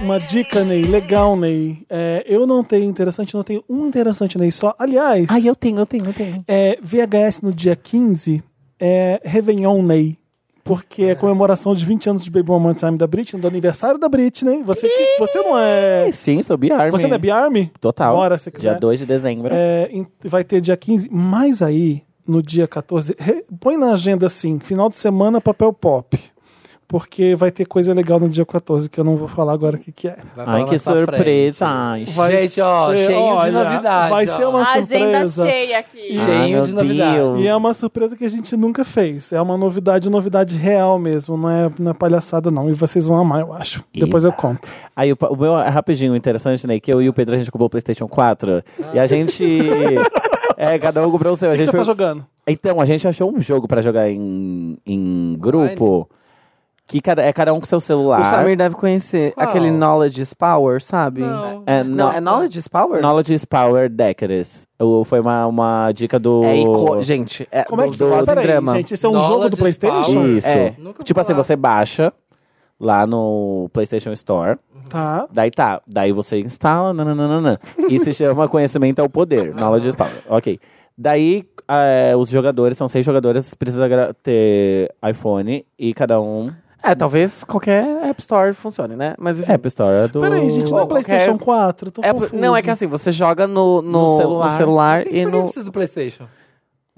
S1: Uma dica, Ney. Legal, Ney. É, eu não tenho interessante, não tenho um interessante, Ney, só. Aliás,
S4: tenho, eu tenho, eu tenho.
S1: é, VHS no dia 15 é Réveillon Ney. Porque é comemoração de 20 anos de Baby One More Time da Britney, do aniversário da Britney. né? Você, que, você não é.
S4: Sim, sou Biarme.
S1: Você não é Biarme?
S4: Total.
S1: Bora, se quiser.
S4: Dia 2 de dezembro.
S1: É, em- vai ter dia 15, mas aí, no dia 14, re- põe na agenda assim, final de semana, papel pop. Porque vai ter coisa legal no dia 14, que eu não vou falar agora o que, que é.
S2: Vai falar
S4: Ai,
S2: na
S4: que
S2: sua
S4: surpresa.
S2: frente.
S4: Ai,
S2: Gente, ó,
S1: Você-
S2: cheio
S1: olha,
S2: de novidades.
S1: Vai ser uma
S3: Agenda
S1: surpresa.
S3: cheia aqui.
S4: Ah,
S2: Cheio
S4: meu
S2: de novidades.
S4: Deus.
S1: E é uma surpresa que a gente nunca fez. É uma novidade, novidade real mesmo. Não é, não é palhaçada, não. E vocês vão amar, eu acho. Depois eu conto.
S4: Aí o, pa- o meu, é rapidinho, interessante, né? Que eu e o Pedro, a gente comprou o PlayStation 4. E a
S1: *laughs*
S4: gente. é, cada um comprou o seu. A
S1: O que
S4: gente
S1: você
S4: foi-
S1: tá jogando?
S4: Então, a gente achou um jogo pra jogar em, em grupo. Que cada, é cada um com seu celular.
S5: O Samir deve conhecer
S2: Qual?
S5: aquele Knowledge is Power, sabe?
S2: Não.
S4: É,
S5: Não,
S4: no,
S5: é Knowledge is Power?
S4: Knowledge is Power Decorous. O- Foi uma, uma dica do.
S5: É ico... Gente, é...
S1: Como é que
S5: do, do,
S1: fala?
S5: do
S1: Peraí,
S5: drama.
S1: gente, isso é um
S2: Knowledge
S1: jogo do
S2: is power.
S1: Playstation?
S4: Isso.
S5: É.
S2: Nunca ouvi
S4: Tipo assim,
S2: falar.
S4: você baixa lá no PlayStation Store.
S1: Tá.
S4: Daí tá, daí você instala, nananana. E se chama Conhecimento é o Poder, Knowledge is Power. Ok. Daí eh, é, os jogadores, são seis jogadores, precisa gra- ter iPhone e cada um.
S5: É, talvez qualquer App Store funcione, né? Mas enfim.
S4: App Store é do...
S1: Peraí, gente, não é
S5: Ou qualquer-
S1: PlayStation 4? Eu tô
S5: É,
S1: confuso.
S5: não, é que assim, você joga no, no,
S4: No
S5: no
S4: celular.
S5: celular, e
S2: Por que
S5: no.
S2: precisa do PlayStation?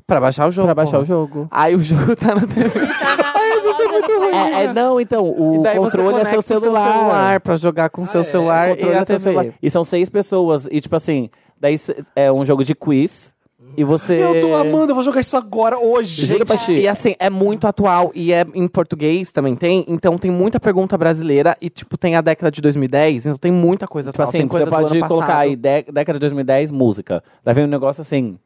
S5: Pra baixar o jogo.
S4: Pra baixar
S5: porra.
S4: o jogo.
S5: Aí o jogo *laughs* tá na TV.
S1: *laughs*
S3: Tá na, Ai, a gente é muito
S4: É, é, não, então, o
S5: e daí
S4: controle
S5: você
S4: é seu
S5: conecta o
S4: celular.
S5: seu celular pra jogar com o seu
S2: é?
S4: O
S5: celular e
S4: controle
S5: a
S4: é seu
S5: TV.
S4: celular. E são seis pessoas. E tipo assim, daí c- é um jogo de quiz. E você.
S1: Eu tô amando, eu vou jogar isso agora, hoje.
S4: Juro pra ti.
S5: E assim, é muito atual e é em português também tem, então tem muita pergunta brasileira e tipo tem a década de 2010, então tem muita coisa
S4: Tipo
S5: atual,
S4: assim,
S5: tem coisa
S4: você
S5: do
S4: pode
S5: ano
S4: colocar
S5: passado.
S4: aí dé- década de 2010, música. Daí vem um negócio assim.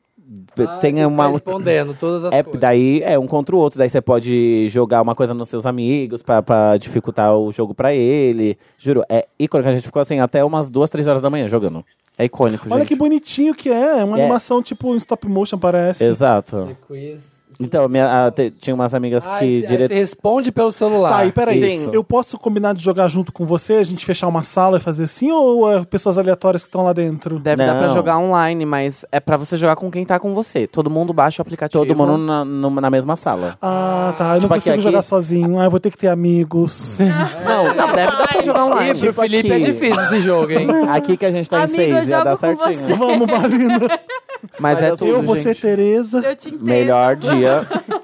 S4: v- tem
S2: Ah,
S4: uma.
S2: tá Respondendo todas as
S4: É,
S2: coisas.
S4: daí é um contra o outro. Daí você pode jogar uma coisa nos seus amigos pra, pra dificultar o jogo pra ele. Juro, é ícone que a gente ficou assim até umas duas, três horas da manhã jogando.
S5: É icônico,
S1: Olha
S5: gente.
S1: que bonitinho que é. É uma
S4: É.
S1: animação tipo em stop motion, parece.
S4: Exato.
S2: The quiz.
S4: Então, minha, a- te- tinha umas amigas
S2: Ah,
S4: que
S2: esse- aí
S4: direto.
S2: Você responde pelo celular.
S1: Tá, e peraí,
S5: Sim.
S1: eu posso combinar de jogar junto com você, a gente fechar uma sala e fazer assim, ou é pessoas aleatórias que estão lá dentro?
S5: Deve dar pra
S4: Não.
S5: jogar online, mas é pra você jogar com quem tá com você. Todo mundo baixa o aplicativo.
S4: Todo mundo na, numa- na mesma sala.
S1: Ah, tá, eu não
S4: Tipo, aqui-
S1: consigo jogar
S4: aqui-
S1: sozinho, ah, eu vou ter que ter
S3: *laughs*
S1: amigos.
S2: É.
S4: Não,
S5: Não, deve dar pra jogar online.
S2: Ih, pro
S4: tipo
S2: Felipe
S4: aqui.
S2: é difícil esse jogo,
S4: *laughs*
S2: hein?
S4: Aqui que a gente tá
S3: Amigo,
S4: em seis,
S3: eu
S4: já dá
S3: jogo com
S4: certinho.
S3: você.
S1: Vamos, Marina.
S4: Mas
S5: Mas,
S4: assim,
S5: é
S4: eu-
S5: tudo,
S1: eu, você,
S5: gente.
S1: Tereza.
S3: *laughs* Eu te entendo.
S4: Melhor dia.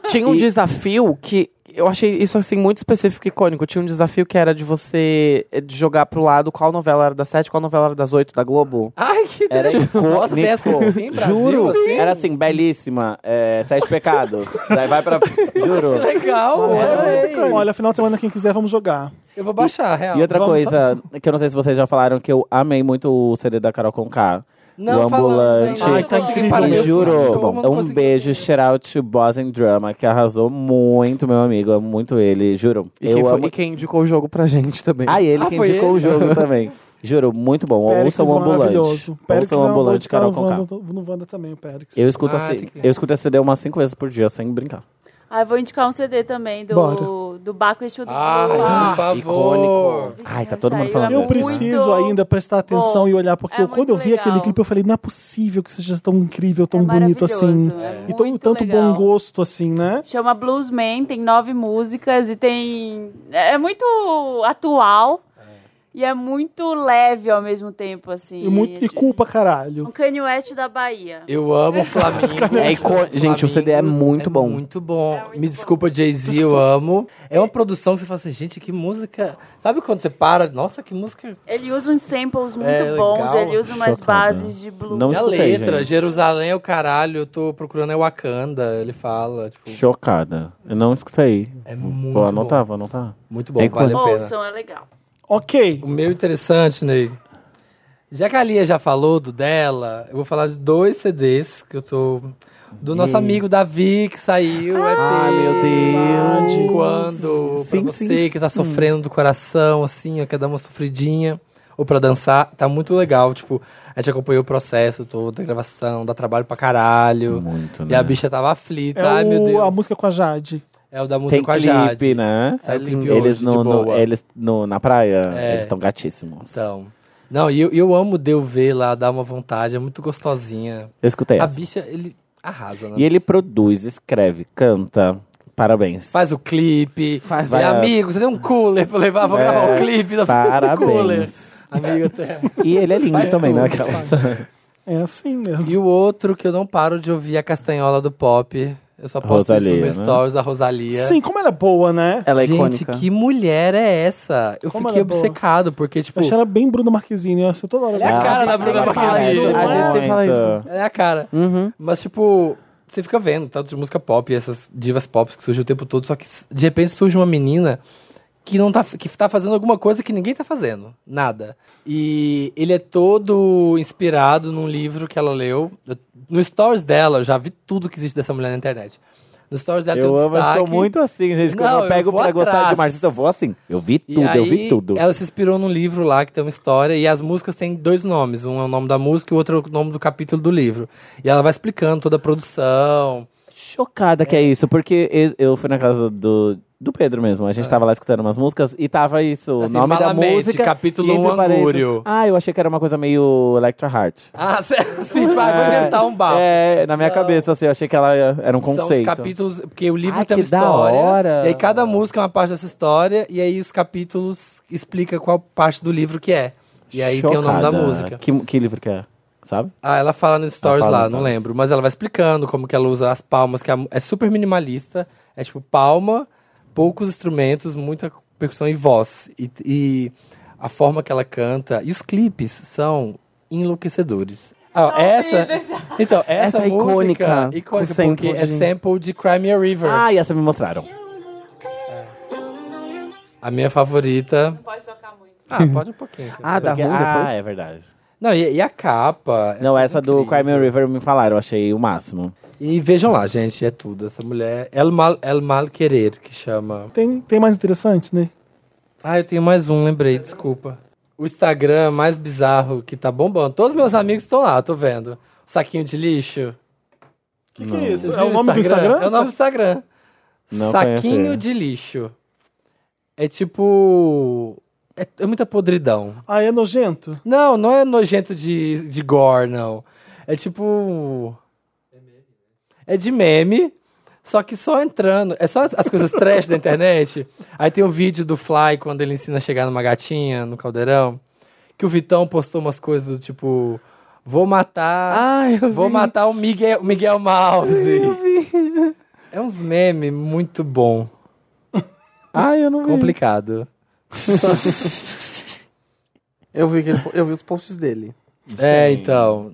S5: Tinha um desafio que... Eu achei isso, assim, muito específico e icônico. Tinha um desafio que era de você eh, de jogar pro lado qual novela era das sete, qual novela era das oito da Globo.
S2: Ai, que
S4: Era
S2: delícia. Tipo, Nossa, tem as
S4: icônico.
S2: coisas assim, Brasil,
S4: Juro.
S2: assim?
S4: Era assim, belíssima. é, sete pecados. Daí vai pra. Juro.
S2: Legal, adorei.
S1: Olha, final de semana, quem quiser, vamos jogar.
S2: Eu vou baixar, real.
S4: E outra
S1: Vamos-
S4: coisa, que eu não sei se vocês já falaram, que eu amei muito o CD da Carol Conká.
S2: Não,
S4: o
S2: falamos
S4: ambulante.
S2: ainda,
S1: Ai, tá
S2: não consegui
S1: incrível.
S2: parar.
S4: Eu
S1: Parabéns,
S4: juro.
S2: Todo mundo
S4: é um
S2: conseguiu.
S4: beijo, shout out to Boss and Drama, que arrasou muito, meu amigo. Amo muito ele, juro.
S5: E,
S4: eu
S5: quem, foi-
S4: amo.
S5: e quem indicou o jogo pra gente também.
S4: Ah, ele
S2: Ah,
S4: que
S2: foi
S4: indicou
S2: ele?
S4: o jogo também. Juro, muito bom.
S1: Péricles
S4: Ouça o
S1: é
S4: ambulante.
S1: um maravilhoso. Péricles
S4: Ouça o
S1: é um bom
S4: ambulante,
S1: de cara
S4: Carol
S1: no
S4: Conká.
S1: Wanda, no Wanda também, o Péricles.
S4: Eu escuto,
S2: Ah,
S4: esse-
S2: tem que-
S4: eu escuto esse CD umas cinco vezes por dia, sem brincar.
S3: Ah, eu vou indicar um CD também do,
S1: Bora.
S3: do Baco Exu do
S2: Ah,
S3: Povo.
S2: por favor.
S4: icônico. Ai, tá todo mundo
S3: Saiu,
S4: falando
S1: Eu
S3: é
S4: disso, né?
S1: preciso
S3: muito
S1: ainda prestar atenção
S3: bom.
S1: e olhar, porque
S3: É
S1: eu- quando
S3: muito
S1: eu vi aquele
S3: legal.
S1: clipe, eu falei, não é possível que seja tão incrível, tão
S3: É
S1: bonito assim.
S3: maravilhoso, é
S1: e tão,
S3: muito
S1: tanto
S3: legal.
S1: bom gosto assim, né?
S3: Chama Bluesman, tem nove músicas e tem. É muito atual e é muito leve ao mesmo tempo, assim.
S1: E, muito, e culpa, caralho.
S3: Um Kanye West da Bahia.
S2: Eu amo o Flamengo.
S5: É icô- gente, o CD é muito bom.
S2: Muito bom. Me desculpa, Jay-Z, eu amo. É uma produção que você fala assim, gente, que música. Sabe quando você para? Nossa, que música.
S3: Ele usa uns samples muito
S2: É,
S3: bons,
S2: legal.
S3: ele usa umas
S4: Chocado.
S3: bases de blues.
S4: Não
S2: E a
S4: escutei,
S2: letra,
S4: gente.
S2: Jerusalém é o caralho, eu tô procurando é Wakanda. Ele fala, tipo,
S4: Chocada. Eu não escutei.
S2: É muito
S4: Vou
S2: bom.
S4: anotar, vou anotar.
S2: muito bom,
S5: É
S2: vale a pena.
S3: Ouçam, é legal.
S1: Ok.
S2: O meu interessante, Ney. Já que a Lia já falou do dela, eu vou falar de dois CDs que eu tô. Do nosso
S4: Hum.
S2: amigo Davi, que saiu. Ah,
S5: meu
S2: Deus! Quando.
S4: Sim,
S2: pra
S4: sim,
S2: você que tá sofrendo do coração, assim, ó, quer dar uma sofridinha. Ou pra dançar, tá muito legal. Tipo, a gente acompanhou o processo todo, da gravação, dá trabalho pra caralho.
S4: Muito, né?
S2: E a bicha tava aflita.
S1: É
S2: Ai, meu
S1: o-
S2: Deus.
S1: a música com a Jade.
S2: É o da música
S4: Tem
S2: com a
S4: clipe,
S2: Jade.
S4: né?
S2: Saiu o clipe
S4: Eles,
S2: hoje,
S4: no,
S2: de
S4: no-
S2: boa. É.
S4: eles no- na praia, eles estão gatíssimos.
S2: Então. Não, e eu, eu amo Deu ver lá, dá uma vontade, é muito gostosinha.
S4: Eu escutei
S2: A
S4: essa.
S2: bicha, ele arrasa, né?
S4: É. E ele produz, escreve, canta. Parabéns.
S2: Faz o clipe. Faz
S4: Vai-
S2: amigo, você tem um cooler pra levar pra gravar o clipe da *laughs* cooler.
S4: Parabéns.
S2: Amigo até.
S4: E ele é lindo
S2: Faz
S4: também, né?
S2: tudo,
S4: aquela-
S1: É assim mesmo.
S2: E o outro que eu não paro de ouvir é a castanhola do pop. Eu só posto isso
S4: Rosalia,
S2: no meu
S4: né?
S2: stories, a Rosalia.
S1: Sim, como ela é boa, né?
S5: Ela é
S2: Gente,
S5: icônica.
S2: que mulher é essa? Eu
S1: Como
S2: fiquei
S1: ela é boa.
S2: obcecado, porque, tipo,
S1: Eu achei ela bem Bruna Marquezine, eu acho toda hora.
S2: é a cara
S4: Ah,
S2: da Bruna
S4: ela fala
S2: Marquezine.
S4: isso, A gente sempre fala isso.
S2: É a cara. Mas, tipo, você fica vendo tanto de música pop e essas divas pop que surgem o tempo todo, só que s- de repente surge uma menina que não tá, que tá fazendo alguma coisa que ninguém tá fazendo. Nada. E ele é todo inspirado num livro que ela leu. Eu- No stories dela, eu já vi tudo que existe dessa mulher na internet. No stories dela tem
S4: Eu
S2: um
S4: amo, eu
S2: destaque.
S4: sou muito assim, gente. Quando
S2: Não,
S4: eu
S2: eu
S4: pego
S2: vou
S4: pra gostar de
S2: atrás.
S4: uma artista, eu vou assim. Eu vi
S2: E
S4: tudo, eu vi
S2: aí,
S4: tudo.
S2: Ela se inspirou num livro lá que tem uma história e as músicas têm dois nomes. Um é o nome da música e o outro é o nome do capítulo do livro. E ela vai explicando toda a produção. É.
S4: chocada que é isso, porque es- eu fui na casa do do Pedro mesmo. A gente tava lá escutando umas músicas e tava isso, o
S2: Assim,
S4: nome da
S2: Malamente,
S4: música.
S2: capítulo
S4: e entre
S2: um,
S4: parênteses,
S2: Angúrio.
S4: Ah, eu achei que era uma coisa meio Electra Heart.
S2: Ah, *laughs* cê- assim, tipo, ah, vou inventar um bafo.
S4: É, na minha cabeça, assim, eu achei que ela era um
S2: São os
S4: conceito.
S2: capítulos, porque o livro
S4: Ai,
S2: tem uma
S4: que da
S2: história.
S4: hora.
S2: E aí cada música é uma parte dessa história, e aí os capítulos explica qual parte do livro que é. E aí tem o nome da
S4: Chocada.
S2: música.
S4: Que, que livro que é? Sabe?
S2: Ah, ela fala nos stories
S4: fala
S2: lá,
S4: nos
S2: não
S4: stories.
S2: lembro. Mas ela vai explicando como que ela usa as palmas, que é- é super minimalista. É tipo palma, poucos instrumentos, muita percussão e voz. E, e a forma que ela canta. E os clipes são enlouquecedores. Ah, essa, então, essa,
S5: Essa é
S2: música,
S5: icônica, com
S2: icônica porque
S5: sample
S2: é
S5: de-
S2: sample de Crimea River.
S4: Ah, e essa me mostraram.
S2: A minha favorita.
S3: Pode tocar muito.
S2: Ah, pode um pouquinho. aqui.
S5: Ah, da
S4: Porque-
S5: ruim
S4: ah,
S5: depois?
S4: é verdade.
S2: Não, e, e a capa. é
S4: Não,
S2: tudo
S4: essa do
S2: incrível.
S4: Crime and River me falaram, eu achei o máximo. *laughs*
S2: E vejam lá, gente, é tudo. Essa mulher. El Mal, El Mal Querer, que chama.
S1: Tem, tem mais interessante, né?
S2: Ah, eu tenho mais um, lembrei, desculpa. O Instagram mais bizarro que tá bombando. Todos meus amigos estão lá, tô vendo. Saquinho de lixo.
S1: O que, que é isso?
S2: Vocês
S1: É o
S2: viram
S1: nome do Instagram?
S2: É o nome do Instagram.
S4: Não
S2: Saquinho
S4: conhecia.
S2: de lixo. É tipo. É, é muita podridão.
S1: Ah, é nojento?
S2: Não, não é nojento de, de gore, não. É tipo. É de meme, só que só entrando. É só as coisas trash da internet. Aí tem um vídeo do Fly quando ele ensina a chegar numa gatinha, no caldeirão. Que o Vitão postou umas coisas do tipo. Vou matar.
S5: Ai, Ah, eu
S2: vou
S5: vi.
S2: matar o Miguel, Miguel Mouse. É uns memes muito bom.
S5: Ai, eu não vi.
S2: Complicado.
S5: Eu vi, que ele- eu vi os posts dele.
S2: É, então.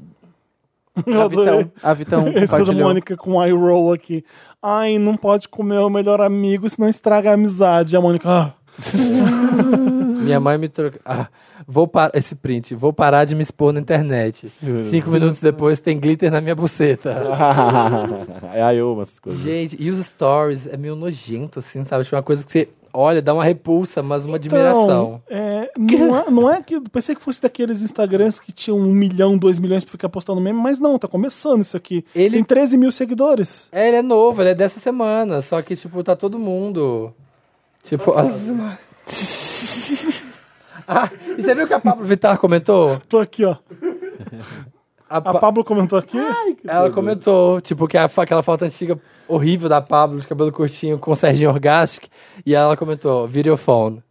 S1: Eu
S5: A
S1: adorei.
S5: Vitão.
S2: *laughs*
S5: A Vitão
S2: é
S1: Esse da
S5: compartilhou.
S1: Mônica com eye roll aqui. Ai, não pode comer o melhor amigo, senão estraga a amizade. E A Mônica, ah,
S2: Minha mãe me trocou. vou parar esse print. Vou parar de me expor na internet. Cinco minutos depois tem glitter na minha buceta.
S4: é a Yuma, essas coisas.
S2: Gente, e os stories é meio nojento, assim, sabe? Tipo, uma coisa que você olha, dá uma repulsa, mas uma admiração.
S1: Então, é, não, é, não é que. Pensei que fosse daqueles Instagrams que tinham um milhão, dois milhões pra ficar postando meme, mas não, tá começando isso aqui.
S2: Ele-
S1: Tem 13 mil seguidores.
S2: É, ele é novo, ele é dessa semana. Só que, tipo, tá todo mundo. Tipo, as... *laughs* Ah, e você viu que a Pablo Vittar comentou?
S1: Tô aqui, ó.
S2: A
S1: A
S2: Pa-
S1: Pablo comentou aqui.
S2: Ela comentou, tipo, que a, fa- aquela foto antiga horrível da Pablo de cabelo curtinho com o Serginho Orgastic. E ela comentou,
S4: *laughs*
S2: videophone.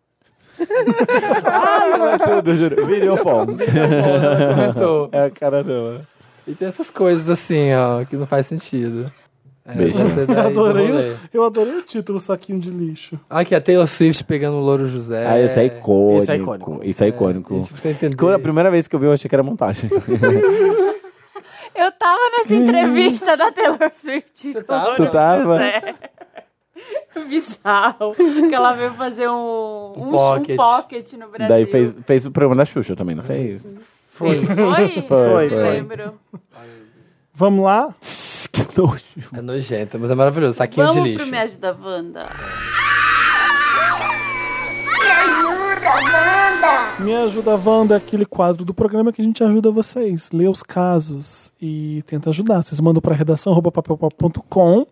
S2: *laughs*
S4: Tudo, juro. Videofone.
S2: Ela comentou.
S4: É a cara dela.
S2: E tem essas coisas assim, ó, que não faz sentido. É,
S4: Beijo.
S2: você daí
S1: Eu
S2: do
S1: adorei,
S2: rolê.
S1: eu adorei o título Saquinho de Lixo.
S2: Aqui, a Taylor Swift pegando o Louro José.
S4: Ah, isso é icônico.
S5: Isso é icônico.
S4: Isso é icônico.
S2: E, tipo, você entender.
S1: é
S4: Quando a primeira vez que eu vi, eu achei que era montagem.
S3: Eu tava nessa entrevista da Taylor Swift. Você
S2: tava?
S4: Tu tava?
S3: *laughs* Bizarro. Que ela veio fazer um, um, um
S2: pocket.
S3: pocket. no
S4: *laughs*
S3: Brasil.
S4: Daí fez, fez o programa da Xuxa também, não fez?
S2: Foi.
S3: Foi?
S5: Foi,
S3: Não
S5: foi.
S3: lembro.
S1: Vamos lá?
S4: que nojo.
S2: É nojento, mas é maravilhoso. Saquinho
S3: Vamos
S2: de
S3: pro
S2: lixo.
S3: Me Ajuda Wanda.
S8: Me ajuda, Wanda!
S1: Me ajuda, Wanda, é aquele quadro do programa que a gente ajuda vocês. Lê os casos e tenta ajudar. Vocês mandam para redação arroba papelpop.com.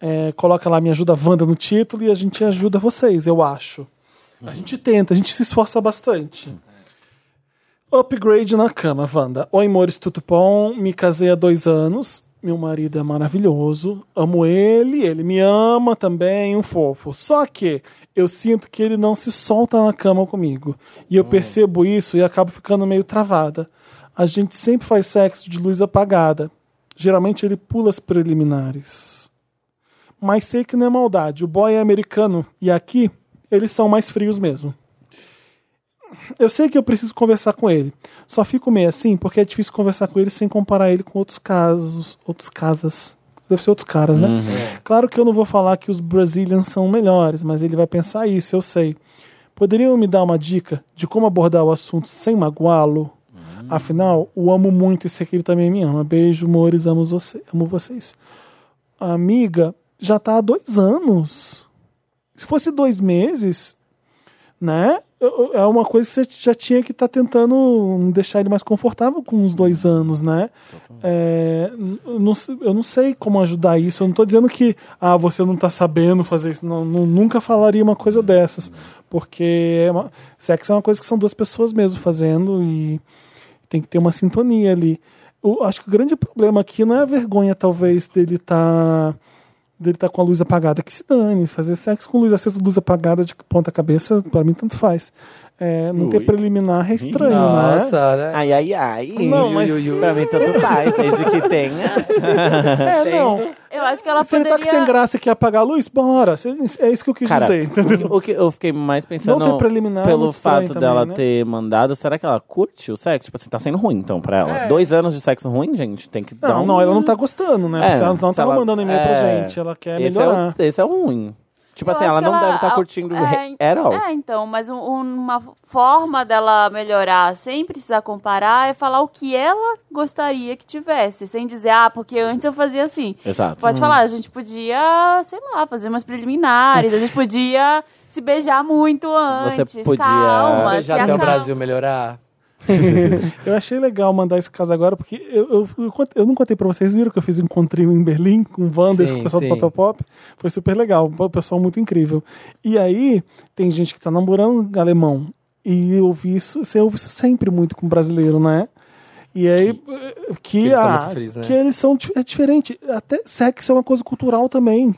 S1: É, coloca lá Me ajuda, Wanda no título e a gente ajuda vocês, eu acho. A gente tenta, a gente se esforça bastante. Upgrade na cama, Wanda. Oi, amores, tudo bom? Me casei há dois anos. Meu marido é maravilhoso. Amo ele, ele me ama também, um fofo. Só que eu sinto que ele não se solta na cama comigo. E eu percebo isso e acabo ficando meio travada. A gente sempre faz sexo de luz apagada. Geralmente ele pula as preliminares. Mas sei que não é maldade. O boy é americano e aqui eles são mais frios mesmo. Eu sei que eu preciso conversar com ele. Só fico meio assim porque é difícil conversar com ele sem comparar ele com outros casos, outros casas. Deve ser outros caras, né? Claro que eu não vou falar que os Brazilians são melhores, mas ele vai pensar isso, eu sei. Poderiam me dar uma dica de como abordar o assunto sem magoá-lo? Afinal, o amo muito e sei que ele também me ama. Beijo, amores, amo, você, amo vocês. A amiga já tá há dois anos. Se fosse dois meses, né? eu- eu- é uma coisa que você já tinha que estar tentando deixar ele mais confortável com uns dois anos, né? É, n- eu, não, se- eu não sei como ajudar isso. Eu não tô dizendo que ah, você não tá sabendo fazer isso. Não, não- nunca falaria uma coisa dessas. Porque é uma- sexo é uma coisa que são duas pessoas mesmo fazendo e tem que ter uma sintonia ali. Eu acho que o grande problema aqui não é a vergonha, talvez, dele estar dele tá com a luz apagada, que se dane. Fazer sexo com luz acesa, luz apagada de ponta cabeça, pra mim tanto faz. É, não ter
S4: Ui.
S1: preliminar é estranho, né?
S2: Nossa,
S3: Ah,
S2: né?
S4: Ai, ai, ai.
S1: Não, mas-
S4: Pra mim tanto faz, desde que *laughs* tenha.
S1: É, não.
S3: Eu acho que ela
S1: Se ele tá
S3: poderia...
S1: com sem graça e quer apagar a luz, bora. Se- É isso que eu quis
S4: Cara,
S1: dizer, entendeu?
S4: o que eu fiquei mais pensando
S1: Não ter preliminar é
S4: pelo
S1: muito estranho
S4: fato
S1: também,
S4: dela
S1: né?
S4: ter mandado, será que ela curte o sexo? Tipo assim, tá sendo ruim então pra ela. Dois anos de sexo ruim, gente, tem que dar
S1: Não,
S4: um-
S1: não, ela não tá gostando, né?
S4: É,
S1: Porque ela não
S4: se
S1: tá
S4: ela-
S1: mandando e-mail pra
S4: é,
S1: gente, ela quer
S4: esse
S1: melhorar.
S4: É o, esse é o ruim. Tipo
S3: Eu
S4: assim,
S3: acho
S4: ela
S3: que
S4: não deve estar
S3: a-
S4: curtindo
S3: é,
S4: re- at all.
S3: É, então, mas um- um- uma forma dela melhorar sem precisar comparar é falar o que ela gostaria que tivesse, sem dizer, ah, porque antes eu fazia assim.
S4: Exato.
S3: Pode falar, a gente podia, sei lá, fazer umas preliminares, a gente podia se beijar muito antes.
S4: podia
S3: calma, se
S2: Já até o
S3: acalma.
S2: Brasil melhorar.
S1: Eu achei legal mandar esse caso agora, porque eu, eu, eu cont- eu não contei pra vocês, viram que eu fiz um encontrinho em Berlim com o Wanders,
S2: Sim,
S1: com o pessoal
S2: sim.
S1: do Papel Pop. Foi super legal, um pessoal muito incrível. E aí, tem gente que tá namorando alemão. E eu ouvi isso, você ouve isso sempre muito com brasileiro, né? E aí, eh, que,
S2: eles são
S1: ah,
S2: muito frios, né?
S1: que eles são di- é diferente. Até sexo é uma coisa cultural também.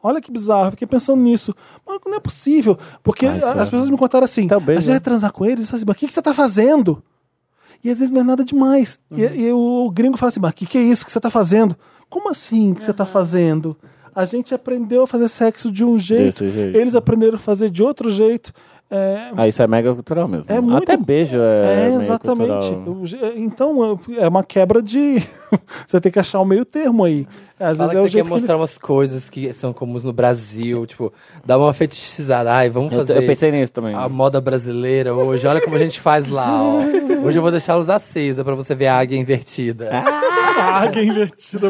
S1: Olha que bizarro, eu fiquei pensando nisso. Mas não é possível, porque
S2: Ah,
S4: Ai,
S1: a-
S4: sério.
S2: é
S1: as pessoas me contaram assim:
S2: Tá
S4: Talvez,
S1: a gente vai
S4: né?
S1: transar com eles? Eu falo assim, mas o que, que você tá fazendo? E às vezes não é nada demais. E,
S4: Uhum.
S1: e o, o gringo fala assim, mas o que, que é isso que você tá fazendo? Como assim que você tá fazendo? A gente aprendeu a fazer sexo de um jeito,
S4: Desse jeito.
S1: eles aprenderam a fazer de outro jeito. É,
S4: Ah, isso é mega cultural mesmo.
S1: É muito-
S4: Até beijo é.
S1: é,
S4: meio
S1: exatamente.
S4: cultural.
S1: O je- Então é uma quebra de. *laughs* você tem que achar o meio termo aí. Às
S2: Fala que
S1: vezes é o
S2: você quer
S1: jeito que ele-
S2: mostrar umas coisas que são comuns no Brasil, tipo, dar uma fetichizada. Ai, vamos
S4: Eu,
S2: fazer
S4: eu pensei nisso também.
S3: Ah,
S2: a moda brasileira hoje. Olha como a gente faz lá,
S4: *laughs*
S2: ó. Hoje eu vou deixar a luz acesa pra você ver a águia invertida.
S4: Ah,
S1: a águia invertida.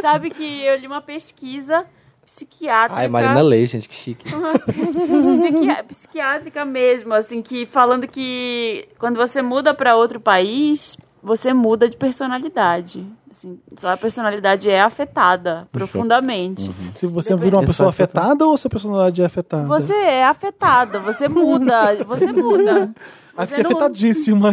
S3: Sabe que eu li uma pesquisa psiquiátrica.
S2: Ai,
S4: tá.
S2: Marina Lei, gente, que chique.
S3: Psiquia- é psiquiátrica mesmo, assim, que falando que quando você muda para outro país, você muda de personalidade. Assim, sua personalidade é afetada profundamente.
S1: *laughs* Se você vira uma pessoa afetada ou sua personalidade é afetada?
S3: Você é afetada, você muda, você muda.
S1: Ah,
S3: Você
S1: fiquei
S2: um
S3: não-
S1: afetadíssima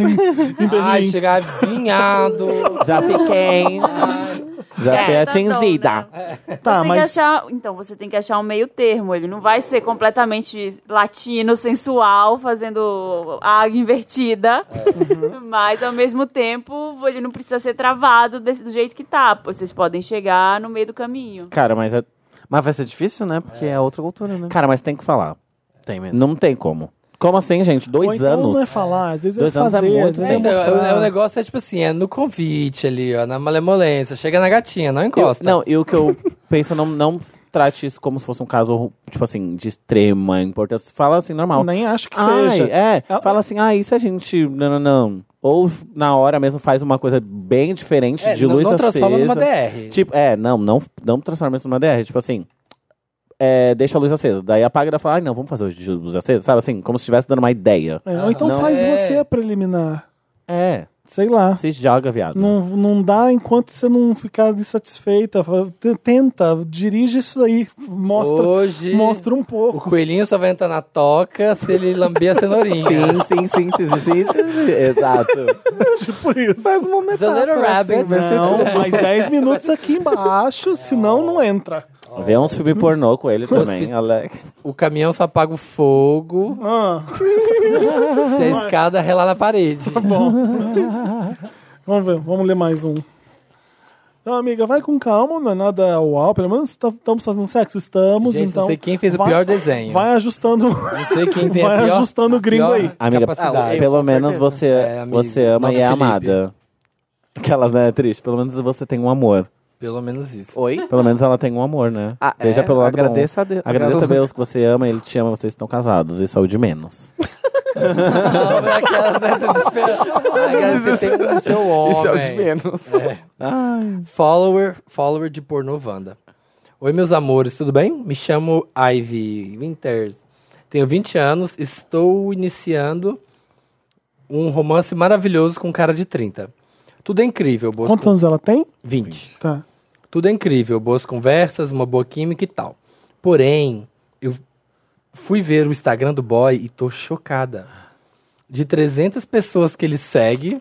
S2: *laughs*
S1: em, em Berlim.
S2: Ai, chegar
S4: *laughs*
S2: vinhado.
S1: *laughs*
S4: Já fiquei. né? Já
S3: É,
S4: fui
S3: tá
S4: atingida.
S3: bom, né?
S1: tá,
S3: Você tem que
S1: mas.
S3: achar- então, você tem que achar um meio termo. Ele não vai ser completamente latino, sensual, fazendo água invertida.
S1: É.
S3: *laughs* Mas, ao mesmo tempo, ele não precisa ser travado desse- do jeito que tá. Vocês podem chegar no meio do caminho.
S4: Cara, mas é-
S5: Mas vai ser difícil, né? Porque é, outra cultura, né?
S4: Cara, mas tem que falar.
S5: Tem mesmo.
S4: Não tem como. Como assim, gente?
S1: Ou
S4: Dois
S1: então
S4: anos.
S1: Não é falar, às vezes
S4: Dois
S1: é
S4: anos é
S1: fazer,
S4: muito
S1: às vezes
S2: É,
S1: é
S2: então,
S1: mostrar.
S2: o,
S4: Ah.
S2: o negócio é tipo assim, é no convite ali, ó, na malemolência. Chega na gatinha, não
S4: Eu-
S2: encosta.
S4: não, e o que eu penso, não, não trate isso como se fosse um caso, tipo assim, de extrema importância. Fala assim, normal.
S1: Nem acho que
S4: Ai,
S1: seja.
S4: É,
S1: Ela-
S4: fala assim, ah, isso a gente. Não, não, não. Ou na hora mesmo faz uma coisa bem diferente
S2: É,
S4: de
S2: não-
S4: luz
S2: não transforma
S4: acesa.
S2: numa DR.
S4: Tipo, é, não, não, não transforma isso numa DR. Tipo assim. é, deixa a luz acesa. Daí apaga e fala, ai, não, vamos fazer hoje de luz acesa, sabe assim? Como se estivesse dando uma ideia.
S1: É, ou então
S4: Não.
S1: faz
S2: É.
S1: você a preliminar.
S4: É,
S1: Sei lá.
S4: se joga, viado.
S1: Não, não dá enquanto você não ficar insatisfeita. Fa- t- Tenta, dirige isso aí. Mostra,
S2: Hoje-
S1: mostra um
S2: O
S1: pouco.
S2: coelhinho só vai entrar na toca se ele lamber a cenourinha.
S4: Sim, sim, sim, sim, sim, sim, sim. Exato.
S1: tipo isso.
S2: The Little
S1: assim,
S2: Rabbit.
S1: Não, mais 10 minutos aqui embaixo, senão não entra.
S4: *laughs* Vê uns filmes pornô com ele também,
S2: Hospi-
S4: Alex.
S2: O caminhão só apaga o fogo
S1: Ah,
S2: se a escada relar na parede.
S4: Tá
S1: vamos ver, vamos ler mais um. Então, amiga, vai com calma, não é nada uau. Pelo menos tá, estamos fazendo sexo, estamos.
S2: Gente,
S1: então,
S2: não sei quem fez
S1: vai-
S2: o pior desenho.
S1: Vai ajustando.
S2: não sei quem tem a
S1: vai
S2: pior-
S1: ajustando o gringo
S2: pior
S1: aí.
S4: Amiga,
S2: capacidade.
S4: pelo menos você,
S2: É, amigo,
S4: você ama
S2: nota
S4: e é
S2: Felipe.
S4: amada. Aquelas, né, triste. Pelo menos você tem um amor.
S2: Pelo menos isso.
S5: Oi?
S4: Pelo menos ela tem um amor, né?
S5: Ah,
S4: Veja
S5: é?
S4: pelo lado
S5: Agradeça
S4: bom.
S5: a Deus.
S4: Agradeça a Deus que você ama, ele te ama, vocês estão casados. E
S1: *laughs*
S4: saúde menos.
S2: Não, é aquelas dessas *laughs* desesperadas. Aquelas que Ah, tem com o seu homem.
S5: Isso é o de menos.
S2: É. Follower, follower de pornô Wanda. Oi, meus amores, tudo bem? Me chamo Ivy Winters. Tenho 20 anos, estou iniciando um romance maravilhoso com um cara de 30. Tudo é incrível, boas
S1: Quantos anos ela tem?
S2: 20.
S1: Tá.
S2: Tudo é incrível, boas conversas, uma boa química e tal. Porém, eu fui ver o Instagram do boy e tô chocada. De 300 pessoas que ele segue,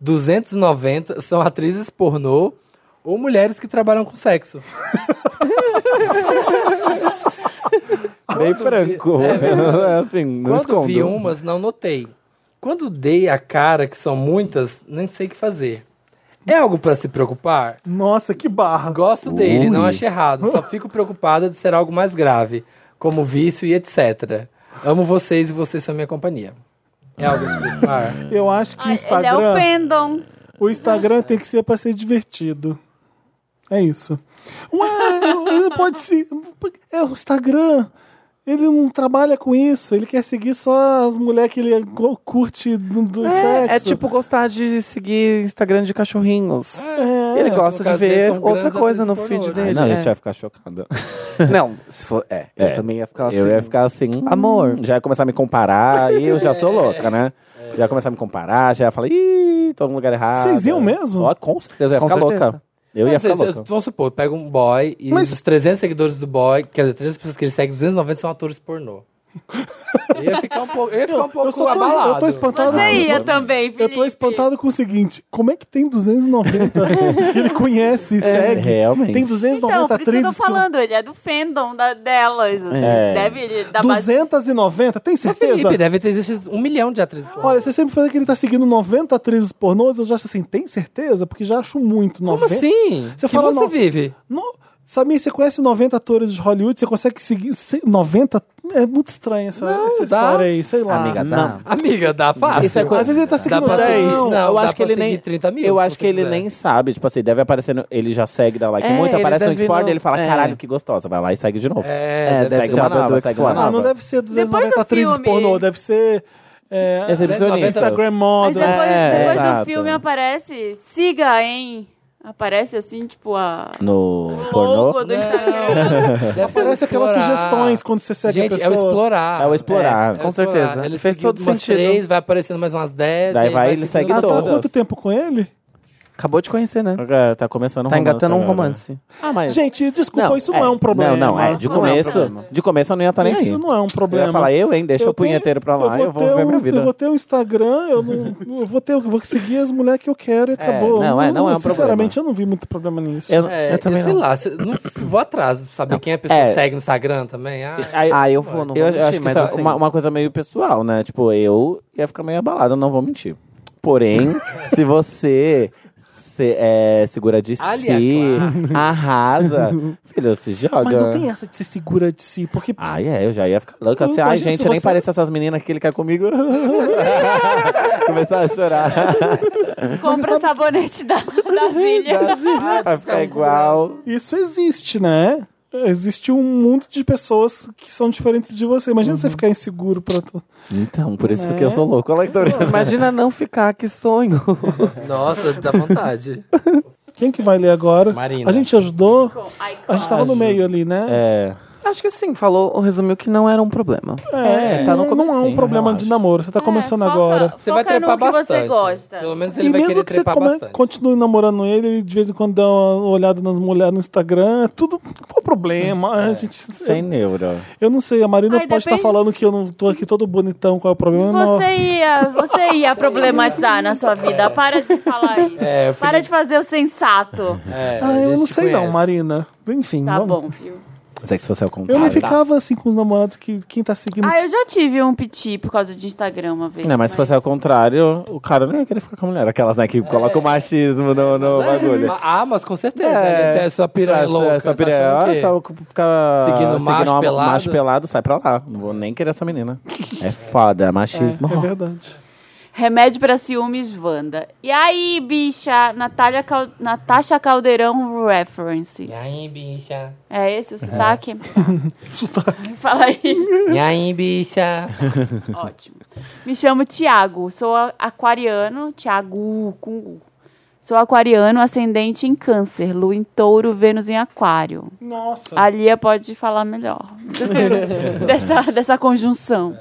S2: 290 são atrizes pornô ou mulheres que trabalham com sexo.
S4: Bem franco. É, *laughs* assim, não
S2: Quando
S4: escondo.
S2: vi umas, não notei. Quando dei a cara, que são muitas, nem sei o que fazer. É algo pra se preocupar?
S1: Nossa, que barra.
S2: Gosto dele,
S4: Ui.
S2: não acho errado. Só fico preocupada de ser algo mais grave, como vício e etc. Amo vocês e vocês são minha companhia. É algo de
S1: *laughs*
S2: preocupar?
S1: Eu acho que o
S3: Ah, Ele é o
S1: Instagram.
S3: fandom.
S1: O Instagram tem que ser pra ser divertido. É isso. Ué, pode ser. É o Instagram. Ele não trabalha com isso. Ele quer seguir só as mulheres que ele go- curte do, do
S5: É,
S1: sexo.
S5: é tipo gostar de seguir Instagram de cachorrinhos.
S1: É.
S5: Ele
S2: no
S5: gosta
S2: caso
S5: de
S2: dele,
S5: ver
S2: são
S5: outra
S2: grandes né?
S5: coisa no
S2: atores
S5: feed
S2: pornôs.
S5: dele.
S4: Não, a gente
S5: é.
S4: ia ficar chocada.
S5: Não, se for. É,
S4: É.
S5: eu também ia ficar assim.
S4: Eu ia ficar assim. hum,
S5: Amor. É.
S4: Já ia começar a me comparar e eu já sou louca, né? Já ia começar a me comparar, já ia falar, ih, tô no lugar errado.
S1: Vocês iam mesmo?
S4: Ó, com certeza, eu ia
S5: Com
S4: ficar
S5: certeza.
S4: louca. Eu ia
S2: Não,
S4: ficar
S2: vocês-
S4: louca.
S2: Vamos supor, pega um boy e
S1: Mas-
S2: os 300 seguidores do boy, quer dizer, 300 pessoas que ele segue, 290 são atores pornô. Eu ia ficar um pouco, eu ia ficar um pouco
S1: eu só tô-
S2: abalado.
S1: eu tô espantado.
S3: Você ia também,
S1: Eu
S3: é Felipe.
S1: tô espantado com o seguinte: como é que tem 290 que ele conhece e segue?
S4: realmente.
S1: Tem
S3: Então,
S1: 290
S3: por isso que eu tô
S1: atrizes. que-
S3: falando, ele é do fandom da- delas, assim.
S4: É.
S3: Deve dar mais.
S1: 290? Tem certeza?
S2: Felipe, deve ter existido um milhão de atrizes pornô.
S1: Olha, você sempre fala que ele tá seguindo 90 atrizes pornôs, eu já acho assim, tem certeza? Porque já acho muito. 90.
S2: Como assim?
S1: Você
S2: que
S1: fala
S2: mundo
S1: não.
S2: você vive?
S1: No... Samir, você conhece 90 atores de Hollywood, você consegue seguir se- 90? É muito estranha essa, essa
S2: dá.
S1: história aí, sei lá.
S5: Amiga, dá.
S4: Não.
S2: Amiga, dá fácil.
S4: Isso é coisa-
S1: Às vezes ele tá
S2: Dá
S1: seguindo
S2: pra
S1: 10.
S2: seguir- não,
S4: eu
S2: dá
S4: acho que
S2: pra
S4: ele nem.
S2: seguir 30 mil,
S4: eu
S2: se
S4: acho
S2: você
S4: que ele
S2: quiser.
S4: nem sabe. Tipo assim, deve aparecer. no- Ele já segue, dá like
S5: É,
S4: muito.
S5: ele
S4: Aparece no
S5: deve
S4: Explore
S5: no-
S4: e ele fala:
S5: é.
S4: caralho, que gostosa. Vai lá e segue de novo.
S2: É,
S5: deve
S4: segue
S5: ser
S4: uma
S5: uma do
S4: nova, segue uma
S5: Explore.
S4: nova.
S1: Ah, não deve ser
S3: Depois
S1: 290
S3: do
S1: atrizes
S3: filme.
S1: pornô, deve ser é,
S4: Exibicionista.
S1: Instagram
S3: Mas
S1: model.
S3: depois,
S4: É,
S3: depois do
S4: exato.
S3: filme aparece, siga, hein? Aparece assim, tipo, a
S4: No pornô.
S3: logo do Instagram.
S1: Aparece aquelas sugestões quando você segue
S2: Gente,
S1: a pessoa.
S2: é o explorar.
S4: É o explorar.
S2: É o
S5: Com
S2: explorar.
S5: certeza.
S2: Ele
S5: Fez
S2: seguiu
S5: todo
S2: umas
S5: sentido.
S2: três, vai aparecendo mais umas dez.
S4: Daí
S2: aí
S4: vai, ele
S2: seguindo
S4: segue
S1: Ah, tá há
S4: todas.
S1: quanto tempo com ele?
S5: Acabou de conhecer, né?
S4: Agora Tá começando um
S5: Tá
S4: romance
S5: engatando um
S4: agora.
S5: romance.
S4: Ah, mas.
S1: Gente, desculpa, isso não é um problema.
S4: Não, não, é. De
S5: Não é um
S4: começo,
S5: problema.
S4: de começo eu não ia estar nem
S1: Isso
S4: aí.
S1: não é um problema.
S4: Eu ia falar, eu, hein? Deixa
S1: Eu
S4: o punheteiro pra lá, eu vou,
S1: ter
S4: viver
S1: um-
S4: minha vida.
S1: Eu vou ter o Instagram, eu não. eu vou ter, eu vou seguir as mulheres que eu quero e acabou.
S4: não é- não é um
S1: Sinceramente, eu não vi muito problema nisso.
S4: Eu-
S2: É, eu sei lá, se- não, vou atrás, saber quem a pessoa
S4: É.
S2: segue no Instagram também. Ah,
S4: Aí-
S5: Ah, eu vou, não vou
S4: eu
S5: mentir,
S4: acho que
S5: mas
S4: isso é
S5: assim- *laughs*
S4: uma, uma coisa meio pessoal, né? Tipo, eu ia ficar meio abalada, não vou mentir.
S1: *laughs*
S4: Porém, se você se, é, segura de
S1: Ah,
S2: Aliás,
S4: si,
S1: *laughs*
S4: arrasa, filho, se joga.
S1: Mas não tem essa de ser segura de si, porque.
S4: Ah, é, eu já ia ficar louca. Assim,
S1: Imagina
S4: Ai,
S1: se
S4: gente, eu nem
S1: você-
S4: pareço essas meninas que ele quer
S1: *laughs*
S4: comigo. Começar a chorar.
S3: *laughs* Compra o
S2: *laughs*
S3: sabonete da, das ilhas.
S4: Vai ficar igual.
S1: Isso existe, né? Existe um mundo de pessoas que são diferentes de você. Imagina
S4: Uhum.
S1: você ficar inseguro pra. tu-
S4: Então, por isso
S1: Né?
S4: que eu sou louco. Olha que tô brincando.
S5: Imagina não ficar, que sonho.
S2: nossa, dá vontade.
S1: Quem que vai ler agora?
S2: Marina.
S1: A gente ajudou.
S3: Ai,
S1: A gente tava no meio ali, né?
S4: É,
S5: *laughs* Acho que sim, falou, resumiu que não era um problema.
S4: É, tá no
S1: não, não é um
S4: comecinho,
S1: problema
S4: eu
S1: de
S4: acho.
S1: namoro. Você tá começando
S3: foca-
S1: agora.
S2: *laughs* Você vai
S3: foca no
S2: trepar
S3: que
S2: bastante.
S3: você gosta.
S2: Pelo menos ele
S1: e
S2: vai
S1: mesmo
S2: querer
S1: que você
S2: trepar
S1: come-
S2: bastante.
S1: continue namorando ele, ele de vez em quando dá uma olhada nas mulheres no Instagram, é tudo. Qual o problema?
S2: É,
S1: A gente,
S4: sem neuro.
S1: Eu não sei, a Marina
S3: Ai,
S1: pode estar
S3: depende-
S1: falando que eu não tô aqui todo bonitão, qual é o problema? não.
S3: Você ia, você ia problematizar na sua vida. Para de falar isso.
S2: É, o
S3: Para de fazer o sensato.
S2: É,
S1: Ah,
S2: a
S1: eu
S2: gente
S1: não sei não,
S2: conhece.
S1: Marina. Enfim,
S3: Tá
S1: vamos.
S3: bom, filho.
S4: Até é que se fosse ao contrário.
S1: Eu não ficava assim com os namorados que quem tá seguindo.
S3: Ah, eu já tive um piti por causa de Instagram uma vez.
S4: Não, mas se fosse
S2: é
S4: ao contrário, o cara não ia querer ficar com a mulher. Aquelas, né, que colocam o machismo no, no é um bagulho.
S2: Ma- Ah, mas com certeza.
S4: É.
S2: né? Essa é sua piranha
S4: Acha-
S2: louca.
S4: Essa é
S2: você
S4: piranha,
S2: achando o
S4: olha
S2: quê?
S4: só, ficar
S2: Seguindo macho
S4: uma-
S2: pelado.
S4: macho pelado, sai pra lá. Não vou nem querer essa menina. É foda, machismo.
S1: É verdade.
S3: Remédio pra ciúmes, Wanda. E aí, bicha? Natália Cal... Natasha Caldeirão References.
S2: E aí, bicha?
S3: É esse o
S2: *laughs*
S3: sotaque? sotaque. Fala aí.
S2: E aí, bicha?
S3: Ótimo. Me chamo Tiago, sou a- aquariano, Tiago com U. Sou aquariano, ascendente em câncer, lua em touro, Vênus em aquário.
S1: Nossa.
S3: A Lia pode falar melhor dessa, dessa conjunção.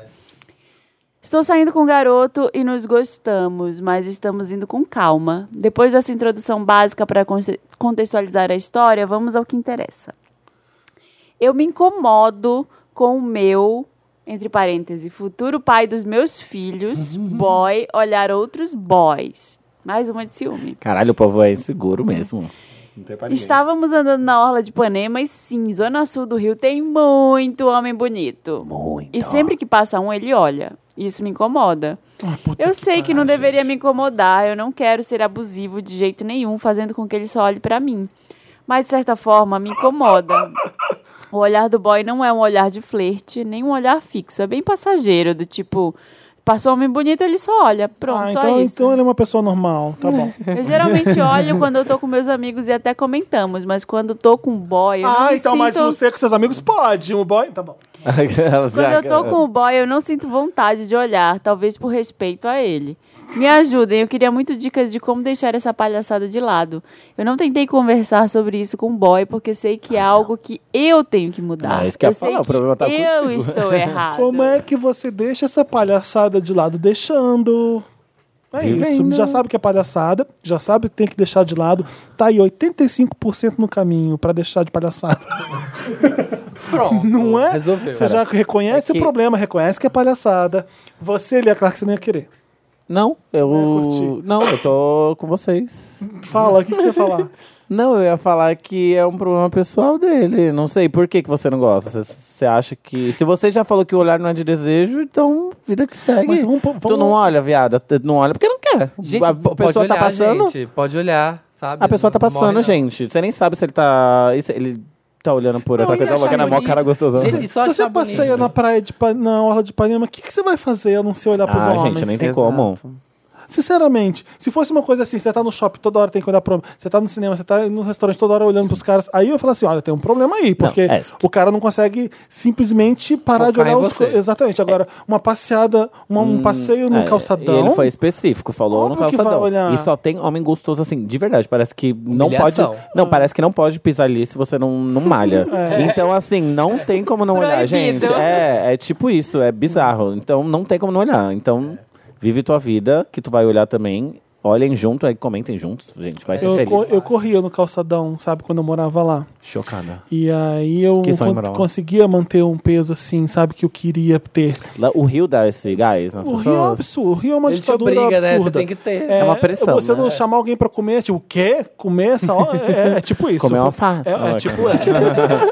S3: Estou saindo com o garoto e nos gostamos, mas estamos indo com calma. Depois dessa introdução básica para conte- contextualizar a história, vamos ao que interessa. Eu me incomodo com o meu, entre parênteses, futuro pai dos meus filhos, boy, olhar outros boys. Mais uma de ciúme.
S4: Caralho, o povo é inseguro mesmo. Não tem pra ninguém.
S3: Estávamos andando na orla de Ipanema e sim, zona sul do Rio tem muito homem bonito.
S4: Muito.
S3: E sempre que passa um, ele olha. Isso me incomoda. eu sei que não deveria me incomodar, eu não quero ser abusivo de jeito nenhum, fazendo com que ele só olhe pra mim. Mas, de certa forma, me incomoda. O olhar do boy não é um olhar de flerte, nem um olhar fixo. É bem passageiro, do tipo... Passou homem bonito, ele só olha. Pronto,
S1: Ah,
S3: só
S1: então,
S3: isso.
S1: então ele é uma pessoa normal, tá bom.
S3: Eu
S4: *laughs*
S3: geralmente olho quando eu tô com meus amigos e até comentamos, mas quando tô com o boy, *laughs* eu não
S1: ah,
S3: me
S1: então,
S3: sinto...
S1: mas você com seus amigos pode. O boy. Tá bom.
S4: *laughs* Elas
S3: Quando
S4: já-
S3: eu tô com o boy, eu não sinto vontade de olhar, talvez por respeito a ele. Me ajudem, eu queria muito dicas de como deixar essa palhaçada de lado. Eu não tentei conversar sobre isso com o boy, porque sei que é algo que eu tenho que mudar.
S4: Ah, isso que eu ia
S3: sei
S4: falar, o problema tá
S3: eu
S4: contigo. *laughs*
S3: estou errado.
S1: Como é que você deixa essa palhaçada de lado? Deixando. É isso. Já sabe que é palhaçada, já sabe que tem que deixar de lado. Tá aí 85% no caminho pra deixar de palhaçada.
S2: Pronto.
S1: Não é?
S2: Resolveu.
S1: Você já reconhece
S4: É que-
S1: o problema, reconhece que é palhaçada. Você, Lia Clark, você não ia querer.
S4: Não,
S1: Eu
S4: eu.
S1: curti.
S4: Não, eu tô com vocês.
S1: Fala, o que, que você ia falar?
S4: Não, eu ia falar que é um problema pessoal dele. Não sei por que, que você não gosta. Você- Você acha que. Se você já falou que o olhar não é de desejo, então vida que segue.
S1: Mas vamos- vamos-
S4: Tu não olha, viada. Tu não olha porque não quer.
S2: Gente,
S4: a
S2: po- pode
S4: pessoa
S2: olhar,
S4: tá passando.
S2: gente, pode olhar, sabe?
S4: A pessoa tá
S2: Não morre,
S4: passando,
S2: não.
S4: gente. Você nem sabe se ele tá. e se Ele tá olhando por
S1: Não,
S4: outra
S1: e
S4: coisa.
S1: achar
S4: Olha, na mó
S2: bonito?
S4: cara gostosão.
S2: Gente, e só
S1: Se você
S2: achar
S1: passeia
S2: bonito.
S1: na praia de Pa- na orla de Ipanema, o que, que você vai fazer a não ser
S2: tá
S1: olhar pros
S4: Ah,
S1: homens?
S4: gente, nem tem como.
S1: Sinceramente, se fosse uma coisa assim, você tá no shopping toda hora tem que olhar pro homem, você tá no cinema, você tá no restaurante toda hora olhando pros caras, aí eu falo assim, olha, tem um problema aí, porque
S4: é.
S1: o cara não consegue simplesmente parar de
S2: Focar
S1: olhar
S2: em
S1: os...
S2: você.
S1: co- Exatamente, agora, uma passeada, uma- um passeio no
S4: É,
S1: calçadão...
S4: e ele foi específico, falou no
S1: Óbvio que
S4: calçadão.
S1: vai olhar.
S4: E só tem homem gostoso assim, de verdade. Parece que não pode.
S2: Humilhação.
S4: Não, parece que não pode pisar ali se você não, não
S1: *laughs*
S4: malha.
S1: É.
S4: Então, assim, não tem como não olhar,
S3: Proibido.
S4: gente. É, é tipo isso, é bizarro. Então não tem como não olhar. Então, vive tua vida, que tu vai olhar também. Olhem junto, aí comentem juntos, gente. Vai ser
S1: Eu,
S4: feliz.
S1: co- eu corria no calçadão, sabe, quando eu morava lá.
S4: Chocada.
S1: E aí eu
S4: Que sonho,
S1: con-
S4: Maral.
S1: conseguia manter um peso assim, sabe, que eu queria ter.
S4: Lá, o rio dá esse gás nas
S1: O
S4: pessoas.
S1: Rio é um absurdo, o Rio é uma
S2: Ele te
S1: ditadura
S2: obriga, né? Você
S1: absurda.
S2: tem que ter.
S1: É,
S5: uma pressão,
S1: Você não
S5: né?
S1: chamar alguém pra comer, tipo, o quê? Comer essa hora? É, é tipo isso.
S4: *laughs* Comer uma farsa.
S1: É, é
S4: Ah,
S1: tipo, é, tipo,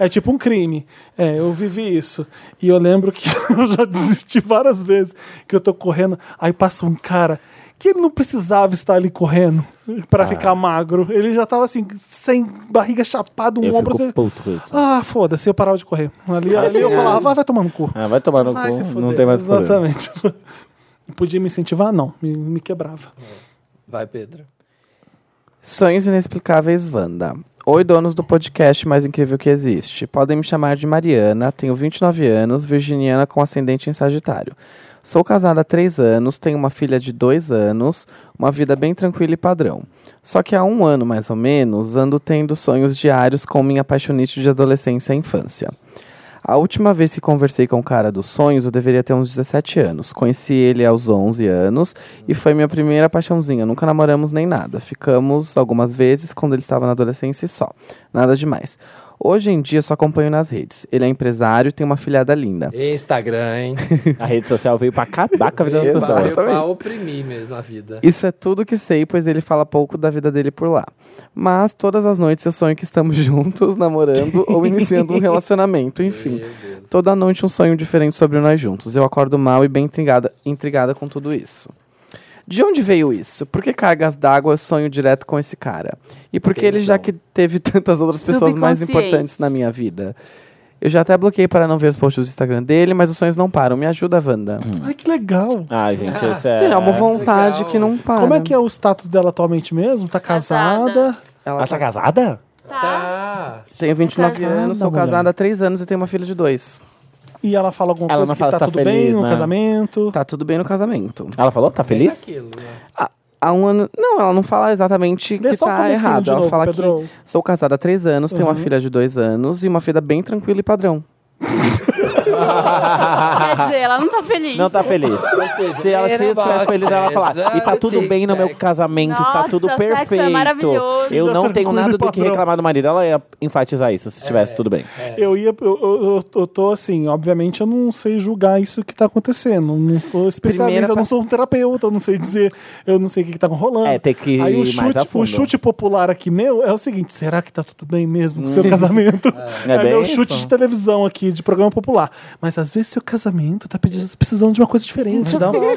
S1: é tipo um crime. É, eu vivi isso. E eu lembro que *laughs* eu já desisti várias vezes que eu tô correndo, aí passa um cara que ele não precisava estar ali correndo
S4: Ah.
S1: pra ficar magro. Ele já tava assim, sem barriga chapada, um
S4: Eu
S1: ombro.
S4: fico
S1: assim.
S4: puto com isso.
S1: Ah, foda-se, eu parava de correr. Ali, ali eu falava, vai, vai tomar no cu.
S4: Ah, vai tomar no
S1: Vai se
S4: cu,
S1: fuder.
S4: não tem mais o que fazer.
S1: Exatamente. *laughs* Podia me incentivar? Não, me, me quebrava.
S2: Vai, Pedro.
S5: Sonhos Inexplicáveis Wanda. Oi, donos do podcast mais incrível que existe. Podem me chamar de Mariana, tenho 29 anos, virginiana com ascendente em Sagitário. Sou casada há 3 anos, tenho uma filha de 2 anos, uma vida bem tranquila e padrão. Só que há um ano, mais ou menos, ando tendo sonhos diários com minha apaixonite de adolescência e infância. A última vez que conversei com o cara dos sonhos, eu deveria ter uns 17 anos. Conheci ele aos 11 anos e foi minha primeira paixãozinha. Nunca namoramos nem nada. Ficamos algumas vezes quando ele estava na adolescência e só. Nada demais. Hoje em dia só acompanho nas redes. Ele é empresário e tem uma filhada linda.
S2: E Instagram,
S4: *laughs*
S2: hein?
S4: A rede social veio pra acabar com a vida das
S2: Veio pra-
S4: Tá pessoas.
S2: veio pra oprimir mesmo a vida.
S5: *laughs* Isso é tudo que sei, pois ele fala pouco da vida dele por lá. Mas todas as noites eu sonho que estamos *laughs* juntos, namorando ou iniciando um relacionamento, enfim. Toda noite um sonho diferente sobre nós juntos. Eu acordo mal e bem intrigada, intrigada com tudo isso. De onde veio isso? Por que cargas d'água eu sonho direto com esse cara? E por que ele já que teve *laughs* tantas outras pessoas mais
S3: Subconsciente.
S5: importantes na minha vida? Eu já até bloqueei para não ver os posts do Instagram dele, mas os sonhos não param. Me ajuda, Wanda.
S1: Ai, que legal.
S4: Ai, gente, isso é.
S5: Gente, é uma vontade
S2: legal.
S5: que não para.
S1: Como é que é o status dela atualmente mesmo? Tá casada?
S3: Casada.
S5: Ela
S4: Ela tá casada?
S2: Tá.
S5: Tenho 29
S3: Casada,
S5: anos, sou
S1: mulher.
S5: casada há 3 anos e tenho uma filha de 2.
S1: E ela fala alguma
S4: Ela
S1: coisa
S4: não
S1: que
S4: fala
S1: tá
S4: se tá
S1: tudo
S4: feliz,
S1: bem no
S4: né?
S1: casamento?
S5: Tá tudo bem no casamento.
S4: Ela falou? Tá feliz?
S2: Aquilo, né?
S5: há um ano. Não, ela não fala exatamente
S1: Lê
S5: que
S1: só o
S5: tá
S1: comecinho
S5: errado.
S1: de
S5: Ela
S1: novo, Uhum.
S5: fala
S1: Pedro.
S5: que sou casada há três anos, tenho uma filha de dois anos e uma filha bem tranquila e padrão.
S3: Quer dizer, ela não tá feliz.
S4: Não tá feliz. se ela se eu tivesse feliz, ela ia falar. E tá tudo bem no meu casamento, está
S3: Nossa,
S4: tudo
S3: sexo é
S4: perfeito.
S3: maravilhoso.
S4: eu não tenho
S1: Tranquilo
S4: nada
S1: e
S4: do que
S1: padrão.
S4: reclamar do marido. Ela ia enfatizar isso se tivesse tudo bem.
S1: Eu ia. Eu, eu, eu tô assim, obviamente eu não sei julgar isso que tá acontecendo. Eu Não sou especialista,
S5: Primeira
S1: eu não
S5: pa-
S1: sou um terapeuta, eu não sei dizer, eu não sei o que, que tá rolando.
S4: É, tem que ir
S1: Aí o
S4: mais
S1: chute,
S4: a fundo.
S1: o chute popular aqui meu é o seguinte: será que tá tudo bem mesmo com o seu casamento?
S4: Uhum. É bem
S1: meu
S4: isso.
S1: chute de televisão aqui, de programa popular. Mas às vezes seu casamento tá pedindo, precisando de uma coisa diferente. Dá
S4: *laughs*
S1: uma... é.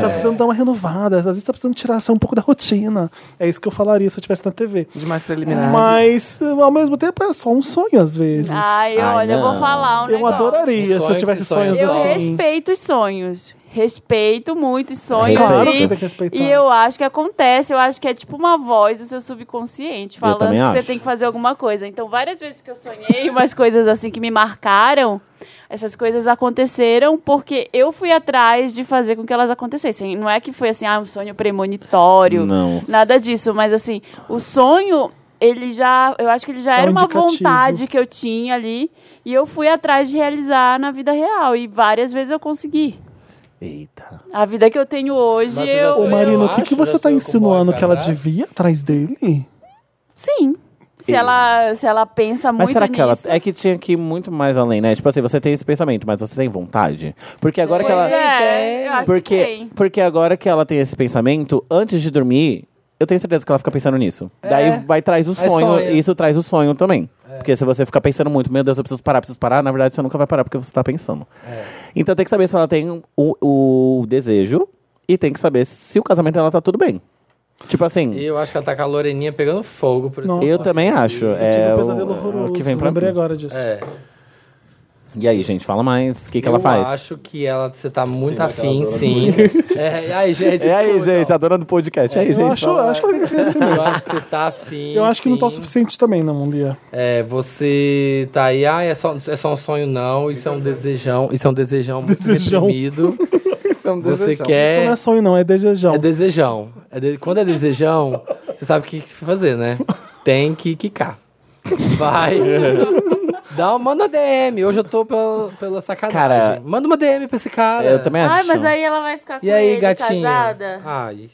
S1: tá precisando dar uma renovada, às vezes tá precisando tirar só um pouco da rotina. É isso que eu falaria se eu estivesse na TV.
S5: Demais preliminar.
S1: Mas, ao mesmo tempo, é só um sonho, às vezes.
S3: Ai,
S4: Ai,
S3: olha, eu
S4: não.
S3: vou falar um
S1: eu
S3: negócio.
S1: adoraria se eu
S2: Sonhos
S1: tivesse
S2: e sonhos.
S1: sonhos
S3: Eu
S1: assim.
S3: respeito os sonhos. Respeito muito os sonhos.
S4: É, Claro
S3: e,
S4: que
S1: tem É que respeitar.
S3: e eu acho que acontece, eu acho que é tipo uma voz do seu subconsciente falando
S4: também
S3: que você
S4: acho.
S3: tem que fazer alguma coisa. Então, várias vezes que eu sonhei umas coisas assim que me marcaram, essas coisas aconteceram porque eu fui atrás de fazer com que elas acontecessem. Não é que foi assim, ah, um sonho premonitório.
S4: Não.
S3: Nada disso, mas assim, o sonho, ele já. Eu acho que ele já
S1: É
S3: era
S1: um
S3: uma
S1: indicativo.
S3: vontade que eu tinha ali. E eu fui atrás de realizar na vida real. E várias vezes eu consegui.
S4: Eita.
S3: A vida que eu tenho hoje,
S2: Mas você já
S3: eu.
S1: Ô,
S2: Eu
S1: Marina, o que,
S2: acho,
S1: que você
S2: já
S1: tá
S2: saiu com o
S1: insinuando?
S2: boy
S1: Que ela
S2: atrás?
S1: devia atrás dele?
S3: Sim. Se
S4: E-
S3: ela, se ela pensa
S4: Mas
S3: muito
S4: será que ela.
S3: nisso.
S4: É que tinha que ir muito mais além, né? Tipo assim, você tem esse pensamento, mas você tem vontade? Porque agora que ela.
S3: Pois é, eu acho que
S4: Porque,
S3: tem.
S4: porque agora que ela tem esse pensamento, antes de dormir, eu tenho certeza que ela fica pensando nisso.
S1: É.
S4: Daí vai traz o
S2: Aí
S4: sonho,
S2: sonha.
S4: e isso traz o sonho também. Porque se você ficar pensando muito, meu Deus, eu preciso parar, preciso parar, na verdade você nunca vai parar porque você tá pensando.
S1: É.
S4: Então tem que saber se ela tem o, o desejo e tem que saber se o casamento dela tá tudo bem. Tipo assim, eu,
S2: Eu acho que ela tá com a Loreninha pegando fogo, por
S1: Não.
S2: exemplo.
S4: também acho.
S1: Eu tive
S4: é
S1: um
S4: o-
S1: pesadelo
S4: o
S1: horroroso.
S4: que vem pra
S1: Lembrei
S4: mim.
S1: agora disso.
S2: É.
S4: E aí, gente, fala mais. O que, que ela
S2: eu
S4: faz?
S2: acho que ela, você tá muito afim, sim. *laughs* É, e aí, gente?
S4: É aí,
S2: escuta,
S4: gente,
S2: ó.
S4: a dona do podcast. É, aí, gente.
S1: eu acho,
S4: fala.
S1: acho que tem que ser assim
S2: Eu *laughs*
S1: mesmo.
S2: acho que você tá afim.
S1: Eu acho que não tá o
S2: sim.
S1: suficiente também, não, Lia.
S2: É, você tá aí, ah, é só, é só um sonho, não. Isso é um desejão. Isso é um desejão muito
S1: Desejão.
S2: reprimido. Você
S1: Isso não
S2: quer.
S1: é sonho, não, é desejão.
S2: É desejão. É de- Quando é desejão, você sabe o que que fazer, né? Tem que quicar. Vai. Dá, uma- manda DM. Hoje eu tô pela, pela sacanagem.
S4: Cara,
S2: manda uma DM pra esse cara.
S4: Eu também acho.
S3: Ai, mas aí ela vai ficar com
S2: E aí,
S3: ele tá
S2: gatinha?
S3: casada.
S2: Ai.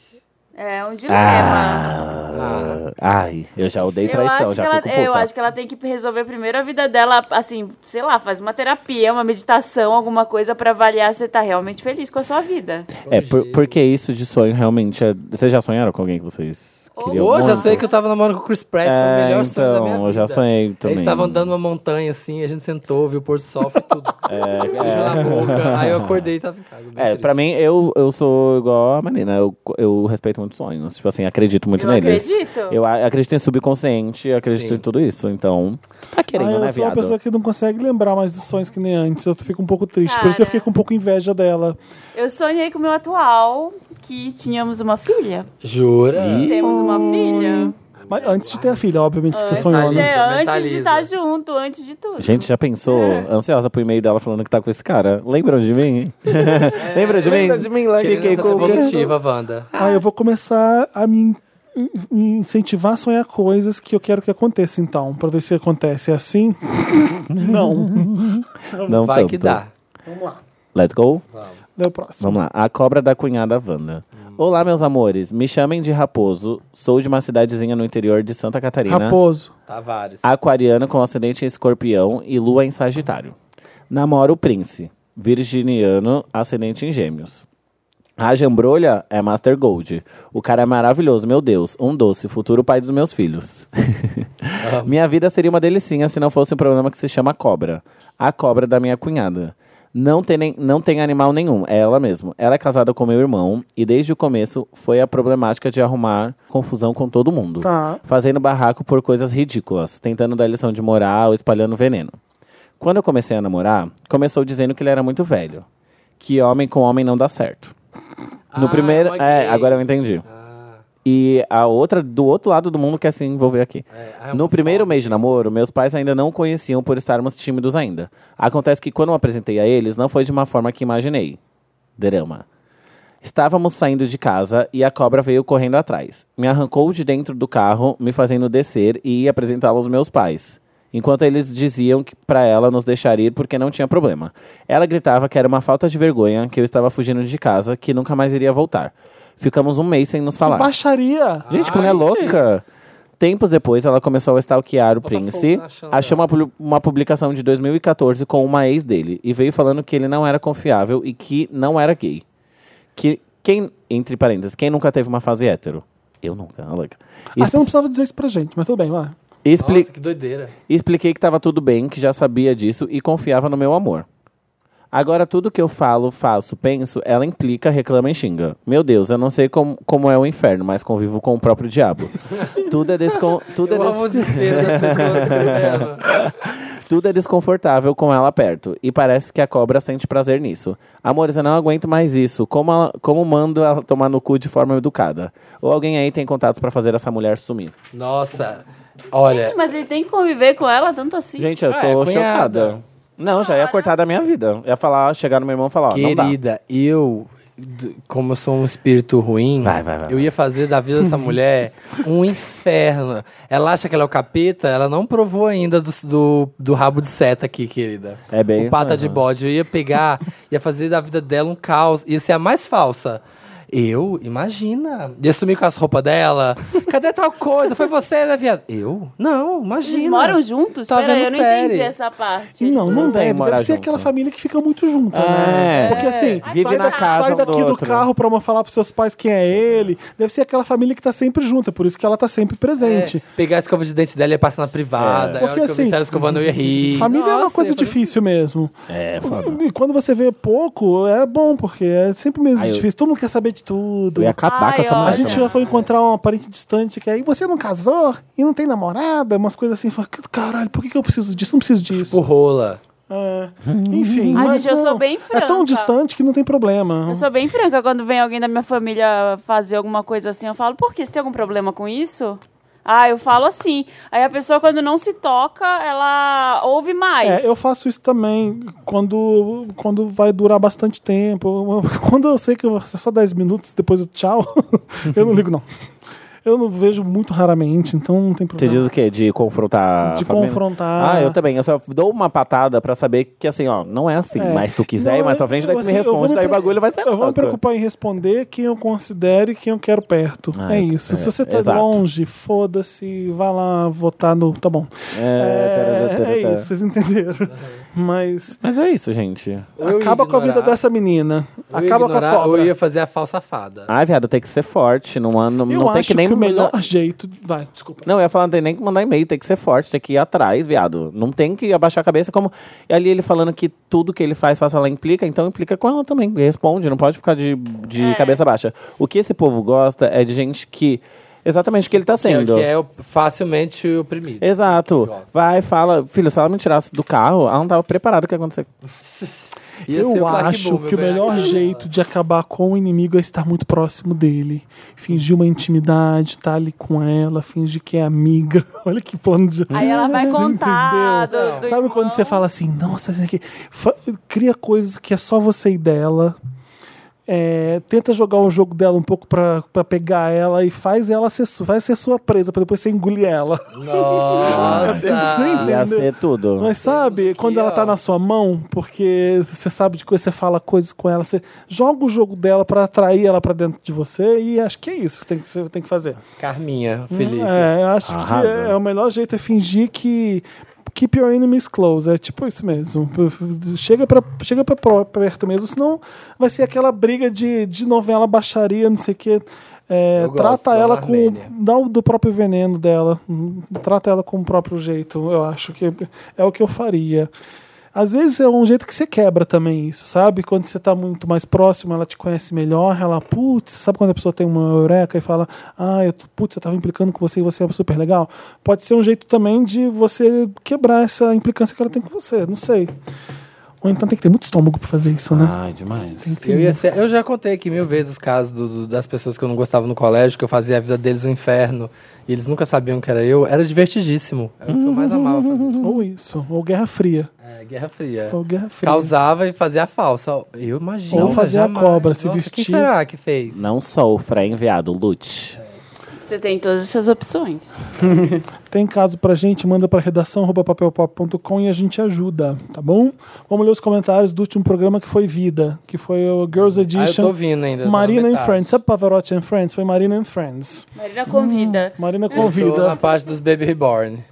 S3: É um dilema.
S4: Ah, ai, eu já odeio
S3: Eu
S4: traição,
S3: acho, que
S4: já
S3: ela, é,
S4: fico
S3: eu
S4: puta.
S3: acho que ela tem que resolver primeiro a vida dela, assim, sei lá, faz uma terapia, uma meditação, alguma coisa pra avaliar se você tá realmente feliz com a sua vida.
S4: É, por- porque isso de sonho realmente é... Vocês já sonharam com alguém que vocês
S3: Oh.
S4: queriam
S2: Hoje eu
S4: muito?
S2: sei que eu tava namorando com o Chris Pratt, foi o
S4: É,
S2: melhor sonho da minha
S4: então,
S2: vida.
S4: eu já sonhei
S2: A
S4: também.
S2: gente tava andando numa montanha assim, a gente sentou, viu o pôr do sol, foi tudo.
S4: *laughs* É,
S2: Beijo na boca. Aí eu acordei e tava em casa. bem
S4: É,
S2: triste.
S4: pra mim, eu, eu sou igual a Marina. Eu, eu respeito muito sonhos. Tipo assim, acredito muito
S3: Eu
S4: neles.
S3: acredito.
S4: Eu a- acredito em subconsciente, acredito
S2: Sim.
S4: em tudo isso. Então, tá
S1: Ah,
S4: querendo,
S1: eu
S4: né,
S1: sou uma
S4: viado?
S1: pessoa que não consegue lembrar mais dos sonhos que nem antes. Eu fico um pouco triste. Por isso que eu
S3: Cara.
S1: fiquei com um pouco inveja dela.
S3: Eu sonhei com o meu atual que tínhamos uma filha.
S2: Jura?
S3: Temos uma filha.
S1: Mas antes de ter a filha, obviamente, que você
S3: Antes,
S1: sonhou,
S3: de,
S1: né?
S2: Mentaliza,
S3: antes
S2: mentaliza.
S3: de estar junto, antes de tudo.
S4: Gente, já pensou?
S3: É.
S4: Ansiosa pro e-mail dela falando que tá com esse cara. Lembram de
S2: *laughs*
S4: mim?
S2: É,
S4: Lembra de mim? Lembra de mim lá. Fiquei
S2: Querendo
S4: com...
S2: ser evolutiva, Wanda.
S1: Ah, eu vou começar a me, in- me incentivar a sonhar coisas que eu quero que aconteça, então. Pra ver se acontece. É assim? não.
S4: Não
S2: Vai
S4: tanto.
S2: que dá.
S4: Let's go.
S1: É o próximo. Hum.
S4: Vamos lá. A cobra da cunhada Wanda. Olá, meus amores. Me chamem de Raposo. Sou de uma cidadezinha no interior de Santa Catarina.
S1: Raposo.
S2: Tá vários.
S4: Aquariano com ascendente em escorpião e lua em sagitário. Namoro o Prince. Virginiano, ascendente em gêmeos. A Jambrolha é Master Gold. O cara é maravilhoso, meu Deus. Um doce, futuro pai dos meus filhos. minha vida seria uma delicinha se não fosse um programa que se chama Cobra. A cobra da minha cunhada. Não tem, nem- não tem animal nenhum, é ela mesmo. Ela é casada com meu irmão e desde o começo foi a problemática de arrumar confusão com todo mundo.
S1: Tá.
S4: Fazendo barraco por coisas ridículas, tentando dar lição de moral, espalhando veneno. Quando eu comecei a namorar, começou dizendo que ele era muito velho. Que homem com homem não dá certo. No
S2: Ah,
S4: primeiro.
S2: ok.
S4: É, agora eu entendi.
S2: Ah,
S4: E a outra, do outro lado do mundo, quer se envolver aqui.
S2: é. Ah, é
S4: No
S2: muito
S4: primeiro
S2: bom.
S4: mês de namoro, meus pais ainda não o conheciam por estarmos tímidos ainda. Acontece que quando eu apresentei a eles, não foi de uma forma que imaginei. Drama. Estávamos saindo de casa e a cobra veio correndo atrás. Me arrancou de dentro do carro, me fazendo descer e ia apresentá-la aos meus pais. Enquanto eles diziam que para ela nos deixar ir porque não tinha problema. Ela gritava que era uma falta de vergonha, que eu estava fugindo de casa, que nunca mais iria voltar. Ficamos um mês sem nos falar.
S1: Baixaria.
S4: Gente, como é louca. Tempos depois, ela começou a stalkear o Prince.
S2: fogo na chandela.
S4: Achou uma, pu- uma publicação de 2014 com uma ex dele. E veio falando que ele não era confiável e que não era gay. Que quem, entre parênteses, quem nunca teve uma fase hétero? Eu nunca, né, louca.
S1: Ah, você não precisava dizer isso pra gente, mas tudo bem, vai.
S4: Expli-
S2: Nossa, que doideira.
S4: Expliquei que estava tudo bem, que já sabia disso e confiava no meu amor. Agora, tudo que eu falo, faço, penso, ela implica, reclama e xinga. Meu Deus, eu não sei com- como é o inferno, mas convivo com o
S2: *laughs*
S4: próprio diabo. tudo, é descon- tudo, é
S2: Eu
S4: des-
S2: amo o desespero
S4: *laughs*
S2: das pessoas né, escrevendo.
S4: tudo é desconfortável com ela perto. E parece que a cobra sente prazer nisso. Amores, eu não aguento mais isso. Como, ela- como mando ela tomar no cu de forma educada? Ou alguém aí tem contatos para fazer essa mulher sumir?
S2: Nossa, olha.
S3: Gente, mas ele tem que conviver com ela tanto assim.
S4: Gente, eu
S2: Ah,
S4: tô
S2: é, cunhada.
S4: chocada. Não, já ia cortar da minha vida. Ia falar, chegar no meu irmão e falar, ó, não dá.
S2: Querida, eu, d- como eu sou um espírito ruim,
S4: Vai, vai, vai,
S2: eu ia fazer da vida dessa mulher
S4: *laughs*
S2: um inferno. Ela acha que ela é o capeta, ela não provou ainda do, do, do rabo de seta aqui, querida.
S4: É bem
S2: O
S4: isso
S2: pata
S4: mesmo.
S2: de bode. Eu ia pegar, ia fazer da vida dela um caos. Ia ser a mais falsa. Eu? Imagina. Ia sumir com as roupas dela. Cadê tal coisa? Foi você, né, viado? Eu? Não, imagina.
S3: Eles moram juntos?
S2: Tá
S3: Peraí,
S2: vendo
S3: eu não
S2: série.
S3: entendi essa parte.
S1: Não, não
S4: não tem
S1: deve.
S4: morar
S1: Deve ser
S4: junto.
S1: aquela família que fica muito junta,
S4: É.
S1: né? Porque assim,
S4: Vive
S1: sai,
S4: na
S1: da-
S4: casa
S1: sai
S4: um
S1: daqui
S4: do
S1: do,
S4: outro.
S1: carro pra uma falar pros seus pais quem é ele. Deve ser aquela família que tá sempre junta, por isso que ela tá sempre presente.
S2: É, pegar a escova de dente dela e ia passar na privada.
S1: É.
S2: Aí a
S1: Porque,
S2: hora que eu
S1: assim,
S2: vi ela escovando, eu ia rir.
S1: Família é uma
S2: Nossa,
S1: coisa
S2: eu falei,
S1: difícil mesmo.
S4: É,
S1: E quando você vê pouco, é bom, porque é sempre mesmo
S4: Aí eu-
S1: difícil. Todo mundo quer saber de tudo.
S4: Eu ia acabar então. com
S3: Ai,
S4: essa
S3: olha.
S1: A
S4: mulher.
S1: gente
S4: também.
S1: já foi encontrar uma parente distante que aí você não casou e não tem namorada, umas coisas assim. Fala, caralho, por que, que eu preciso disso? Não preciso disso.
S2: Tipo rola.
S1: É, Enfim.
S3: Ai,
S1: mas
S3: gente, eu
S1: não,
S3: sou bem franca.
S1: É tão distante que não tem problema.
S3: Eu sou bem franca quando vem alguém da minha família fazer alguma coisa assim. Eu falo, por quê? Você tem algum problema com isso? Ah, eu falo assim. Aí a pessoa, quando não se toca, ela ouve mais.
S1: É, eu faço isso também quando, quando vai durar bastante tempo. *laughs* Quando eu sei que vai ser só 10 minutos, depois eu tchau, *laughs* eu não ligo, não. Eu não vejo muito raramente, então não tem
S4: Você
S1: problema.
S4: diz o quê? De confrontar. a
S1: De
S4: família?
S1: confrontar.
S4: Ah, eu também. Eu só dou uma patada pra saber que, assim, ó, não é assim.
S1: É.
S4: Mas tu quiser
S1: Não,
S4: ir mais
S1: eu-
S4: pra frente, daí tu me
S1: assim, eu vou
S4: responde, daí o
S1: pre-
S4: bagulho vai ser
S1: Eu vou me
S4: louco.
S1: preocupar em responder quem eu considero e quem eu quero perto.
S4: Ah,
S1: é
S4: eu-
S1: isso. Se
S4: é,
S1: você tá
S4: exato.
S1: longe, foda-se, vai lá votar no. Tá bom.
S4: É, tarará,
S1: É, é
S4: tarará.
S1: isso, vocês entenderam. Mas
S4: Mas é isso, gente.
S2: Ou Uhum. eu ia
S1: acaba com a vida
S2: ignorar,
S1: dessa menina.
S2: ou eu ia
S1: Acaba
S2: ignorar,
S1: com a
S2: Ou
S1: cobra.
S2: eu ia fazer a falsa fada.
S4: Ah, viado, tem que ser forte. Não, não,
S1: Eu
S4: não tem
S1: acho
S4: que nem.
S1: o melhor jeito. Vai, desculpa.
S4: Não, eu ia falar, não tem nem que mandar e-mail, tem que ser forte, tem que ir atrás, viado. Não tem que abaixar a cabeça como. E ali ele falando que tudo que ele faz, faça ela implica, então implica com ela também. Responde, não pode ficar de, de
S3: É.
S4: cabeça baixa. O que esse povo gosta é de gente que. Exatamente o que ele tá
S2: Que é-
S4: sendo.
S2: Que é o- facilmente oprimido.
S4: Exato.
S2: Gosta.
S4: Vai, fala. Filho, se ela me tirasse do carro, ela não tava preparada o que ia acontecer.
S2: Ia ser o né?
S1: eu
S2: Clark
S1: acho
S2: Gable,
S1: que o
S2: bem,
S1: melhor
S2: *laughs* aquela-
S1: jeito de acabar com o inimigo é estar muito próximo dele. Fingir uma intimidade, tá ali com ela, fingir que é amiga. *laughs* Olha que plano de.
S3: Aí ela vai
S1: Hum, Você
S3: contar
S1: entendeu?
S3: do- do
S1: Sabe quando
S3: irmão?
S1: você fala assim, nossa, isso aqui. Fa- Cria coisas que é só você e dela. É, tenta jogar o jogo dela um pouco pra, pra pegar ela e faz ela ser, su- vai ser sua presa, pra depois você engolir ela.
S2: Nossa.
S1: Sempre.
S2: Ah.
S4: Ia
S1: Entendeu?
S4: ser tudo.
S1: Mas sabe,
S2: aqui,
S1: quando ela tá
S2: ó.
S1: na sua mão, porque você sabe de coisa, você fala coisas com ela, você joga o jogo dela pra atrair ela pra dentro de você e acho que é isso que tem que, você tem que fazer.
S2: Carminha, Felipe.
S1: É, eu acho
S4: Arrasa.
S1: que é, é o melhor jeito é fingir que keep your enemies close, é tipo isso mesmo. Chega pra, chega pra pro- perto mesmo, senão vai ser aquela briga de, de novela baixaria, não sei o quê. É,
S2: Eu gosto,
S1: trata
S2: Dona
S1: ela com
S2: Armênia.
S1: dá o do próprio veneno dela, hum, trata ela com o próprio jeito. Eu acho que é o que eu faria. Às vezes é um jeito que você quebra também isso, sabe? Quando você tá muito mais próximo, ela te conhece melhor, ela, putz, sabe quando a pessoa tem uma eureka e fala, ah, eu, putz, eu tava implicando com você e você é super legal? Pode ser um jeito também de você quebrar essa implicância que ela tem com você, não sei. Ou então tem que ter muito estômago pra fazer isso, né?
S4: Ai, demais.
S2: Eu, ia ser- eu já contei aqui mil vezes os casos do- do- das pessoas que eu não gostava no colégio, que eu fazia a vida deles um inferno, e eles nunca sabiam que era eu, era divertidíssimo. Era o que eu mais amava fazer.
S1: Ou isso, ou Guerra Fria.
S2: Ah. É, Guerra Fria.
S1: Ou Uhum. Guerra Fria.
S2: Causava e fazia a falsa. Eu imagino.
S1: Ou fazia a
S2: jamais.
S1: cobra, se
S2: Nossa,
S1: vestir.
S2: Quem será que fez?
S4: Não sofra, enviado, lute.
S3: Você tem todas essas opções.
S1: Tem caso pra gente, manda pra redação arroba papelpop.com e a gente ajuda, tá bom? Vamos ler os comentários do último programa que foi Vida, que foi o Girls
S2: Ah, eu tô
S1: Edition.
S2: vindo ainda. tô na
S1: Marina and
S2: metade.
S1: Friends. Sabe Pavarotti and Friends? Foi Marina and Friends.
S3: Marina convida.
S1: Marina
S2: Eu Tô na
S1: convida.
S2: parte dos Baby Reborn,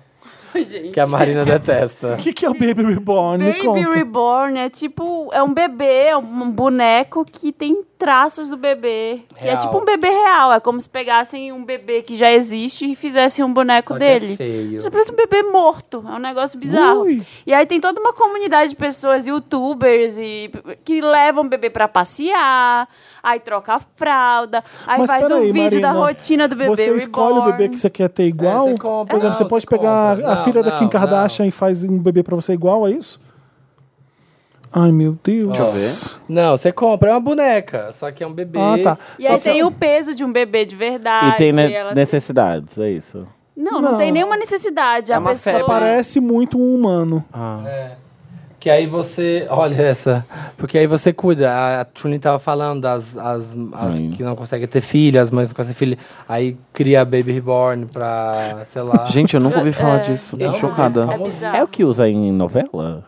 S1: Hum.
S3: gente.
S2: que a Marina detesta.
S1: O *laughs* que, que é o Baby Reborn? Me
S3: Baby
S1: conta.
S3: Reborn é tipo, é um bebê, é um boneco que tem traços do bebê. Que é
S2: Real.
S3: tipo um bebê real, é como se pegassem um bebê que já existe e fizessem um boneco
S2: Só que é
S3: dele.
S2: feio.
S3: Você parece um bebê morto, é um negócio bizarro.
S1: Ui.
S3: E aí tem toda uma comunidade de pessoas, youtubers, e, que levam o bebê pra passear, aí troca a fralda, aí
S1: Mas
S3: faz um
S1: peraí,
S3: vídeo
S1: Marina,
S3: da rotina do bebê
S1: Você
S3: reborn.
S1: escolhe o bebê que você quer ter igual?
S2: É, você compra.
S1: Por exemplo,
S2: Não,
S1: você
S2: você
S1: pode pegar
S2: compra.
S1: a
S2: Não,
S1: filha da Kim
S2: não,
S1: Kardashian e faz um bebê pra você igual, é isso? Ai, meu Deus.
S2: Deixa Não, você compra, é uma boneca, só que é um bebê.
S1: Ah, tá.
S3: E aí tem o peso de um bebê de verdade.
S4: e tem ne-
S3: ela-
S4: necessidades, é isso.
S3: Não, não,
S1: Não.
S3: tem nenhuma necessidade.
S5: É
S3: a
S5: uma
S3: pessoa...
S5: febre.
S1: Parece muito um humano.
S2: Que aí você. Olha essa. Porque aí você cuida. A- A Trini tava falando das as, as
S4: Ai.
S2: que não conseguem ter filho, as mães que não conseguem ter filho. Aí cria a Baby Reborn pra, sei lá.
S5: Gente, eu nunca ouvi
S1: É,
S5: falar disso. Tô
S2: Não,
S5: chocada.
S3: É bizarro.
S4: É o que usa em novela?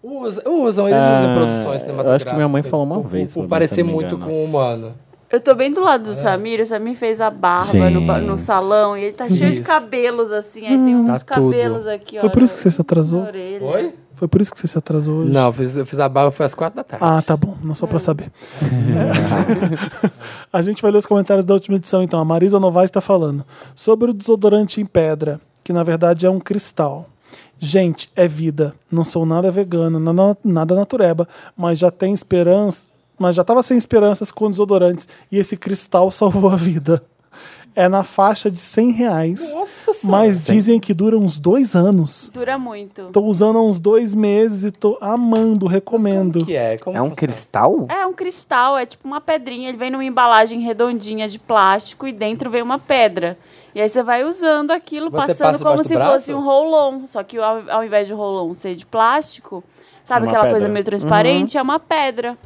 S2: Usa- usam, eles
S4: Ah,
S2: usam em produções cinematográficas.
S4: eu acho que minha mãe falou uma
S2: por- por-
S4: vez pra
S2: Por
S4: mim,
S2: parecer
S4: se eu não me
S2: muito
S4: engano.
S2: com o humano.
S3: Eu tô bem do lado do Samir, o Samir fez a barba no, ba- no
S4: Gente.
S3: salão e ele tá cheio de
S2: Isso.
S3: cabelos, assim. Aí tem uns
S2: Tá tudo.
S3: cabelos aqui,
S1: Hum.
S3: ó.
S1: Foi por isso que
S3: na-
S1: você se
S3: na
S1: atrasou?
S3: orelha.
S2: Oi?
S1: Foi por isso que você se atrasou hoje?
S2: Não, eu fiz, eu fiz a barba foi às quatro da tarde.
S1: Ah, tá bom. Não só pra saber. É. a gente vai ler os comentários da última edição, então. A Marisa Novaes tá falando sobre o desodorante em pedra, que na verdade é um cristal. Gente, é vida. Não sou nada vegana, nada, nada natureba, mas já tem esperança. Mas já tava sem esperanças com desodorantes e esse cristal salvou a vida. É na faixa de 100 reais, mas dizem que dura uns dois anos.
S3: Dura muito.
S1: Tô usando há uns dois meses e tô amando, recomendo.
S2: que é? Como
S5: É um
S2: funciona?
S5: cristal?
S3: É um cristal, é tipo uma pedrinha. Ele vem numa embalagem redondinha de plástico e dentro vem uma pedra. E aí você vai usando aquilo,
S2: Você
S3: passando
S2: passa
S3: como
S2: embaixo do
S3: se
S2: braço?
S3: fosse um roll-on. Só que ao, ao invés de roll-on ser de plástico, sabe
S4: Uma
S3: aquela
S4: pedra.
S3: coisa meio transparente?
S2: Uhum.
S3: É uma pedra.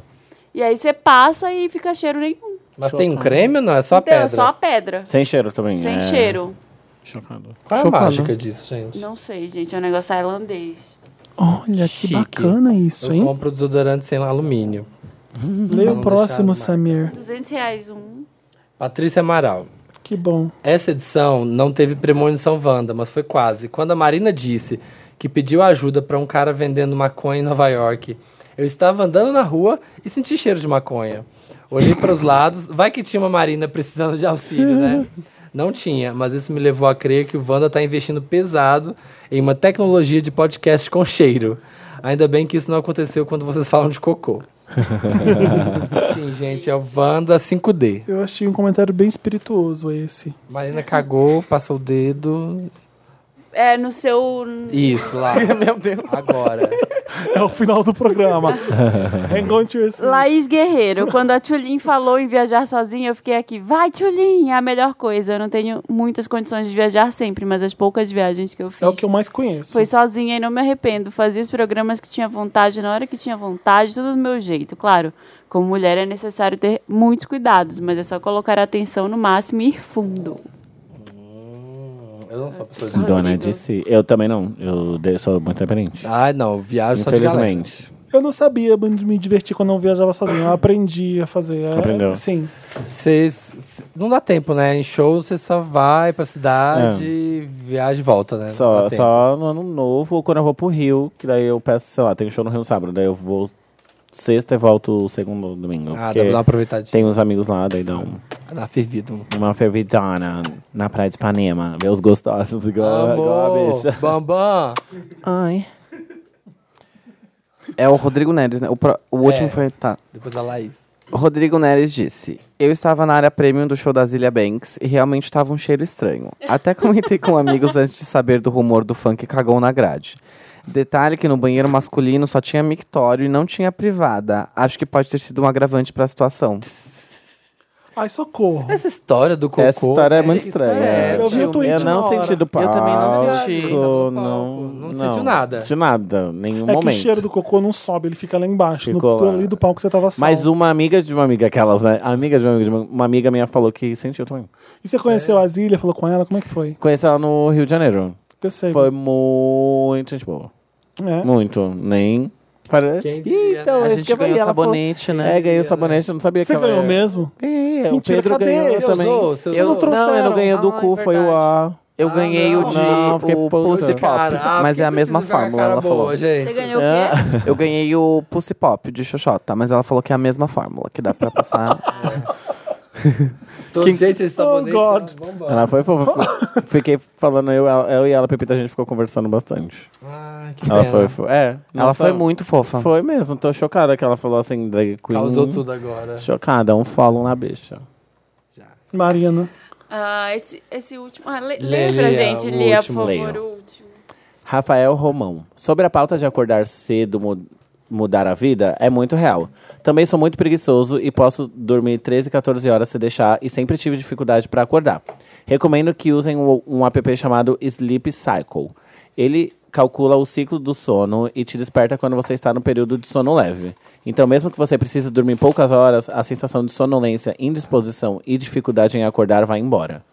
S3: E aí você passa e fica cheiro nenhum.
S2: Mas tem um creme ou não? É só a
S3: Então, é
S2: pedra?
S3: só a pedra.
S4: Sem cheiro também.
S3: Sem
S4: é.
S3: cheiro.
S4: Chocado.
S2: Qual é a
S1: Chocado.
S2: mágica disso, gente?
S3: Não sei, gente. É um negócio tailandês.
S1: Olha, que
S2: Chique.
S1: bacana isso,
S2: eu
S1: hein?
S2: compro desodorante sem alumínio.
S1: Leia o
S2: Vamos
S1: próximo,
S2: deixar a
S1: Samir.
S3: 200 reais um.
S2: Patrícia Amaral.
S1: Que bom.
S2: Essa edição não teve premonição Wanda, mas foi quase. Quando a Marina disse que pediu ajuda pra um cara vendendo maconha em Nova York, eu estava andando na rua e senti cheiro de maconha. Olhei para os lados, vai que tinha uma Marina precisando de auxílio, né? Não tinha, mas isso me levou a crer que o Wanda tá investindo pesado em uma tecnologia de podcast com cheiro. Ainda bem que isso não aconteceu quando vocês falam de cocô. Sim, gente, é o Wanda 5D.
S1: Eu achei um comentário bem espirituoso esse.
S2: Marina cagou, passou o dedo,
S3: É, no seu.
S2: isso, lá. *laughs* Meu Deus. Agora.
S1: É o final do
S4: *laughs*
S1: programa. Hang on to your seat.
S3: Laís Guerreiro, quando a Tulin falou em viajar sozinha, eu fiquei aqui. Vai, Tulin, é a melhor coisa. Eu não tenho muitas condições de viajar sempre, mas as poucas viagens que eu fiz.
S1: É o que eu mais conheço.
S3: Foi sozinha e não me arrependo. Fazia os programas que tinha vontade, na hora que tinha vontade, tudo do meu jeito. Claro, como mulher é necessário ter muitos cuidados, mas é só colocar a atenção no máximo e ir fundo.
S2: Eu não sou pessoa de.
S4: Dona
S3: Rodrigo.
S4: disse. Eu também não. Eu de- sou muito
S2: *laughs*
S4: independente.
S2: Ah, não, viajo só de galera.
S4: Infelizmente.
S1: Eu não sabia muito me divertir quando eu viajava sozinho. Eu aprendi a fazer. É,
S4: Aprendeu.
S1: Sim.
S2: Vocês. c- Não dá tempo, né? Em show você só vai pra cidade, viaja e volta, né? Não
S4: É. Só,
S2: dá tempo.
S4: só no ano novo ou quando eu vou pro Rio, que daí eu peço, sei lá, tem show no Rio no sábado, daí eu vou sexta e volto segundo
S2: Ah,
S4: domingo.
S2: dá
S4: porque
S2: pra dar uma aproveitadinha.
S4: tem uns amigos lá, daí dá um-
S2: Na fervido.
S4: uma fervidona na praia de Ipanema, ver os gostosos igual, igual a
S2: Amor,
S4: bicha.
S2: Bambam.
S4: Ai.
S5: É o Rodrigo Neres, né? O, pro- o último
S2: É.
S5: foi. Tá.
S2: Depois a Laís.
S5: Rodrigo Neres disse: Eu estava na área premium do show da Zilia Banks e realmente estava um cheiro estranho. Até comentei com amigos antes de saber do rumor do funk cagou na grade. Detalhe que no banheiro masculino só tinha mictório e não tinha privada. Acho que pode ter sido um agravante pra situação.
S1: Ai, socorro.
S2: Essa história do cocô.
S4: Essa história é muito
S5: Que
S4: estranha.
S5: história é
S4: É,
S5: essa?
S1: eu vi o tweet
S4: Eu
S1: na
S4: não
S1: hora.
S4: senti do palco.
S5: Eu também não senti.
S4: Não,
S2: Não sentiu nada.
S4: Senti nada, nenhum
S1: É que o
S4: Um momento.
S1: cheiro do cocô não sobe, ele fica lá embaixo, no,
S4: Ficou lá.
S1: ali do palco que você tava salvo.
S4: Mas uma amiga de uma amiga, aquelas, né? Amiga de uma amiga, de uma, uma amiga minha falou que sentiu também.
S1: E você conheceu a Zília, falou com ela, como é que foi?
S4: Conheci ela no Rio de Janeiro.
S1: Eu sei.
S4: Foi um muito gente boa.
S1: É.
S4: Muito. Nem. Para...
S2: Quem diria,
S4: então,
S5: né? A
S4: esse
S5: gente
S4: que eu
S5: ganhou
S4: ganhei, ela
S5: sabonete,
S4: falou-
S5: né?
S4: É, ganhei o sabonete, eu é. não sabia
S1: Você
S4: que ela
S1: ganhou
S4: era.
S1: mesmo?
S4: Ganhei, o
S1: Mentira,
S4: Pedro
S1: cadê?
S4: ganhou
S1: Você
S4: também.
S2: usou? Você
S4: eu
S2: usou?
S4: não trouxe. Não, eu não
S1: Trouxeram.
S4: ganhei do
S5: Ah,
S4: cu,
S5: é
S4: foi o A.
S5: Eu ganhei o de
S4: Não, fiquei
S5: o
S4: puta.
S5: Pussy Pop,
S2: Cara, ah,
S5: mas é a
S2: porque
S5: mesma
S2: precisa jogar
S5: fórmula,
S2: cara
S5: ela falou.
S2: boa, gente.
S3: Você ganhou o
S4: É.
S3: quê?
S5: Eu ganhei o Pussy Pop de Xoxota, mas ela falou que é a mesma fórmula, que dá pra passar.
S2: Todos gente, esses sabonetes.
S1: Oh, God.
S2: ó, né? vambora.
S4: Ela foi fofa. F- Fiquei falando, eu, ela- eu e ela, Pepita, a gente ficou conversando bastante.
S2: Ai, que
S4: Ela
S2: pena.
S4: foi, foi. É.
S5: ela
S4: nossa,
S5: foi muito fofa.
S4: Foi mesmo, tô chocada que ela falou assim, drag queen.
S2: Causou tudo
S5: né?
S2: agora.
S4: Chocada, um follow na bicha.
S1: Marina.
S3: Ah, esse, esse último. Ah, lê,
S2: Lê,
S3: lê pra
S2: Lia,
S3: gente,
S2: o
S3: Lia, por
S4: último,
S3: favor,
S4: leia.
S3: o último.
S4: Rafael Romão. Sobre a pauta de acordar cedo, mu- mudar a vida, é muito real. Também sou muito preguiçoso e posso dormir 13, 14 horas se deixar e sempre tive dificuldade para acordar. Recomendo que usem um, um app chamado Sleep Cycle. Ele calcula o ciclo do sono e te desperta quando você está no período de sono leve. Então, mesmo que você precise dormir poucas horas, a sensação de sonolência, indisposição e dificuldade em acordar vai embora.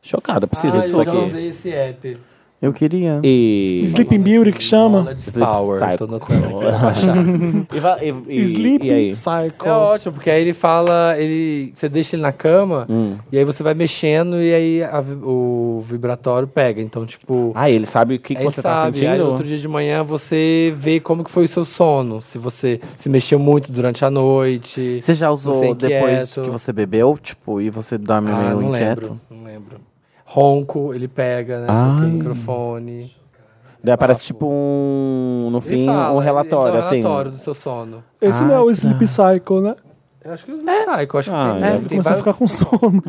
S4: Chocada, preciso
S2: Ah,
S4: disso
S2: eu já
S4: aqui.
S2: usei esse app.
S5: Eu queria.
S4: E...
S1: Sleeping Beauty que chama?
S2: Knowledge
S4: tá
S2: Power. Tô notando aqui pra baixar.
S4: *laughs* E va- e- e-
S1: Sleep
S4: e aí?
S1: Cycle.
S2: É ótimo, porque aí ele fala, ele, você deixa ele na cama
S4: Hum.
S2: e aí você vai mexendo e aí a vi- o vibratório pega. Então, tipo,
S4: Ah, ele sabe o que, que
S2: aí
S4: você tá
S2: sabe, aí
S4: sentindo?
S2: outro dia de manhã você vê como que foi o seu sono, se você se mexeu muito durante a noite.
S5: Você já usou
S2: Você é
S5: depois
S2: inquieto.
S5: que você bebeu, tipo, e você dorme
S4: é
S2: Ah,
S5: meio
S2: não
S5: inquieto?
S2: lembro, não lembro. Ronco, ele pega, né?
S4: Ah.
S2: Porque o microfone.
S4: Daí aparece tipo um. No
S2: Ele
S4: fim,
S2: fala,
S4: um
S2: ele-
S4: relatório,
S2: ele dá um
S4: assim.
S2: relatório do seu sono.
S1: Esse não é o Sleep
S4: tá.
S1: Cycle, né?
S2: Eu acho que os é. eu acho
S4: Ah,
S2: que
S4: é.
S2: tem,
S1: Ele
S2: tem
S1: começou a
S2: vários
S1: ficar
S2: *laughs*
S1: com sono.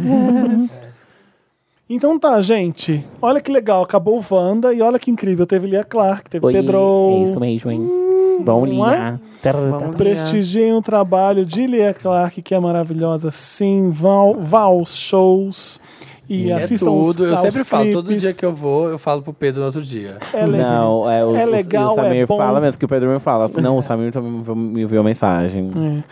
S1: Então tá, gente. Olha que legal. Acabou o Wanda e olha que incrível. Teve Lia Clark, teve
S4: Oi,
S1: Pedro.
S4: É isso mesmo, hein? Bom
S1: não é?
S4: linha. Tá, tá, tá.
S1: Prestigiem o trabalho de Lia Clark, que é maravilhosa, sim. Vão, vá aos shows e
S2: É
S1: assistam
S2: tudo,
S1: os,
S2: eu
S1: aos
S2: sempre falo, todo
S1: clipes.
S2: dia que eu vou, eu falo pro Pedro no outro dia.
S1: É legal.
S4: Não, é, o,
S1: É
S4: o-
S1: legal,
S4: o Samir
S1: é bom.
S4: fala mesmo, que o Pedro me fala. Assim, não, o Samir também me- me enviou mensagem.
S1: É.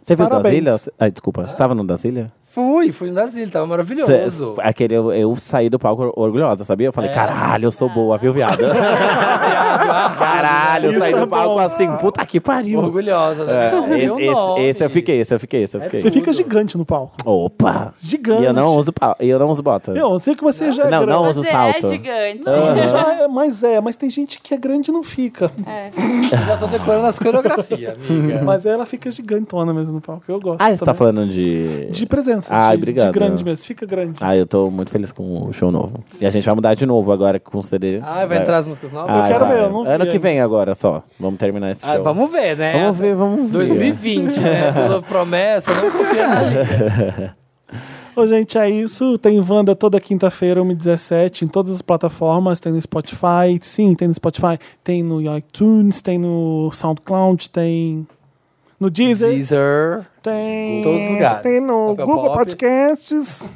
S4: Você viu o
S1: Parabéns.
S4: Dasília? Ah, desculpa, você tava no Dasília?
S2: Fui, fui no Brasil, tava
S4: Cê-
S2: maravilhoso.
S4: Aquele, eu, eu saí do palco orgulhosa, sabia? Eu falei,
S1: É.
S4: caralho, eu sou boa,
S1: *laughs*
S4: viu, viado? *laughs* caralho, eu
S1: Isso
S4: saí
S1: é
S4: do palco
S1: bom.
S4: assim, puta que pariu.
S2: Orgulhosa, né? Não,
S4: É,
S2: meu
S4: esse, esse,
S2: nome.
S4: esse eu fiquei, esse eu fiquei, esse eu fiquei.
S1: É Você fica
S2: Tudo.
S1: gigante no palco.
S4: Opa!
S1: Gigante.
S4: E eu não uso pau, e eu não uso bota.
S1: Eu eu sei que você já é
S4: Não,
S1: grande.
S4: não uso
S3: Você
S4: salto. Ah,
S3: é gigante.
S1: Já é, mas é, mas tem gente que é grande e não fica.
S2: Já tô decorando as coreografias, amiga.
S1: Mas ela fica gigantona mesmo no palco. Eu gosto.
S4: Ah, você
S1: também.
S4: tá falando de.
S1: De presença,
S4: Ah,
S1: de,
S4: obrigado.
S1: de grande mesmo. Fica grande.
S4: Ah, eu tô muito feliz com o show novo. E a gente vai mudar de novo agora com o CD.
S2: Ah, vai entrar as músicas novas?
S4: Ai,
S1: quero
S4: vai.
S1: ver, eu não vi
S4: Ano que
S1: ainda.
S4: vem agora só. Vamos terminar esse
S2: Ah,
S4: show.
S2: vamos ver, né?
S4: Vamos ver, vamos ver.
S2: 2020, né? Toda promessa, né? não confia na liga.
S1: Ô, gente, é isso. Tem Wanda toda quinta-feira, 1h17, em todas as plataformas. Tem no Spotify, sim, tem no Spotify, tem no iTunes, tem no SoundCloud, tem no Deezer,
S2: Deezer.
S1: tem.
S2: em todos os lugares.
S1: Tem no
S2: Papel
S1: Google
S2: Pop.
S1: Podcasts.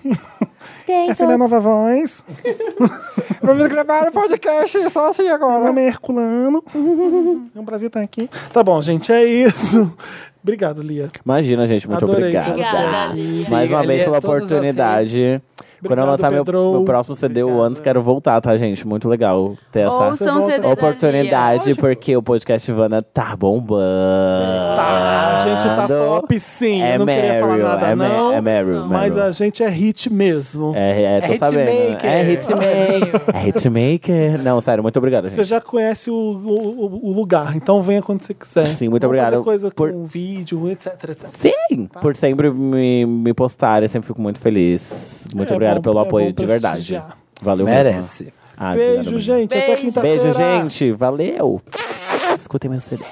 S1: Essa é minha nova voz.
S2: *laughs* Vamos gravar o podcast só assim
S1: Meu
S2: agora.
S1: nome é
S2: *laughs*
S1: Herculano. o Brasil tá aqui. Tá bom, gente, é isso. Obrigado, Lia.
S4: Imagina, gente, muito
S1: Adorei ter
S4: obrigado.
S1: você
S3: Obrigada, Alice.
S4: Mais uma
S2: Siga
S1: é
S4: vez
S2: ele,
S4: pela
S2: todas as
S4: oportunidade. Quando eu
S1: Obrigado,
S4: lançar meu,
S1: Pedro.
S4: meu próximo CD, o Anos, quero voltar, tá, gente? Muito legal ter essa
S3: Ouçam o CD da
S4: oportunidade, porque o podcast Ivana tá bombando.
S1: Tá, a gente tá top, sim.
S4: É
S1: eu não queria falar
S4: Meryl,
S1: nada,
S4: é, Ma-
S1: não.
S4: é Meryl.
S1: mas
S4: Meryl.
S1: a gente é hit mesmo.
S4: É, é, tô
S2: hitmaker.
S4: sabendo. É hitmaker. é hitmaker. Não, sério, muito obrigado,
S1: Você
S4: gente.
S1: já conhece o, o, o lugar, então venha quando você quiser.
S4: Sim, muito
S1: Vamos
S4: obrigado
S1: Fazer coisa
S4: por-
S1: com vídeo, etc, etc.
S4: Sim! Por sempre me, me postar, eu sempre fico muito feliz. Muito
S1: É
S4: obrigado
S1: bom-
S4: pelo
S1: é
S4: apoio,
S1: bom
S4: de verdade.
S1: prestigiar.
S4: Valeu
S2: Merece.
S4: mesmo. Ah, obrigado
S1: Beijo,
S4: mesmo.
S1: gente. Até
S3: Beijo.
S1: quinta-feira.
S4: Beijo, gente. Valeu. Escutem meu CD.